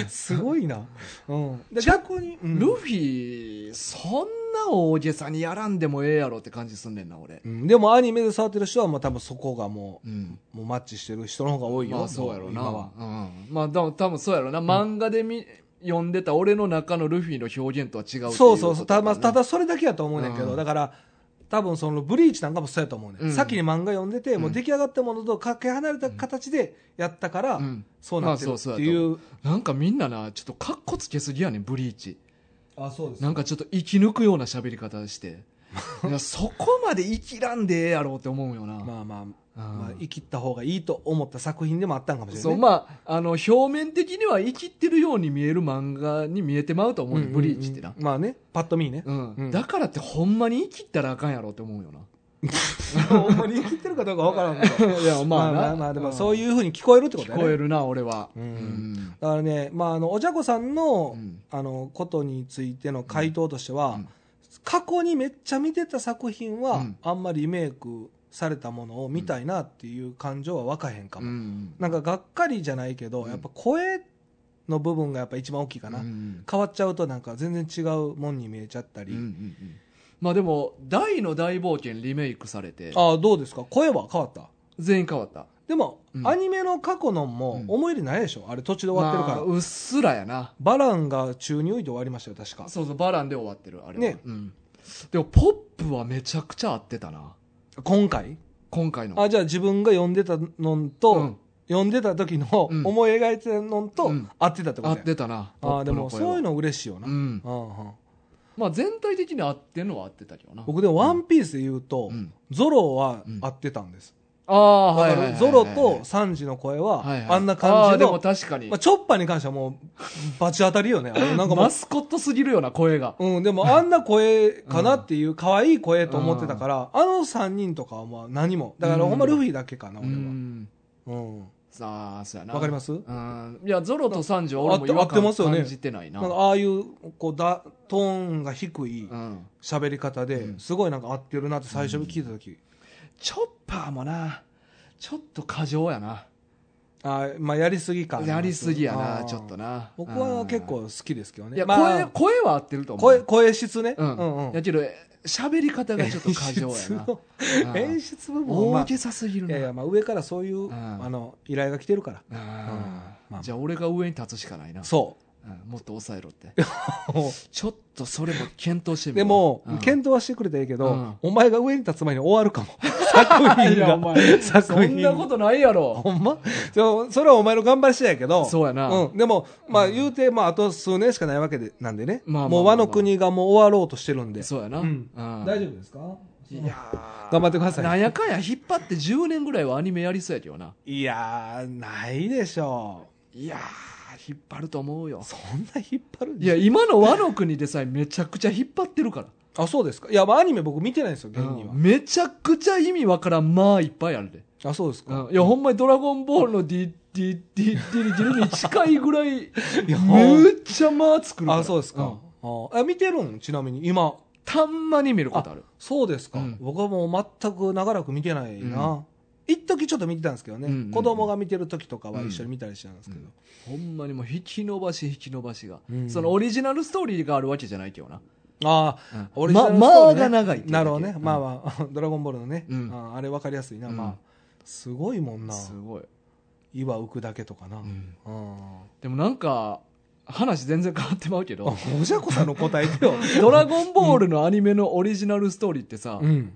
Speaker 2: すごいな、うん、で
Speaker 1: ちょ
Speaker 2: 逆に、うん
Speaker 1: ルフィ、そんな大げさにやらんでもええやろって感じすんねんな、俺。
Speaker 2: うんでもアニメで触ってる人はもう多分そこがも
Speaker 1: うん。
Speaker 2: うもうマッチしてる人の方が多いよ、
Speaker 1: まあそうやろな。
Speaker 2: 今は
Speaker 1: うん。まあでも多分そうやろな。漫画で見、読んでた俺の中のルフィの表現とは違うってい
Speaker 2: そうそうそ
Speaker 1: ことだ
Speaker 2: うた,、
Speaker 1: よな
Speaker 2: まあ、ただそれだけやと思うねんけど、
Speaker 1: うん
Speaker 2: だから多分そのブリーチなんかもそうやと思うね、
Speaker 1: うん
Speaker 2: ん、先に漫画読んでて、
Speaker 1: うん
Speaker 2: もう出来上がったものとかけ離れた形でやったから、
Speaker 1: うん
Speaker 2: そうなってる
Speaker 1: まあ
Speaker 2: っ
Speaker 1: そう
Speaker 2: ていう、
Speaker 1: なんかみんなな、ちょっとカッコつけすぎやねん、ブリーチ。
Speaker 2: あ、そうです
Speaker 1: なんかちょっと生き抜くような喋り方 して。いやそこまで生きらんでええやろって思うよな。
Speaker 2: まあまあ、
Speaker 1: うん
Speaker 2: まあ、生きった方がいいと思った作品でもあったんかもしれな
Speaker 1: そ、
Speaker 2: いうね、
Speaker 1: まあ、あの、表面的には生きってるように見える漫画に見えてまうと思うね、
Speaker 2: うん
Speaker 1: ブリーチってな。
Speaker 2: まあねパッと見ね、
Speaker 1: うん
Speaker 2: うん
Speaker 1: だからってほんまに生きったらあかんやろって思うよな。
Speaker 2: ほんまに生きてるかどうかわからんけ ど
Speaker 1: いや、
Speaker 2: まあまあまあでもそういうふうに聞こえるってこと
Speaker 1: 聞
Speaker 2: やね
Speaker 1: こえるな、俺は。
Speaker 2: うん
Speaker 1: うん
Speaker 2: だからね、まあ、あのおじゃこさんの,、
Speaker 1: うん
Speaker 2: あのことについての回答としては、
Speaker 1: うん
Speaker 2: 過去にめっちゃ見てた作品は、
Speaker 1: うん
Speaker 2: あんまりリメイクされたものを見たいなっていう感情はわかへんか
Speaker 1: う
Speaker 2: も、
Speaker 1: ん
Speaker 2: なんかがっかりじゃないけど、
Speaker 1: うん
Speaker 2: やっぱ声の部分がやっぱ一番大きいかな、
Speaker 1: うん
Speaker 2: 変わっちゃうとなんか全然違うもんに見えちゃった
Speaker 1: うんう
Speaker 2: り、
Speaker 1: んまあでも、大の大冒険リメイクされて、
Speaker 2: ああどうですか声は変わった
Speaker 1: 全員変わった。
Speaker 2: でも、
Speaker 1: うん
Speaker 2: アニメの過去のも
Speaker 1: うん
Speaker 2: 思い入れないでしょあれ途中で終わってるから、
Speaker 1: まあうっすらやな
Speaker 2: バランが中において終わりましたよ確か
Speaker 1: そうそうバランで終わってるあれは
Speaker 2: ね
Speaker 1: うん、でもポップはめちゃくちゃ合ってたな
Speaker 2: 今回
Speaker 1: 今回の
Speaker 2: あじゃあ自分が読んでたのと、
Speaker 1: うん
Speaker 2: 読んでた時の
Speaker 1: うん
Speaker 2: 思い描いてたのと
Speaker 1: うん
Speaker 2: 合ってたってこ
Speaker 1: 合
Speaker 2: と
Speaker 1: ってたな
Speaker 2: ああーでも
Speaker 1: ポップ
Speaker 2: そういう
Speaker 1: の
Speaker 2: の嬉しいよな、
Speaker 1: 声はうん
Speaker 2: うんうん
Speaker 1: まあ全体的に合ってんのは合ってたけどな
Speaker 2: 僕でも「ワンピースで言うと、
Speaker 1: うん
Speaker 2: ゾロは合ってたんです、
Speaker 1: ああはい
Speaker 2: だ
Speaker 1: はい
Speaker 2: か
Speaker 1: はい
Speaker 2: ら
Speaker 1: はい
Speaker 2: ゾロとサンジの声は
Speaker 1: はいはい
Speaker 2: あんな
Speaker 1: あ
Speaker 2: 感
Speaker 1: ー
Speaker 2: じ
Speaker 1: で
Speaker 2: の、
Speaker 1: も確かに、
Speaker 2: まあ、チョッパーに関してはもうバチ当たりよねあ れなんかもう
Speaker 1: マスコットすぎるような声が
Speaker 2: うん、でもあんな声かなっていう、可愛い声と思ってたから、あの3人とかはまあ何も。だから
Speaker 1: うん
Speaker 2: ほんまルフィだけかな、
Speaker 1: う
Speaker 2: 俺は。
Speaker 1: ん
Speaker 2: うん。
Speaker 1: さあそうやな
Speaker 2: わかります
Speaker 1: うんいやゾロとサンジは俺も違
Speaker 2: 合
Speaker 1: 和
Speaker 2: って合って
Speaker 1: 感
Speaker 2: ますよね
Speaker 1: 感じてないな
Speaker 2: なんかああいう、こう、だ、トーンが低い
Speaker 1: うん、
Speaker 2: 喋り方で
Speaker 1: う、ん
Speaker 2: すごいなんか合ってるなって最初に聞いた時
Speaker 1: チョッパーもなちょっと過剰やな
Speaker 2: あーまあやりすぎか。
Speaker 1: やりすぎやな
Speaker 2: あー
Speaker 1: ちょっと。な
Speaker 2: 僕は結
Speaker 1: う
Speaker 2: 構
Speaker 1: ん
Speaker 2: 好きですけどね。
Speaker 1: いや、
Speaker 2: ま
Speaker 1: 声
Speaker 2: あ
Speaker 1: 声は合ってると思う
Speaker 2: 声、声質ね。
Speaker 1: うん、
Speaker 2: うんう
Speaker 1: や
Speaker 2: ん。
Speaker 1: けど喋り方がちょっと過剰 やな
Speaker 2: の
Speaker 1: うん
Speaker 2: 演出部分はま
Speaker 1: 大
Speaker 2: あ
Speaker 1: げさすぎる
Speaker 2: い
Speaker 1: な
Speaker 2: やいや、まあ上からそういう、
Speaker 1: ん
Speaker 2: あの、依頼が来てるから。
Speaker 1: あー
Speaker 2: うんまあ
Speaker 1: じゃあ俺が上に立つしかないな
Speaker 2: そ
Speaker 1: うんもっと抑えろって
Speaker 2: う。
Speaker 1: ちょっとそれも検討してみ
Speaker 2: で
Speaker 1: る
Speaker 2: も、
Speaker 1: うん
Speaker 2: 検討はしてくれたらいいけど、
Speaker 1: うん
Speaker 2: お前が上に立つ前に終わるかも。作
Speaker 1: い
Speaker 2: 品
Speaker 1: やお
Speaker 2: が。
Speaker 1: 前
Speaker 2: 作
Speaker 1: そん
Speaker 2: 品
Speaker 1: なことないやろ
Speaker 2: ほんまそうそれはお前の頑張り次第やけど。
Speaker 1: そうやな
Speaker 2: うん。でも、まあ言うて、まああと数年しかないわけで、なんでね。
Speaker 1: まあまあ
Speaker 2: もう
Speaker 1: ま
Speaker 2: 和
Speaker 1: あまあ
Speaker 2: の国がもう終わろうとしてるんで。
Speaker 1: そうやな、
Speaker 2: うん
Speaker 1: 夫
Speaker 2: 夫ですか
Speaker 1: いやー
Speaker 2: 頑張ってください
Speaker 1: なんやかんや引っ張って10年ぐらいはアニメやりそうやけどない
Speaker 2: やー、ないでしょ
Speaker 1: いやー引っ張ると思うよ
Speaker 2: う。そんな引っ張るん
Speaker 1: いや今の和の国でさえめちゃくちゃ引っ張ってるから
Speaker 2: あ、そうですか。いや、まあアニメ僕見てないんですよ、現には
Speaker 1: う。んめちゃくちゃ意味わからんまあいっぱいあるで、
Speaker 2: あ、そうですか。
Speaker 1: うんいやほんまに「ドラゴンボール」の「ディディディディリディリ」に近いぐらい
Speaker 2: いや
Speaker 1: めっちゃまあ作るから
Speaker 2: あ、そうですか。
Speaker 1: ん
Speaker 2: あ、見てるんちなみに、今。
Speaker 1: たんまに見ることある
Speaker 2: そうですか、
Speaker 1: うん
Speaker 2: 僕はもう全く長らく見てないな、一時ちょっと見てたんですけどね、
Speaker 1: うんうんうん
Speaker 2: 子供が見てる時とかは一緒に見たりしてたんですけど、
Speaker 1: ほんまにもう引き伸ばし引き伸ばしが、
Speaker 2: うん
Speaker 1: そのオリジナルストーリーがあるわけじゃないけどな、
Speaker 2: ああ
Speaker 1: うん
Speaker 2: オリジナルスト
Speaker 1: ま
Speaker 2: ー
Speaker 1: ま
Speaker 2: リー
Speaker 1: あが長いっていうだ
Speaker 2: な
Speaker 1: け
Speaker 2: るほどね、まあ
Speaker 1: うん
Speaker 2: まあ ドラゴンボールのね、
Speaker 1: うん
Speaker 2: ああれ分かりやすいな、
Speaker 1: うん
Speaker 2: まあすごいもんな
Speaker 1: すごい、
Speaker 2: 岩浮くだけとかな、
Speaker 1: うん
Speaker 2: うん
Speaker 1: でもなんか話全然変わってまうけ
Speaker 2: あ
Speaker 1: ど
Speaker 2: おじゃこさんの答えで よ、
Speaker 1: 「ドラゴンボール」のアニメのオリジナルストーリーってさ、
Speaker 2: うん、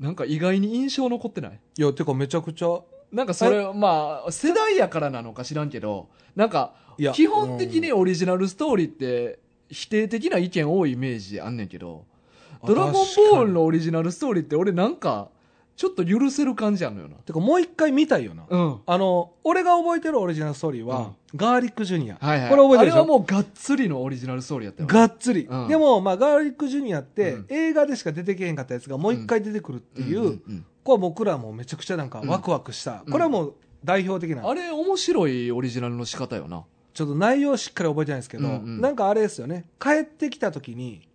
Speaker 1: なんか意外に印象残ってない
Speaker 2: いやてかめちゃくちゃ
Speaker 1: なんかそれまあ世代やからなのか知らんけどなんか
Speaker 2: いや
Speaker 1: 基本的
Speaker 2: う
Speaker 1: に
Speaker 2: ん
Speaker 1: オリジナルストーリーって否定的な意見多いイメージあんねんけど「
Speaker 2: あ
Speaker 1: ドラゴンボール」
Speaker 2: 確か
Speaker 1: のオリジナルストーリーって俺なんかちょっと許せる感じあんのよな
Speaker 2: にてかもう一回見たいよな、
Speaker 1: うんは
Speaker 2: あの俺が覚えてるオリジナルストーリーは、ガーリックジュニア、
Speaker 1: いはい
Speaker 2: これ覚えてるでしょ
Speaker 1: あれはもうがっつりのオリジナルストーリーやったよな
Speaker 2: がっつり、
Speaker 1: うん
Speaker 2: でも、まあ、ガーリックジュニアって、
Speaker 1: うん
Speaker 2: 映画でしか出てけへんかったやつがもう一回出てくるっていう、
Speaker 1: んんん
Speaker 2: これは僕らもめちゃくちゃなんかワクワクした、
Speaker 1: うん
Speaker 2: これはもう代表的な、
Speaker 1: あれ面白いオリジナルの仕方よな
Speaker 2: ちょっと内容しっかり覚えてないんですけど、
Speaker 1: うんうん
Speaker 2: なんかあれですよね帰ってきた時に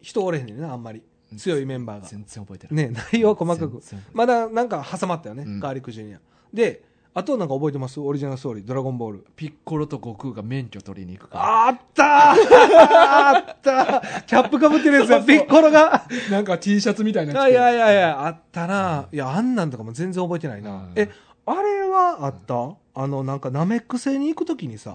Speaker 2: 人おれへんねんなあんまり強いメンバーが、
Speaker 1: 全然覚えてない
Speaker 2: ね内容細かく
Speaker 1: 全然覚えてない
Speaker 2: まだなんか挟まったよね、
Speaker 1: うん
Speaker 2: ガーリックジュニアであとなんか覚えてますオリジナルストーリー「ドラゴンボール」
Speaker 1: ピッコロと悟空が免許取りに行く から
Speaker 2: あったーあったーキャップかぶってるやつや、ピッコロが
Speaker 1: なんか T シャツみたい
Speaker 2: いやいやいやいや、あったな。いや、あんなんとかも全然覚えてないな。
Speaker 1: うん
Speaker 2: え、あれはあったあの、なんか、ナメック星に行くときにさ、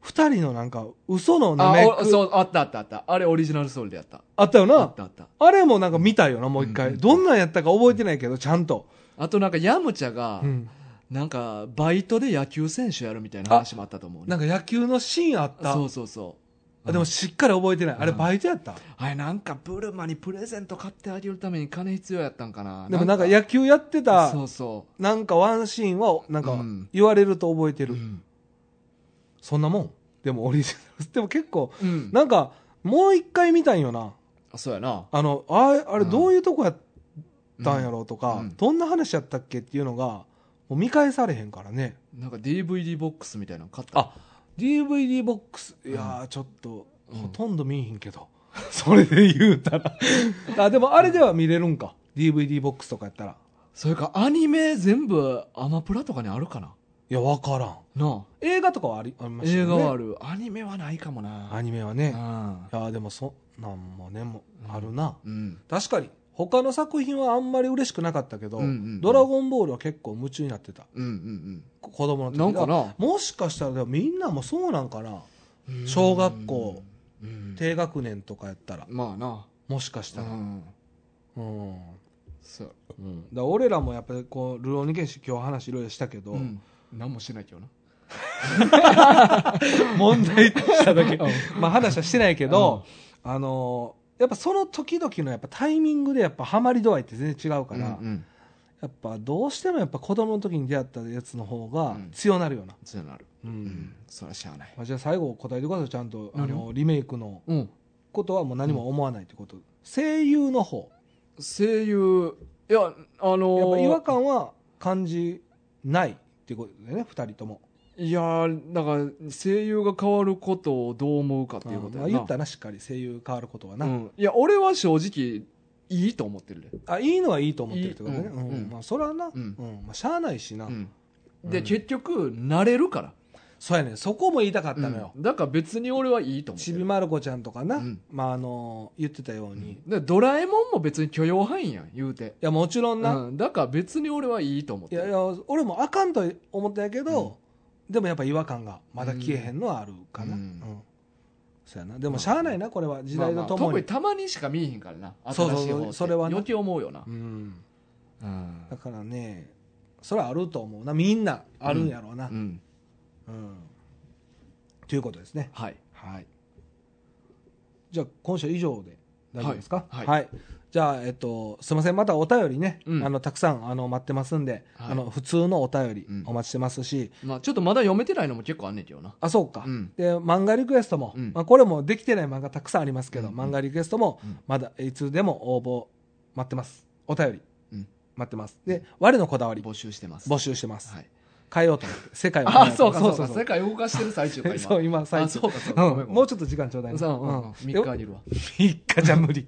Speaker 2: 二人のなんか、嘘のナ
Speaker 1: あ
Speaker 2: メ
Speaker 1: お
Speaker 2: ック、
Speaker 1: そうあったあったあったあれオリジナルストーリーでやった
Speaker 2: あったよ
Speaker 1: あっ
Speaker 2: な。
Speaker 1: たあった
Speaker 2: あれもなんか見たよな、もう一
Speaker 1: うん
Speaker 2: 回。
Speaker 1: うん
Speaker 2: どんなんやったか覚えてないけど、ちゃんと。
Speaker 1: あとなんかヤムチャが
Speaker 2: うん
Speaker 1: なんかバイトで野球選手やるみたいな話もあったと思うね
Speaker 2: なんか野球のシーンあった。
Speaker 1: そうそうそう
Speaker 2: あでもしっかり覚えてない。あれ
Speaker 1: うん
Speaker 2: バイトやった。
Speaker 1: あれなんかブルマにプレゼント買ってあげるために金必要やったんかな
Speaker 2: でもなんか野球やってた、
Speaker 1: そうそ
Speaker 2: なんかワンシーンは、なんか
Speaker 1: うん、
Speaker 2: 言われると覚えて
Speaker 1: うう
Speaker 2: る。
Speaker 1: ん
Speaker 2: そんなもん。でもオリジナル。でも結構、
Speaker 1: うん
Speaker 2: なんか、もう一回見たんよな。
Speaker 1: あそうやな
Speaker 2: あのああれ
Speaker 1: うん
Speaker 2: どういうとこやったんやろうとか、
Speaker 1: うん
Speaker 2: どんな話やったっけっていうのがもう見返されへんからね
Speaker 1: なんか DVD ボックスみたいなの買った
Speaker 2: あ DVD ボックスいやー、ちょっと、ほとんど見えへんけど それで言うたら あでもあれでは見れるんか DVD ボックスとかやったら
Speaker 1: それかアニメ全部アマプラとかにあるかない
Speaker 2: やわからん
Speaker 1: な
Speaker 2: 映画とかはありあり
Speaker 1: あ
Speaker 2: ましたよ
Speaker 1: 映
Speaker 2: ね
Speaker 1: 画はあるアニメはないかもな
Speaker 2: アニメはね
Speaker 1: うん
Speaker 2: いやーでもそんなんもねもあるな、
Speaker 1: うん
Speaker 2: 確かに他の作品はあんまり嬉しくなかったけど、
Speaker 1: うんうんうん
Speaker 2: ドラゴンボールは結構夢中になってた。
Speaker 1: うんうん
Speaker 2: 子供の
Speaker 1: うん
Speaker 2: 時
Speaker 1: なんかな
Speaker 2: もしかしたらでもみんなもそうなんかな、小学校
Speaker 1: うん
Speaker 2: 低学年とかやったら
Speaker 1: まあな
Speaker 2: もしかしたら、うん
Speaker 1: ん
Speaker 2: うん
Speaker 1: そう
Speaker 2: だから俺らもやっぱりこう「ルローニケンシ」今日話いろいろしたけど、
Speaker 1: うん何もしてないけどな
Speaker 2: 問題としただけまあ話はしてないけど
Speaker 1: う、
Speaker 2: あのーやっぱその時々のやっぱタイミングでやっぱハマり度合いって全然違うから、
Speaker 1: うんうん
Speaker 2: やっぱどうしてもやっぱ子供の時に出会ったやつの方が
Speaker 1: うん
Speaker 2: 強なるよな、
Speaker 1: そうなる
Speaker 2: うん
Speaker 1: うんそりゃしゃあない
Speaker 2: まあ、じゃあ最後答えてくださいちゃんとあ
Speaker 1: 何
Speaker 2: のリメイクの
Speaker 1: うん
Speaker 2: ことはもう何も思わないってこと、声優の方
Speaker 1: 声優いやあのー
Speaker 2: やっぱ違和感は感じないっていうことだよね2人とも
Speaker 1: いやーだから声優が変わることをどう思うかっていうことや
Speaker 2: あまあ
Speaker 1: な
Speaker 2: 言ったなしっかり声優変わることはな、
Speaker 1: うん、いや俺は正直いいと思ってるで、
Speaker 2: あいいのはいいと思ってるってことね
Speaker 1: いい
Speaker 2: うん
Speaker 1: うん
Speaker 2: まあ、それはな、う
Speaker 1: うんん
Speaker 2: まあ、しゃあないしな、
Speaker 1: で、
Speaker 2: うん
Speaker 1: 結局慣れるから
Speaker 2: そうやねんそこも言いたかったのよ、
Speaker 1: うんだから別に俺はいいと思って
Speaker 2: ち
Speaker 1: る
Speaker 2: びまる子ちゃんとかな、
Speaker 1: うん
Speaker 2: まああの言ってたように、い
Speaker 1: でドラえもんも別に許容範囲やん言うて、
Speaker 2: やもちろんな、
Speaker 1: うん、だから別に俺はいいと思っ
Speaker 2: い
Speaker 1: てる
Speaker 2: やいや俺もあかんと思ったんやけど、でもやっぱ違和感がまだ消えへんのはあるかな、う
Speaker 1: うんん
Speaker 2: そうやなでもしゃあないなこれは時代
Speaker 1: まあ
Speaker 2: と
Speaker 1: まあ
Speaker 2: とも
Speaker 1: 特
Speaker 2: に
Speaker 1: に,、たまにしか見えへんからな
Speaker 2: そう
Speaker 1: 新
Speaker 2: そうそう
Speaker 1: しい方って
Speaker 2: それはな
Speaker 1: 余計思うよな、
Speaker 2: うん
Speaker 1: うん
Speaker 2: だからねそれはあると思うなみんなあるんやろうな、
Speaker 1: うん
Speaker 2: うんということですね
Speaker 1: はい
Speaker 2: はいじゃあ今週以上で大丈夫ですか
Speaker 1: はい
Speaker 2: じゃあえっとすいませんまたお便りね、
Speaker 1: うん
Speaker 2: あのたくさんあの待ってますんで、
Speaker 1: はい
Speaker 2: あの普通のお便り
Speaker 1: うん
Speaker 2: お待ちしてますし、
Speaker 1: まあちょっとまだ読めてないのも結構あんねんけどな
Speaker 2: あそうか、
Speaker 1: うん
Speaker 2: で漫画リクエストも、
Speaker 1: うん
Speaker 2: まあ、これもできてない漫画たくさんありますけど、
Speaker 1: うん
Speaker 2: 漫画リクエストも
Speaker 1: うん
Speaker 2: まだいつでも応募待ってますお便り
Speaker 1: うん
Speaker 2: 待ってますで我のこだわり
Speaker 1: 募集してます
Speaker 2: 募集してます、
Speaker 1: はい、
Speaker 2: 変えようと思って世界を変えよ
Speaker 1: あ
Speaker 2: と
Speaker 1: そうかそうか
Speaker 2: そう
Speaker 1: 世界動かしてる最中か
Speaker 2: そう
Speaker 1: 今
Speaker 2: そう今最
Speaker 1: あ
Speaker 2: 近
Speaker 1: そうかそうかごめんごめん
Speaker 2: もうちょっと時間ちょうだいな
Speaker 1: そう、うん
Speaker 2: うん
Speaker 1: 3日あげるわ、
Speaker 2: 3日じ ゃ無理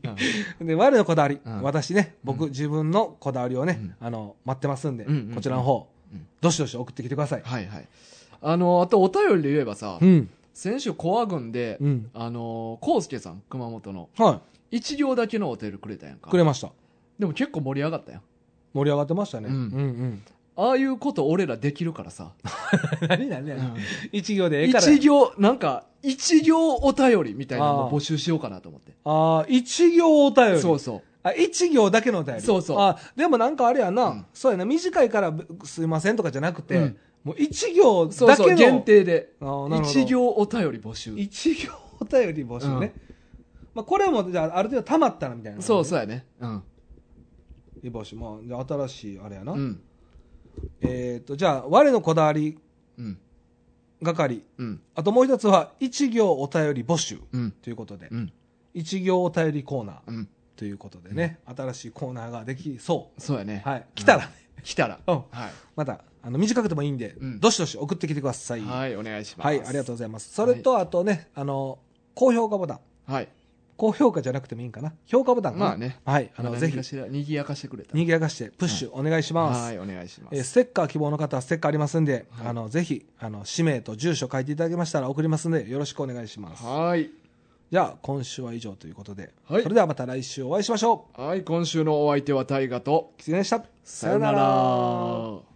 Speaker 1: うん
Speaker 2: で我のこだわり、
Speaker 1: うん
Speaker 2: 私ね僕、
Speaker 1: うん
Speaker 2: 自分のこだわりをね、
Speaker 1: うん
Speaker 2: あの待ってますんで、
Speaker 1: うんうんうん
Speaker 2: こちらの方、
Speaker 1: うん
Speaker 2: どしどし送ってきてください、
Speaker 1: はいはいあのあとお便りで言えばさ、
Speaker 2: うん
Speaker 1: 先週コア軍で、
Speaker 2: うん
Speaker 1: あのー、康介さん熊本の
Speaker 2: は
Speaker 1: 一行だけのお便りくれたやん
Speaker 2: い
Speaker 1: か
Speaker 2: くれました
Speaker 1: でも結構盛り上がったやん
Speaker 2: 盛り上がってましたね、
Speaker 1: うん
Speaker 2: うんうん
Speaker 1: ああいうこと俺らできるからさ、
Speaker 2: 何 何何、一行でええから
Speaker 1: 一行なんか一行お便りみたいなのも募集しようかなと思って
Speaker 2: ああ一行お便り
Speaker 1: そうそう
Speaker 2: あ一行だけのお便り
Speaker 1: そうそう
Speaker 2: あでもなんかあれやな、
Speaker 1: うん
Speaker 2: そうやな短いからすいませんとかじゃなくて、
Speaker 1: うん
Speaker 2: もう一行だけの
Speaker 1: そうそう限定で
Speaker 2: あーなるほど
Speaker 1: 一行お便り募集
Speaker 2: 一行お便り募集ね、まあ、これもじゃあある程度たまったらみたいな、
Speaker 1: そうそううやねうん、
Speaker 2: 募集もうじゃあ新しいあれやな、
Speaker 1: うん
Speaker 2: えっ、とじゃあ我のこだわり
Speaker 1: うん
Speaker 2: 係
Speaker 1: うん
Speaker 2: あともう一つは一行お便り募集
Speaker 1: うん
Speaker 2: ということで、
Speaker 1: うん
Speaker 2: 一行お便りコーナー
Speaker 1: うん
Speaker 2: ということでね、新しいコーナーができそ
Speaker 1: そうやね
Speaker 2: う、はい、来たら、ね
Speaker 1: 来たら
Speaker 2: うん
Speaker 1: はい
Speaker 2: またあの短くてもいいんで、
Speaker 1: うん
Speaker 2: どしどし送ってきてください。はい、
Speaker 1: はい、お願いします。
Speaker 2: ありがとうございます。それと、あとね、あの、高評価ボタン。
Speaker 1: う。はい。
Speaker 2: 高評価じゃなくてもいいんかな。評価ボタンかな。
Speaker 1: まあね
Speaker 2: はい、あ
Speaker 1: あ
Speaker 2: の、
Speaker 1: の、
Speaker 2: ぜ
Speaker 1: ぜ
Speaker 2: ひ
Speaker 1: ひ、、にぎやかしてくれたら。
Speaker 2: 賑やかして、プッシュお願いします。
Speaker 1: はい、お願いしま
Speaker 2: えー
Speaker 1: す。
Speaker 2: ステッカー希望の方はステッカーありますんで、
Speaker 1: はい
Speaker 2: あのぜひあの氏名と住所書いていただけましたら送りますんでよろしくお願いします
Speaker 1: はい。
Speaker 2: じゃあ今週は以上ということで、
Speaker 1: はい
Speaker 2: それではまた来週お会いしましょ
Speaker 1: はい、今週のお相手は大ガと、
Speaker 2: うキツネでした
Speaker 1: さよなら。